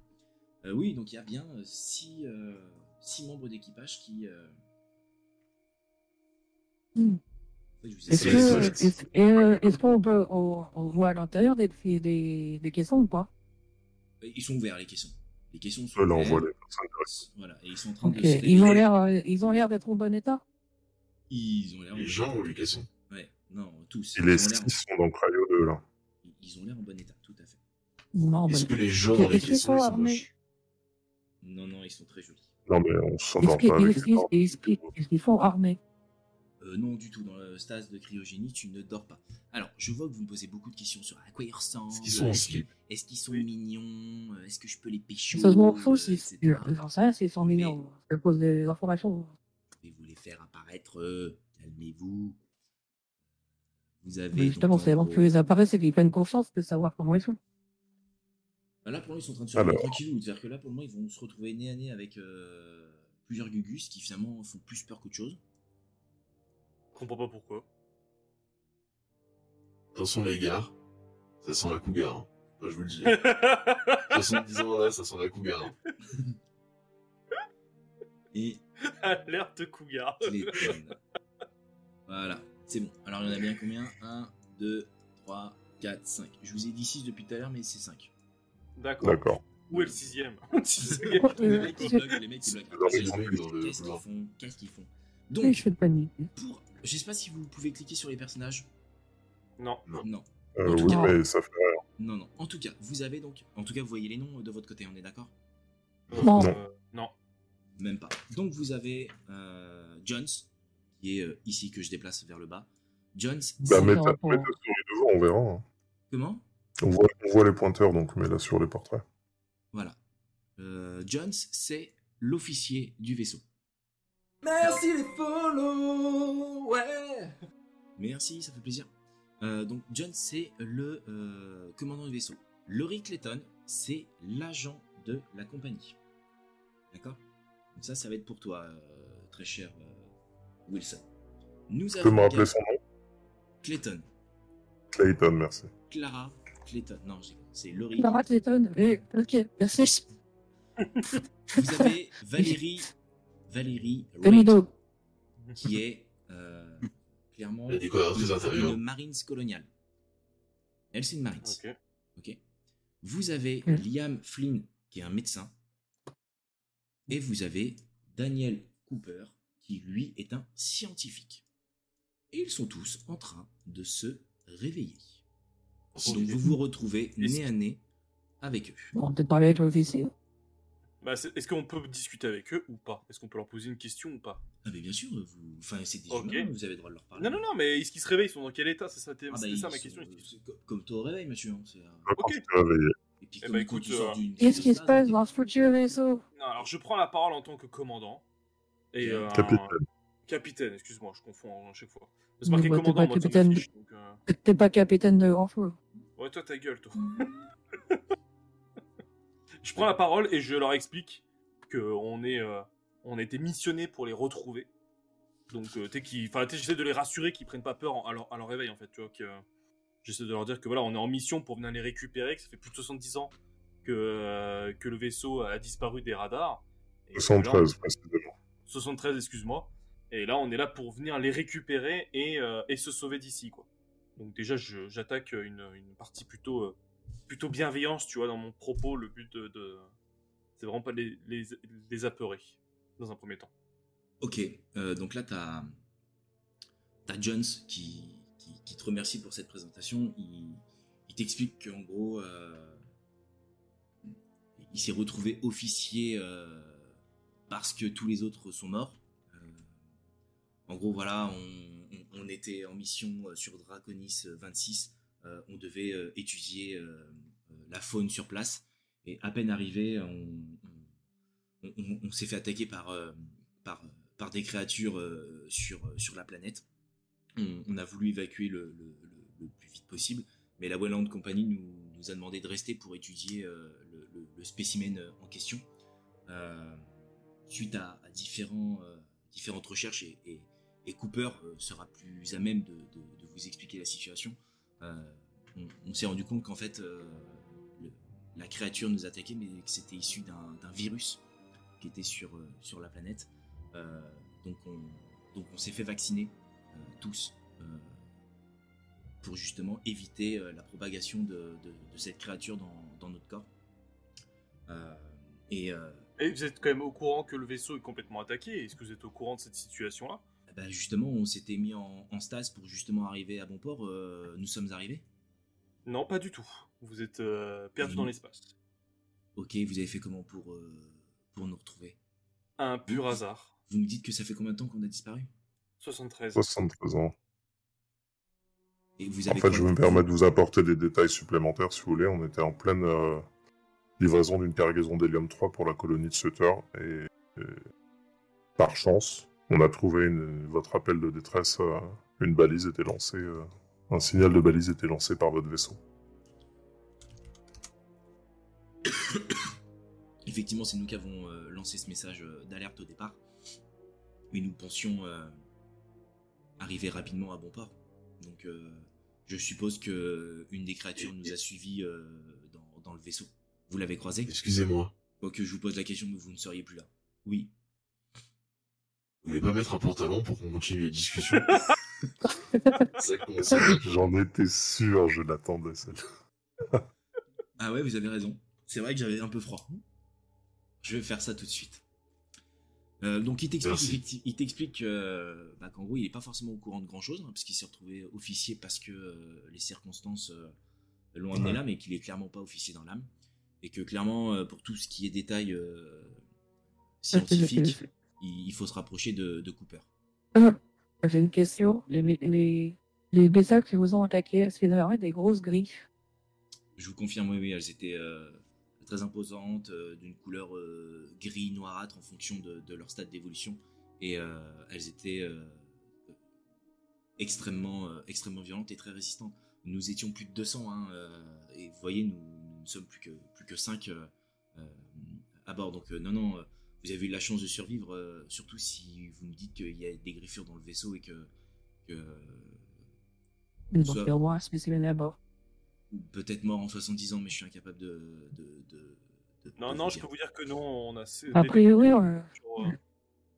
Euh, oui, donc il y a bien 6 six, euh, six membres d'équipage qui. euh, Hmm. je vous ai Est-ce dit- C'est que, exact. est-ce, et, euh, est-ce qu'on peut, on, on voit à l'intérieur des, des, des caissons ou pas Euh, Ils sont ouverts les caissons. Les caissons sont Je Euh, leur ouverts. envoie les personnes directes. Voilà, et ils sont en train Ok, de se Ils ont réveiller. l'air, euh, ils ont l'air d'être en bon état. Ils ont l'air. Les gens ou les caissons Ouais, non, tous. Et ils, les ont l'air, six sont dans Cryo 2 là. ils ont l'air en bon état, tout à fait. Non, Est-ce bah, que les gens dans les Est-ce qu'ils caissons, sont ils sont armés moches Non, non, ils sont très jolis. Non mais on est-ce, s'endort qu'ils, pas avec est-ce les qu'ils- paroles. est-ce qu'ils- est-ce qu'ils sont armés Euh, non, du tout, dans le stase de cryogénie, tu ne dors pas. Alors, je vois que vous me posez beaucoup de questions sur à quoi ils ressemblent. Est-ce qu'ils sont en est-ce slip que- est-ce qu'ils sont mignons euh, Est-ce que je peux les pécho Ça se m'en euh, fout si etc. j'en sais rien s'ils sont mignons. Je pose des informations. Je vais vous les faire apparaître. euh, Calmez-vous. Vous avez. Mais donc, justement, en c'est avant gros- que les apparaissent et qu'ils prennent conscience de savoir comment ils sont. Bah là, pour moi, ils sont en train de se réveiller Alors. tranquillou. C'est-à-dire que là, pour moi, ils vont se retrouver nez à nez avec euh, plusieurs Gugus qui finalement font plus peur qu'autre chose. Je comprends pas pourquoi. Attention les gars, ça sent la cougar. hein. Moi, je vous le dis. 70 ans là, ça sent la cougar. hein. Et Alerte cougar. Clayton. voilà, c'est bon. Alors, il y en a bien combien 1, 2, 3, 4, 5. Je vous ai dit 6 depuis tout à l'heure, mais c'est 5. D'accord. D'accord. Où est le sixième les Euh, mecs, ils je- bloquent, les mecs, ils bloquent. Dans C'est les les grands mecs dans le Qu'est-ce qu'ils couloir. font Qu'est-ce qu'ils font Et Donc, je fais de panique. pour... je sais pas si vous pouvez cliquer sur les personnages. Non. Non, Euh, En tout oui cas- mais ça fait rien. non, non. En tout cas, vous avez donc. En tout cas, vous voyez les noms euh, de votre côté, on est d'accord Non. Euh, non. Même pas. Donc vous avez euh, Jones, qui est euh, ici que je déplace vers le bas. Jones, Bah c'est- mets non, ta, pour- mets ta souris devant, on verra. hein. comment On, voit, on voit les pointeurs donc mets-la sur les portraits. Voilà. Euh, Jones, c'est l'officier du vaisseau. Merci les follow, ouais. Merci, ça fait plaisir. Euh, donc John, c'est le euh, commandant du vaisseau. Laurie Clayton, c'est l'agent de la compagnie. D'accord Donc ça, ça va être pour toi, euh, très cher euh, Wilson. Nous Tu peux me rappeler également son nom Clayton. Clayton, merci. Clara Clayton. Non, j'ai- c'est Laurie. Clara Clayton. Oui, ok, merci. Vous avez Valérie, Valérie Reid, Pénido. qui est euh, clairement Elle est décoratrice d'intérieur. une Marines coloniale. Elle, c'est une Marines. Ok. Mm. Ok. Vous avez Mhm. Liam Flynn, qui est un médecin. Et vous avez Daniel Cooper, qui lui est un scientifique. Et ils sont tous en train de se réveiller. Donc vous vous retrouvez nez à nez avec eux. Bon, peut-être parler avec l'officier. Bah, c'est- Est-ce qu'on peut discuter avec eux ou pas Est-ce qu'on peut leur poser une question ou pas Ah mais bien sûr, vous... enfin c'est des Ok. humains, vous avez le droit de leur parler. Non, non, non, mais est-ce qu'ils se réveillent Ils sont dans quel état C'est ça, t'es- Ah bah, c'était ils ça ma sont- question. c'est co- Comme toi au réveil, monsieur. hein, c'est un- Je Ok. pense que tu vas veiller. Et puis Eh comme bah, quand écoute, tu sors euh, d'une- Qu'est-ce qui se d'une- passe dans ce foutu vaisseau Non, alors je prends la parole en tant que commandant. Et, euh, Capitaine. Capitaine, excuse-moi, je confonds à chaque fois. C'est marqué Bah, t'es commandant, pas moi, sur ma capitaine. fiche, donc, euh, T'es pas capitaine de grand chose. Ouais, toi, ta gueule, toi. je prends la parole et je leur explique qu'on est, euh, on a été missionné pour les retrouver. Donc, euh, t'es qui, enfin, t'es- j'essaie de les rassurer qu'ils prennent pas peur en- à, leur, à leur réveil, en fait, tu vois. Que, j'essaie de leur dire que voilà, on est en mission pour venir les récupérer, que ça fait plus de 70 ans que, euh, que le vaisseau a disparu des radars. Et que là, on- 73, précisément. 73, excuse-moi. Et là, on est là pour venir les récupérer et, euh, et se sauver d'ici, quoi. Donc déjà, je- j'attaque euh, une, une partie plutôt, euh, plutôt bienveillance, tu vois, dans mon propos. Le but de, de- c'est vraiment pas de les, les, les apeurer, dans un premier temps. Ok, euh, donc là, t'as as Jones qui, qui, qui te remercie pour cette présentation. Il, il t'explique qu'en gros, euh, il s'est retrouvé officier euh, parce que tous les autres sont morts. Euh, en gros, voilà, on, on- on était en mission euh, sur Draconis euh, 26. Euh, on devait euh, étudier euh, euh, la faune sur place. Et à peine arrivé, on, on- on- on s'est fait attaquer par, euh, par, par des créatures euh, sur, sur la planète. On, on a voulu évacuer le, le- le- le plus vite possible, mais la Wayland Company nous, nous a demandé de rester pour étudier euh, le, le- le spécimen euh, en question. Euh, suite à, à différents, euh, différentes recherches, et, et- et Cooper euh, sera plus à même de, de- de vous expliquer la situation, euh, on, on s'est rendu compte qu'en fait, euh, le- la créature nous attaquait, mais que c'était issu d'un d'un virus qui était sur, euh, sur la planète. Euh, donc on, donc on s'est fait vacciner euh, tous euh, pour justement éviter euh, la propagation de, de- de cette créature dans, dans notre corps. Euh, et euh, Et vous êtes quand même au courant que le vaisseau est complètement attaqué. Est-ce que vous êtes au courant de cette situation-là bah, justement, on s'était mis en, en stase pour justement arriver à bon port. Euh, nous sommes arrivés. Non, pas du tout. Vous êtes euh, perdu Mhm. dans l'espace. Ok, vous avez fait comment pour, euh, pour nous retrouver Un pur hasard. Vous me dites que ça fait combien de temps qu'on a disparu 73. 73 ans. Et vous En avez fait, quoi- je vais me permettre de vous apporter des détails supplémentaires si vous voulez. On était en pleine euh, livraison d'une cargaison d'hélium 3 pour la colonie de Sutter et, et par chance, on a trouvé une- votre appel de détresse. euh, une balise était lancée, euh, un signal de balise était lancé par votre vaisseau. Effectivement, c'est nous qui avons euh, lancé ce message euh, d'alerte au départ. Mais nous pensions euh, arriver rapidement à bon port. Donc, euh, je suppose que euh, une des créatures nous a suivis euh, dans, dans le vaisseau. Vous l'avez croisé Excusez-moi, Quoique je vous pose la question, mais vous ne seriez plus là. Oui. vous voulez pas mettre un pantalon pour qu'on continue les discussions Ça commence à- J'en étais sûr, je l'attendais celle-là. Ah ouais, vous avez raison. C'est vrai que j'avais un peu froid. Je vais faire ça tout de suite. Euh, donc il t'explique, Merci. effecti- il t'explique euh, bah, qu'en gros il n'est pas forcément au courant de grand chose parce qu'il s'est retrouvé officier parce que euh, les circonstances euh, l'ont amené Ouais. là mais qu'il est clairement pas officier dans l'âme et que clairement euh, pour tout ce qui est détail euh, scientifique il, il faut se rapprocher de, de Cooper. J'ai une question. Les, les, les bestioles qui vous ont attaqué, est-ce qu'ils avaient des grosses griffes Je vous confirme, oui, oui, elles étaient euh, très imposantes, euh, d'une couleur euh, gris noirâtre en fonction de, de leur stade d'évolution, et euh, elles étaient euh, extrêmement, euh, extrêmement violente et très résistante. Nous étions plus de 200, hein, euh, et vous voyez, nous, nous ne sommes plus que, plus que 5 à bord. Donc euh, non, non, euh, vous avez eu la chance de survivre, euh, surtout si vous nous dites qu'il y a des griffures dans le vaisseau et que... que Une Soit- vampire noire spécialisée à bord. ou peut-être mort en 70 ans, mais je suis incapable de... de- de- de- Non, de non, vous je dire. peux vous dire que non, on a ces A priori, détecteurs on- sur, euh,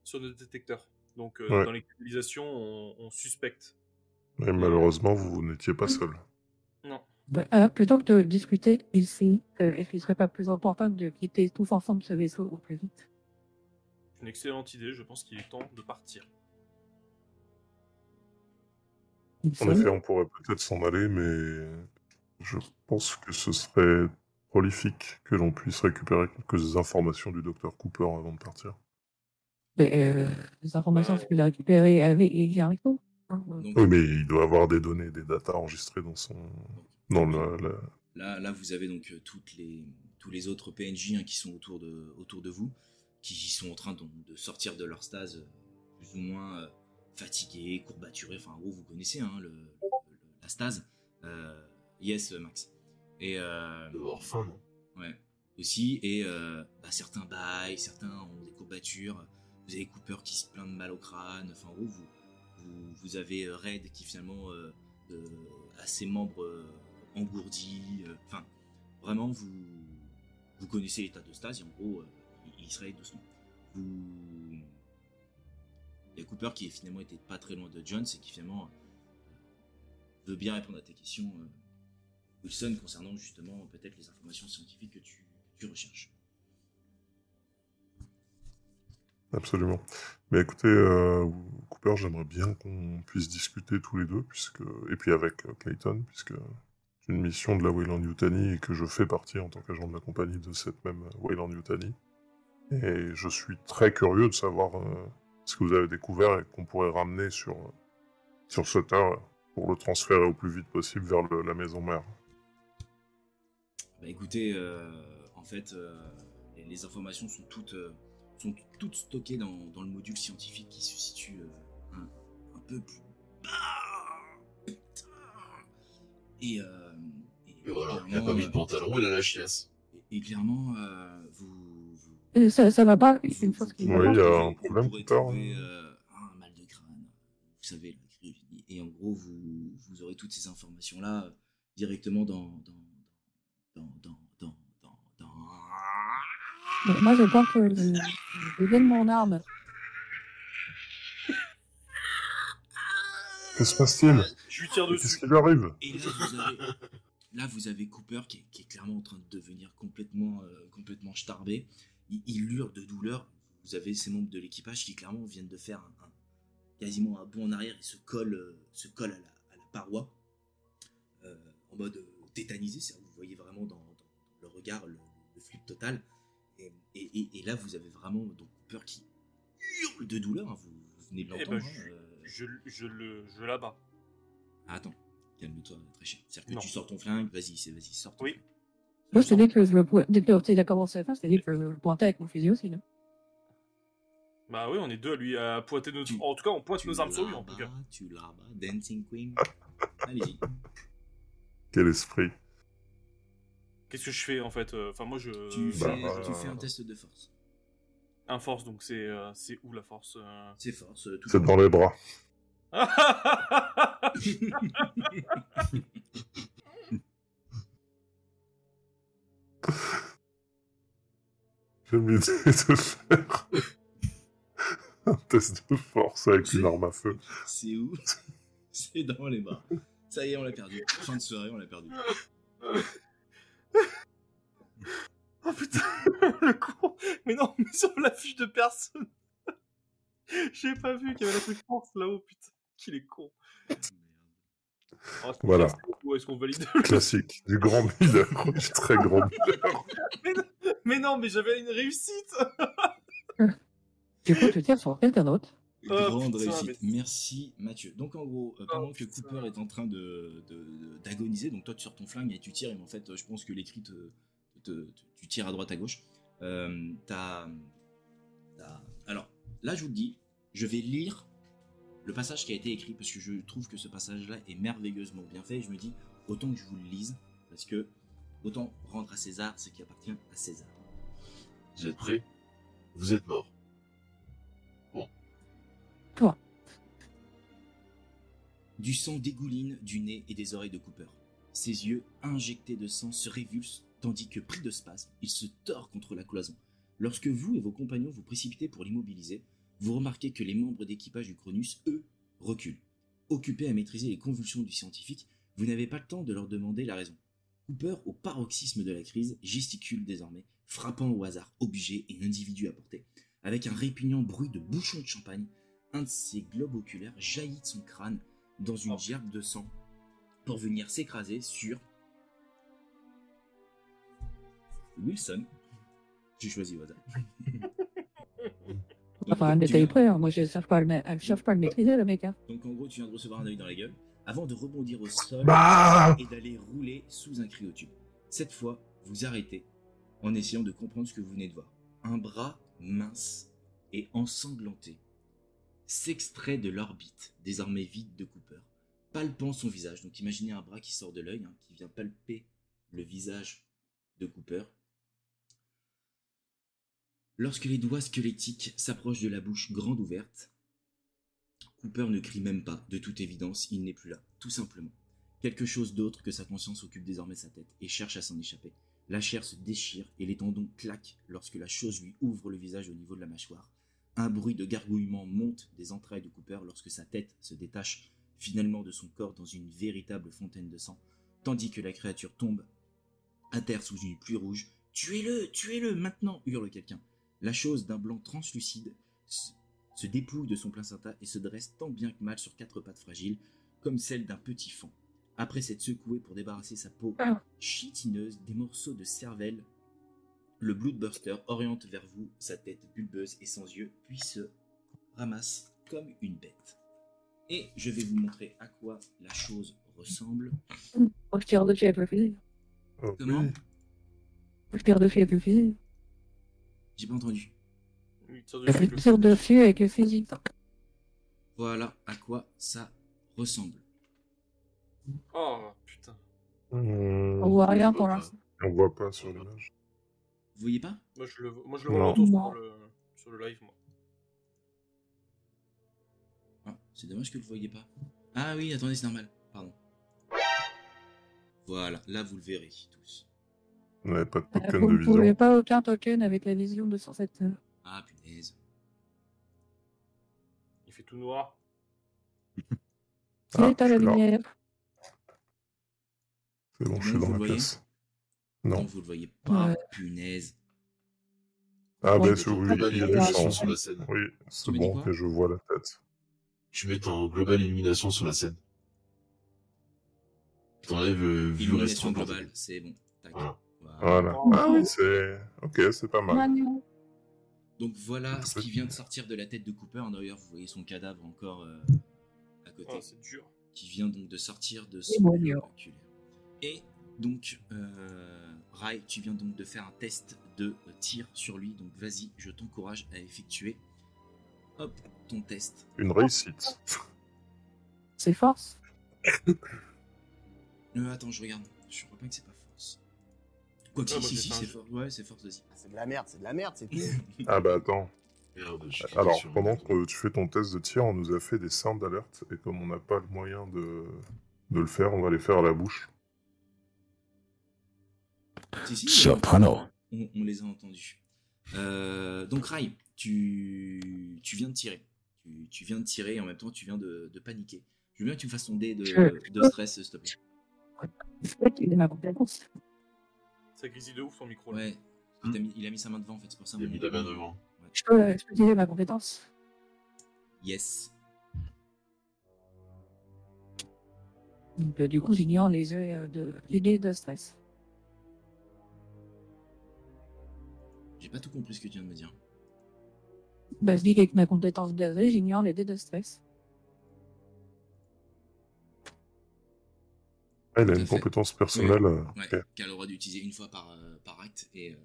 sur nos détecteurs. Donc euh, Ouais. dans les canalisations, on, on suspecte. Et malheureusement, vous n'étiez pas seul. Non. Bah, euh, plutôt que de discuter ici, euh, est-ce qu'il serait pas plus important de quitter tous ensemble ce vaisseau au plus vite Une excellente idée, je pense qu'il est temps de partir. Il En serait- effet, on pourrait peut-être s'en aller, mais je pense que ce serait prolifique que l'on puisse récupérer quelques informations du docteur Cooper avant de partir. Mais, euh, les informations que j'ai récupérées avec et avec nous. hein, euh, Donc, Oui, mais il doit avoir des données, des datas enregistrées dans son. dans la. la- Là, là, vous avez donc euh, toutes les, tous les autres PNJ hein, qui sont autour de, autour de vous, qui sont en train de, de sortir de leur stase, euh, plus ou moins euh, fatigués, courbaturés. Enfin, en gros, vous connaissez hein, le, le- la stase. Euh, yes, Max. Et euh, de avoir faim, non ouais, aussi, et euh, bah, certains baillent, certains ont des courbatures. Vous avez Cooper qui se plaint de mal au crâne. Enfin, en gros, vous, vous, vous avez euh, Red qui finalement euh, euh, à ses membres euh, engourdis. euh, Enfin, vraiment, vous, vous connaissez l'état de stase et en gros, euh, il, il serait doucement. Vous... Il y a Cooper qui finalement était pas très loin de Jones et qui finalement euh, veut bien répondre à tes questions, euh, Wilson, concernant justement peut-être les informations scientifiques que tu, que tu recherches. Absolument. Mais écoutez, euh, Cooper, j'aimerais bien qu'on puisse discuter tous les deux, puisque et puis avec euh, Clayton, puisque c'est une mission de la Weyland Yutani et que je fais partie en tant qu'agent de la compagnie de cette même Weyland Yutani. Et je suis très curieux de savoir euh, ce que vous avez découvert et qu'on pourrait ramener sur, euh, sur Sutter pour le transférer au plus vite possible vers le- la maison mère. Bah écoutez, euh, en fait, euh, les, les informations sont toutes, euh, sont toutes stockées dans, dans le module scientifique qui se situe euh, un, un peu plus bas. Putain. Et, euh, et- Et voilà, il a clairement, pas mis euh, de pantalon, il a la chiasse. et, et clairement, euh, vous, vous- et Euh, ça, ça va pas, c'est une vous- chose qui vous- va Oui, pas. il y a un vous problème, hein. pourrez Cooper. trouver, euh, un mal de crâne, vous savez, la cryogénie. Et en gros, vous, vous aurez toutes ces informations-là euh, directement dans. dans. dans. dans. dans. dans. dans- Mais moi, je pense que euh, je donne mon arme. Que se passe-t-il Je lui tire Qu'est-ce dessus. qui lui arrive Et là, vous avez. Là, vous avez Cooper qui est, qui est clairement en train de devenir complètement, euh, complètement starbé. Il, il hurle de douleur. Vous avez ces membres de l'équipage qui clairement viennent de faire un, un- quasiment un bond en arrière et se collent, euh, se collent à, la, à la paroi euh, en mode euh, tétanisé. C'est-à-dire que Vous voyez vraiment dans, dans le regard le, le flip total. Et, et- et- et là, vous avez vraiment donc Cooper qui hurle de douleur. hein. Vous, vous venez de Eh l'entendre. ben, hein, euh, Je, je le je l'abats. ah, attends, calme-toi, très cher. C'est-à-dire que Non. tu sors ton flingue, vas-y, c'est vas-y, sors ton Oui. flingue. Moi, je te dis que je le pointe. Dès que tu as commencé à faire, je te dis que je le pointais avec mon fusil aussi. Là. Bah oui, on est deux à lui à pointer nos. Tu- En tout cas, on pointe Tu nos armes sur lui l'as en tout cas. Ah. bas, Tu l'as bas, Dancing Queen. Allez-y. Quel esprit Qu'est-ce que je fais en fait euh, Enfin moi je. Tu, fais, Bah, euh, tu fais un test de force. Un force donc c'est euh, c'est où la force euh C'est force, euh, tout C'est en dans les bras. J'aime l'idée de faire un test de force avec une arme à feu. C'est où C'est dans les bars. Ça y est, on l'a perdu. Fin de soirée, on l'a perdu. Oh putain, le con Mais non, mais sur la fiche de personne J'ai pas vu qu'il y avait la truc force là-haut, putain. Qu'il est con Oh, est-ce qu'on Voilà. passe Ou est-ce qu'on valide Classique, du grand leader, du très grand leader. Mais non, mais j'avais une réussite Du coup, tu tires sur quelqu'un d'autre. Ah, Grande putain, Oh, réussite. Merci Mathieu. Donc en gros, euh, pendant que putain. Cooper est en train de- de- de- d'agoniser, donc toi tu sors ton flingue et tu tires, et en fait euh, je pense que l'écrit te, te- te- tu tires à droite à gauche. Euh, t'as- t'as- Alors là je vous le dis, je vais lire le le passage qui a été écrit, parce que je trouve que ce passage-là est merveilleusement bien fait, et je me dis, autant que je vous le lise, parce que autant rendre à César ce qui appartient à César. Vous êtes prêts Vous êtes morts. Du sang dégouline du nez et des oreilles de Cooper. Ses yeux, injectés de sang, se révulsent, tandis que, pris de spasme, il se tord contre la cloison. Lorsque vous et vos compagnons vous précipitez pour l'immobiliser, vous remarquez que les membres d'équipage du Cronus, eux, reculent. Occupés à maîtriser les convulsions du scientifique, vous n'avez pas le temps de leur demander la raison. Cooper, au paroxysme de la crise, gesticule désormais, frappant au hasard objet et individu à portée. Avec un répugnant bruit de bouchon de champagne, un de ses globes oculaires jaillit de son crâne dans une gerbe de sang pour venir s'écraser sur Wilson. J'ai choisi au hasard. Ah, Donc, Enfin, un tu viens- détail près, hein. moi je cherche pas à le, ma- je cherche pas à le maîtriser, le mec. Hein. donc en gros, tu viens de recevoir un œil dans la gueule avant de rebondir au sol Bah et d'aller rouler sous un cryotube. Cette fois, vous arrêtez en essayant de comprendre ce que vous venez de voir. Un bras mince et ensanglanté s'extrait de l'orbite, désormais vide de Cooper, palpant son visage. Donc imaginez un bras qui sort de l'œil, hein, qui vient palper le visage de Cooper. Lorsque les doigts squelettiques s'approchent de la bouche grande ouverte, Cooper ne crie même pas, de toute évidence, il n'est plus là, tout simplement. Quelque chose d'autre que sa conscience occupe désormais sa tête et cherche à s'en échapper. La chair se déchire et les tendons claquent lorsque la chose lui ouvre le visage au niveau de la mâchoire. Un bruit de gargouillement monte des entrailles de Cooper lorsque sa tête se détache finalement de son corps dans une véritable fontaine de sang, tandis que la créature tombe à terre sous une pluie rouge. Tuez-le, tuez-le maintenant hurle quelqu'un. La chose d'un blanc translucide s- se dépouille de son placenta et se dresse tant bien que mal sur quatre pattes fragiles, comme celle d'un petit fan. Après s'être secoué pour débarrasser sa peau chitineuse des morceaux de cervelle, le Bloodbuster oriente vers vous sa tête bulbeuse et sans yeux, puis se ramasse comme une bête. Et je vais vous montrer à quoi la chose ressemble. Moi je tire de chez avec le fusil. Comment Je tire dessus avec le fusil. J'ai pas entendu. Je tire dessus avec le fusil. Oh, Voilà à quoi ça ressemble. Oh putain. On voit rien pour l'instant. Euh, On voit pas sur l'image. Vous voyez pas Moi je le, moi, je le vois en Non. retour Non. sur le, sur le live, moi. Ah, c'est dommage que vous le voyez pas. Ah oui, attendez, c'est normal. Pardon. Voilà, là vous le verrez tous. On n'avait pas de Euh, token Vous oh, de ne pouvez vision. pas aucun token avec la vision de euh, 107 heures. Ah punaise. Il fait tout noir. Ah, Qui est à la Ah, je suis là. lumière C'est bon, je suis Vous dans le la voyez pièce. Non. Donc vous le voyez pas, Ouais. punaise. Ah, Ouais, ben sur oui, Global il y a du sang. illumination sur la scène. Oui, c'est Tu me dis bon, quoi et je vois la tête. Tu mets ton global illumination sur la scène. T'enlèves euh, vue Illumination restreinte. globale, c'est bon. Tac. Voilà. Voilà. Voilà. Ah oui, c'est. Ok, c'est pas mal. Mignon. Donc voilà ce qui Petit. vient de sortir de la tête de Cooper. D'ailleurs, vous voyez son cadavre encore euh, à côté, Oh, c'est dur. qui vient donc de sortir de Et son mon Dieu. oculaire. Et donc, euh, Rai, tu viens donc de faire un test de euh, tir sur lui. Donc vas-y, je t'encourage à effectuer. Hop, ton test. Une réussite. C'est force. Euh, attends, je regarde. Je crois pas que c'est pas force. Quoi que Ah, si, moi, si, j'ai si, fait un c'est jeu. force. Ouais, c'est force aussi. C'est de la merde, c'est de la merde, c'est tout. Ah bah attends. Merde, je clique Alors, sur- pendant que tu fais ton test de tir, on nous a fait des sound d'alerte, et comme on n'a pas le moyen de... de le faire, on va les faire à la bouche. Si, si, euh, Soprano. on, on les a entendus. Euh, donc Rai, tu, tu viens de tirer. Tu, tu viens de tirer et en même temps tu viens de, de paniquer. Je veux bien que tu me fasses ton dé de, de stress, s'il te plaît. Il est ma compétence. Ça grésille de ouf son micro. là. Ouais. Il, t'a mis, il a mis sa main devant en fait, c'est pour ça. Il a mon- mis la main devant. Je peux, euh, je peux utiliser ma compétence. Yes. Donc, euh, du coup, j'ignore les yeux euh, de l'idée de stress. J'ai pas tout compris ce que tu viens de me dire. Bah, je dis qu'avec ma compétence d'AV, j'ignore les dés de stress. Elle a Tout à une fait. compétence personnelle. euh, Ouais. ok. Qu'elle a le droit d'utiliser une fois par, euh, par acte et, euh,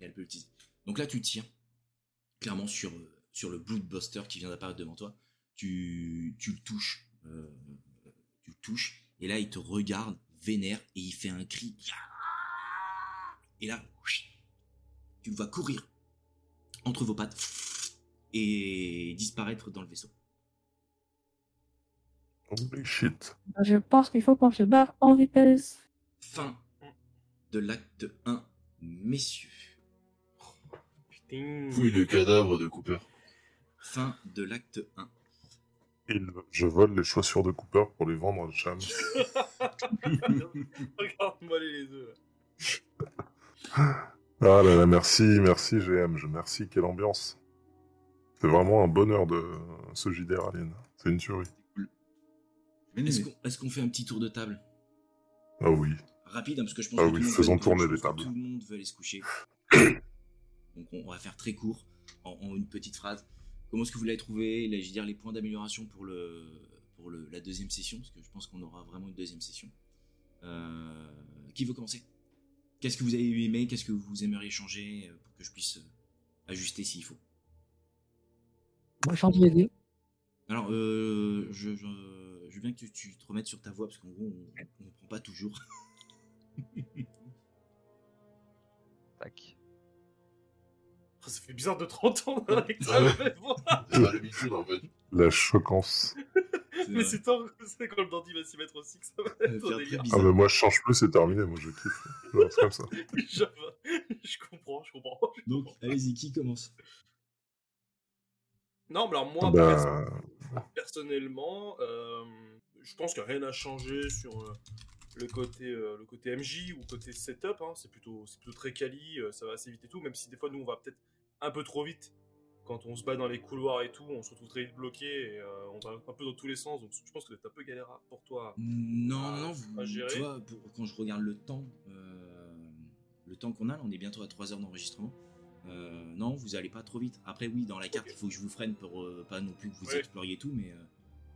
et elle peut l'utiliser. Donc là, tu tires clairement sur, euh, sur le Bloodbuster qui vient d'apparaître devant toi. tu, tu le touches, euh, tu le touches, et là il te regarde, vénère, et il fait un cri. Et là, tu le vois courir entre vos pattes et disparaître dans le vaisseau. Holy shit. Je pense qu'il faut qu'on se barre en vitesse. Fin de l'acte 1, messieurs. Fouille le cadavre de Cooper. Fin de l'acte 1. Il- je vole les chaussures de Cooper pour les vendre à Cham. Regarde-moi les deux. là. Ah là là, merci, merci GM, je merci, quelle ambiance. C'est vraiment un bonheur de ce JDR Alien. C'est une tuerie. Est-ce qu'on est-ce qu'on fait un petit tour de table Ah oui. Rapide, hein, parce que je pense Ah que oui, tout le monde faisons veut- je tourner pense les que tables. Tout le monde veut aller se coucher. Donc on, on va faire très court, en, en une petite phrase. Comment est-ce que vous l'avez trouvé les, je veux dire, les points d'amélioration pour, le, pour le, la deuxième session, parce que je pense qu'on aura vraiment une deuxième session. Euh, qui veut commencer Qu'est-ce que vous avez aimé Qu'est-ce que vous aimeriez changer euh, pour que je puisse euh, ajuster s'il faut On change d'idée. Alors, euh, je, je- je veux bien que tu, tu te remettes sur ta voix, parce qu'en gros, on ne prend pas toujours. Tac. Ah, Ça fait bizarre de 30 ans Ouais. avec ça. Ouais. mais bon. C'est pas l'habitude en fait. La choquance. Mais c'est tant que c'est quand le dandy va s'y mettre aussi que ça va va être euh, faire un délire. très Ah bizarre. mais moi je change plus, c'est terminé, moi je kiffe. Je reste comme ça. Je- Je comprends, je comprends. je Donc, comprends. allez-y, qui commence Non, mais alors moi, Ah bah, personnellement, euh, je pense que rien n'a changé sur euh, le côté, euh, le côté MJ ou côté setup. hein. C'est plutôt, c'est plutôt très quali, euh, ça va assez vite et tout. Même si des fois, nous, on va peut-être un peu trop vite quand on se bat dans les couloirs et tout. On se retrouve très vite bloqué et euh, on va un peu dans tous les sens. Donc, je pense que c'est un peu galère à- pour toi. Non, à- non, à vous, gérer. tu vois, pour- quand je regarde le temps, euh, le temps qu'on a, là, on est bientôt à 3 heures d'enregistrement. Euh, non, vous allez pas trop vite. Après, oui, dans la carte, il faut que je vous freine pour euh, pas non plus que vous Ouais. exploriez tout, mais euh,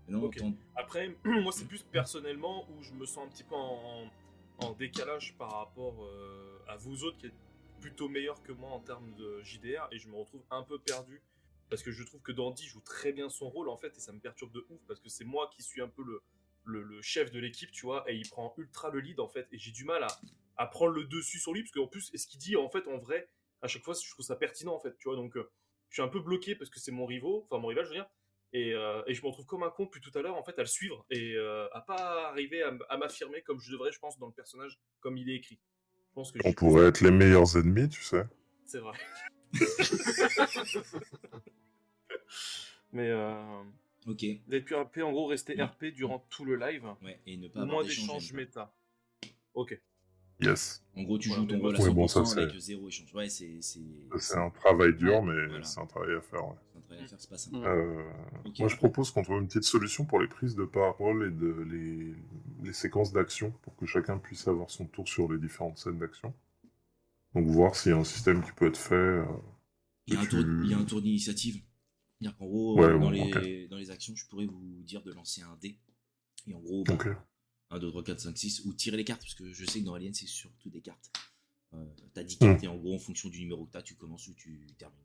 non, Ok. tant- Après, moi, c'est plus personnellement où je me sens un petit peu en, en décalage par rapport euh, à vous autres qui êtes plutôt meilleurs que moi en termes de JDR et je me retrouve un peu perdu parce que je trouve que Dandy joue très bien son rôle en fait et ça me perturbe de ouf parce que c'est moi qui suis un peu le, le, le chef de l'équipe, tu vois, et il prend ultra le lead en fait et j'ai du mal à, à prendre le dessus sur lui parce qu'en plus, ce qu'il dit en fait en vrai, à chaque fois, je trouve ça pertinent en fait, tu vois, donc euh, je suis un peu bloqué parce que c'est mon rival, enfin mon rival, je veux dire. Et, euh, et je me retrouve comme un con depuis tout à l'heure en fait à le suivre et euh, à pas arriver à, m- à m'affirmer comme je devrais, je pense, dans le personnage comme il est écrit. Je pense que on j'ai- pourrait être les meilleurs ennemis, tu sais. C'est vrai. Mais euh, Ok, d'être plus RP, en gros, rester Ouais. RP durant tout le live, ouais, et ne Mm. pas avoir moins d'échange, d'échanges j'aime méta. Ok. Yes. pas. En gros, tu Ouais, joues mais ton moi, rôle à je- 100% Ouais, bon, ça, avec zéro échange. Ouais, c'est. C'est C'est un travail dur, Ouais, mais voilà. c'est un travail à faire. ouais. c'est un travail à faire, c'est pas ça. Mm. Euh, Ok, Moi, je après- propose qu'on trouve une petite solution pour les prises de parole et de les, les séquences d'action pour que chacun puisse avoir son tour sur les différentes scènes d'action. Donc, voir s'il y a un système qui peut être fait. euh, Il y a un que tour, tu- il y a un tour d'initiative. C'est-à-dire qu'en gros, Ouais, euh, dans, bon, les, ok. dans les actions, je pourrais vous dire de lancer un dé. Et en gros, Ok. 1, 2, 3, 4, 5, 6, ou tirer les cartes, parce que je sais que dans Alien, c'est surtout des cartes. Euh, t'as 10 Hmm. cartes, et en gros, en fonction du numéro que t'as, tu commences ou tu termines.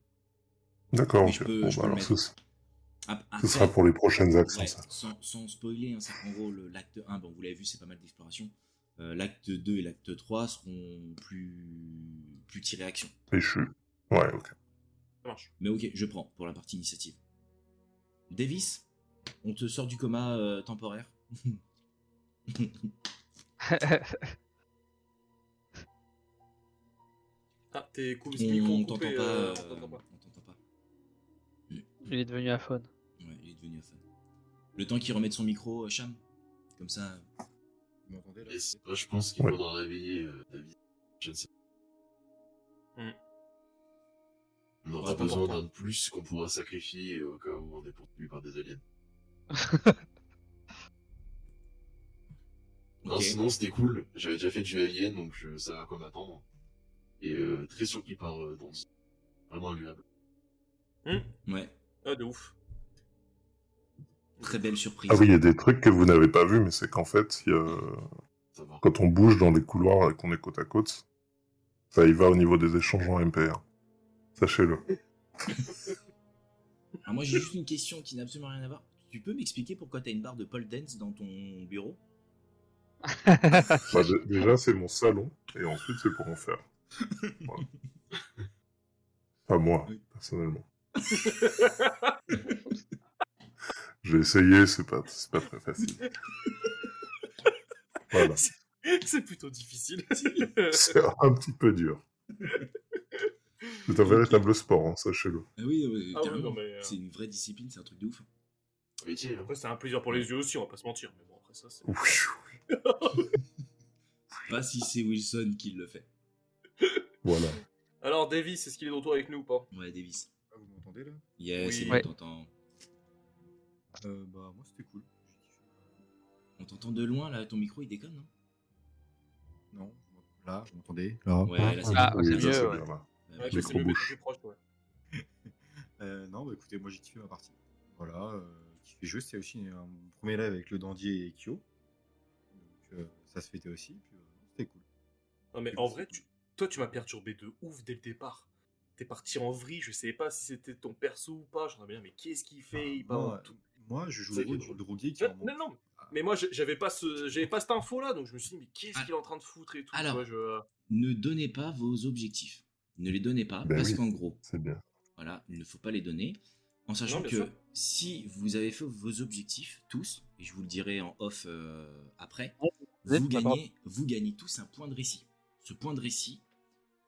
D'accord. Mais je ok. peux- Bon, je bah, peux le alors, ce, mettre. Ap- ce Ah, après- sera pour les prochaines actions, Ouais, ça. sans, sans spoiler, hein, c'est qu'en gros, le- l'acte 1, bon, vous l'avez vu, c'est pas mal d'exploration. Euh, l'acte 2 et l'acte 3 seront plus, plus tirés action. Péchu. Ouais, ok. Ah Ça marche. Mais ok, je prends pour la partie initiative. Davis, on te sort du coma euh, temporaire. Ah, t'es cool, ce micro on coupé, t'entend Mm, pas. euh, euh, on t'entend pas. on t'entend pas. Il est devenu aphone. Ouais, il est devenu fan. Le temps qu'il remette son micro, euh, Cham. Comme ça. euh, Vous m'entendez là Et c'est- moi, je pense qu'il Ouais. faudra réveiller euh, David. Je ne sais pas. Hmm. On aura Ouais, pas besoin longtemps. d'un de plus qu'on pourra sacrifier euh, au cas où on est poursuivi par des aliens. Ok. Non, sinon c'était cool. J'avais déjà fait du alien, donc euh, je savais à quoi m'attendre. Et euh, très surpris par euh, Dandy. Vraiment agréable. Ouais, Ah, de ouf. très belle surprise. Ah oui, il y a des trucs que vous n'avez pas vus, mais c'est qu'en fait, il y a- Ça va. quand on bouge dans les couloirs et qu'on est côte à côte, ça y va au niveau des échanges en MPR. Sachez-le. Alors moi, j'ai juste une question qui n'a absolument rien à voir. Tu peux m'expliquer pourquoi t'as une barre de pole dance dans ton bureau Bah, dé- déjà, c'est mon salon, et ensuite, c'est pour en faire. Voilà. Pas moi, personnellement. J'ai essayé, c'est pas, c'est pas très facile. Voilà, C'est plutôt difficile. c'est un petit peu dur. C'est un véritable sport, hein, sachez-le. Ah oui, ouais, Ah oui, carrément. non, mais, euh, C'est une vraie discipline, c'est un truc de ouf. hein. Métier, hein. Après, c'est un plaisir pour les yeux aussi, on va pas se mentir. Mais bon, après ça, c'est. Pas si c'est Wilson qui le fait. Voilà. Alors, Davis, est-ce qu'il est de retour avec nous ou pas Ouais, Davis. Ah, vous m'entendez là Yeah, Oui. c'est bon, Ouais. t'entends. Euh, Bah, moi, c'était cool. On t'entend de loin là, ton micro il déconne, non Non, là, vous m'entendez Là. Ouais, là c'est Ah, bon. c'est Oui, ça, mieux, c'est ouais. bien, là. Ouais, Ouais, bah, je sais, mais micro-bouche. plus proche, ouais. Euh, non, bah écoutez, moi j'ai kiffé ma partie. Voilà, euh, kiffé jeu, c'était aussi un premier live avec le Dandier et Kyo. Donc euh, ça se fêtait aussi, puis euh, c'était cool. Non, mais en vrai, tu- toi, tu m'as perturbé de ouf dès le départ. T'es parti en vrille, je savais pas si c'était ton perso ou pas. J'en ai bien, mais qu'est-ce qu'il fait Il Ah, parle moi, tout. moi, je joue C'est le rôle drôle. du drogué qui est Non, en non, non, mais moi, j'ai- j'avais pas, ce... j'avais pas cette info là, donc je me suis dit, mais qu'est-ce Ah. qu'il est en train de foutre et tout. Alors. tu vois, je- euh, Ne donnez pas vos objectifs. Ne les donnez pas, Ben parce oui. qu'en gros, C'est bien. Voilà, il ne faut pas les donner. En sachant Non, bien que sûr. si vous avez fait vos objectifs, tous, et je vous le dirai en off euh, après, Ouais, vous êtes d'accord. gagnez, vous gagnez tous un point de récit. Ce point de récit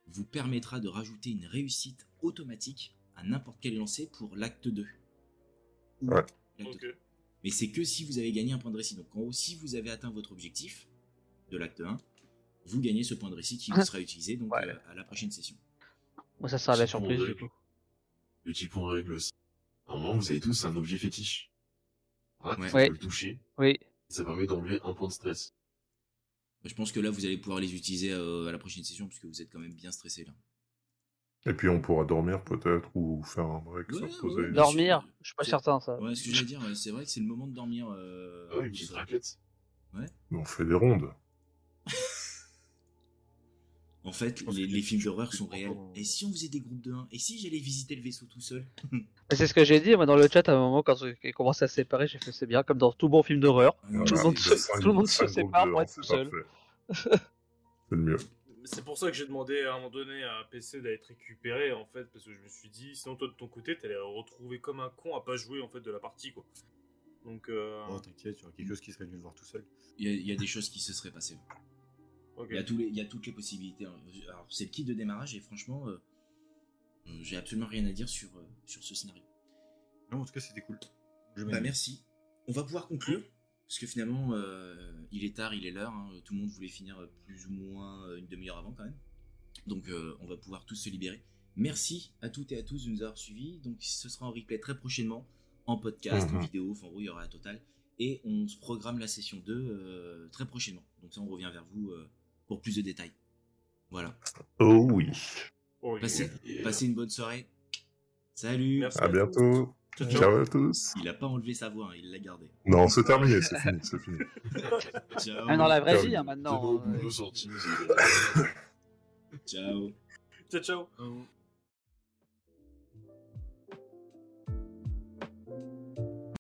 vous permettra de rajouter une réussite automatique à n'importe quel lancer pour l'acte 2. Ou Ouais. l'acte Ok. 3. Mais c'est que si vous avez gagné un point de récit. Donc en haut, si vous avez atteint votre objectif de l'acte 1, vous gagnez ce point de récit qui vous sera utilisé donc, Ouais. euh, à la prochaine session. Moi, ça sera la C'est bon, surprise du ouais. coup. Petit point règle aussi. À un moment, vous avez tous un objet fétiche. Rate, Ouais. tu peux Ouais. le toucher. Oui, Ça permet d'enlever un point de stress. Je pense que là, vous allez pouvoir les utiliser euh, à la prochaine session, puisque vous êtes quand même bien stressé là. Et puis, on pourra dormir peut-être, ou faire un break, se Ouais, reposer. ouais, Bien dormir, sûr. je suis pas C'est- certain ça. Ouais, ce que j'allais dire, ouais, c'est vrai que c'est le moment de dormir. euh, Ah ouais, une petite ça. raclette. Mais On fait des rondes. En fait, pense les, que hein. les je- films je- d'horreur je sont comprends réels. pas. Et si on faisait des groupes de 1 Et si j'allais visiter le vaisseau tout seul Mais c'est ce que j'ai dit moi dans le chat à un moment quand ils commençaient à se séparer, j'ai fait c'est bien comme dans tout bon film d'horreur. Ah, bah, Euh, Tout le monde se- tout le monde se sépare pour être tout seul. seul. hein, C'est le mieux. Mais C'est pour ça que j'ai demandé à un moment donné à PC d'être récupéré en fait, parce que je me suis dit, sinon toi de ton côté, t'allais retrouver comme un con à pas jouer en fait de la partie quoi. Donc, euh... Oh, t'inquiète, il y aura quelque chose qui serait mieux de voir tout seul. Il y, a- il y a des choses qui se seraient passées. Oh, ok. Il y a, tous les, il y a toutes les possibilités. hein. Alors, c'est le kit de démarrage, et franchement, euh, euh, j'ai absolument rien à dire sur, euh, sur ce scénario. Non, en tout cas, c'était cool. Je Bah, merci. On va pouvoir conclure, parce que finalement, euh, il est tard, il est l'heure. hein. Tout le monde voulait finir euh, plus ou moins euh, une demi-heure avant quand même. Donc euh, on va pouvoir tous se libérer. Merci à toutes et à tous de nous avoir suivis. Donc ce sera en replay très prochainement, en podcast, en Mhm. vidéo, enfin en gros, il y aura la totale. Et on se programme la session 2 euh, très prochainement. Donc ça, on revient vers vous euh, pour plus de détails. Voilà. Oh oui. Oh, il est- Passez, Et, euh, passez une bonne soirée. Salut. Merci. À bientôt. Ciao, ciao. Ciao à tous. Il a pas enlevé sa voix, hein, il l'a gardée. Non, c'est terminé, c'est fini, c'est fini. Ciao. Même dans la vraie Ah oui, vie hein, c'est euh, maintenant. bon, hein. nous sortis, nous avons- Ciao. Ciao, ciao. Oh.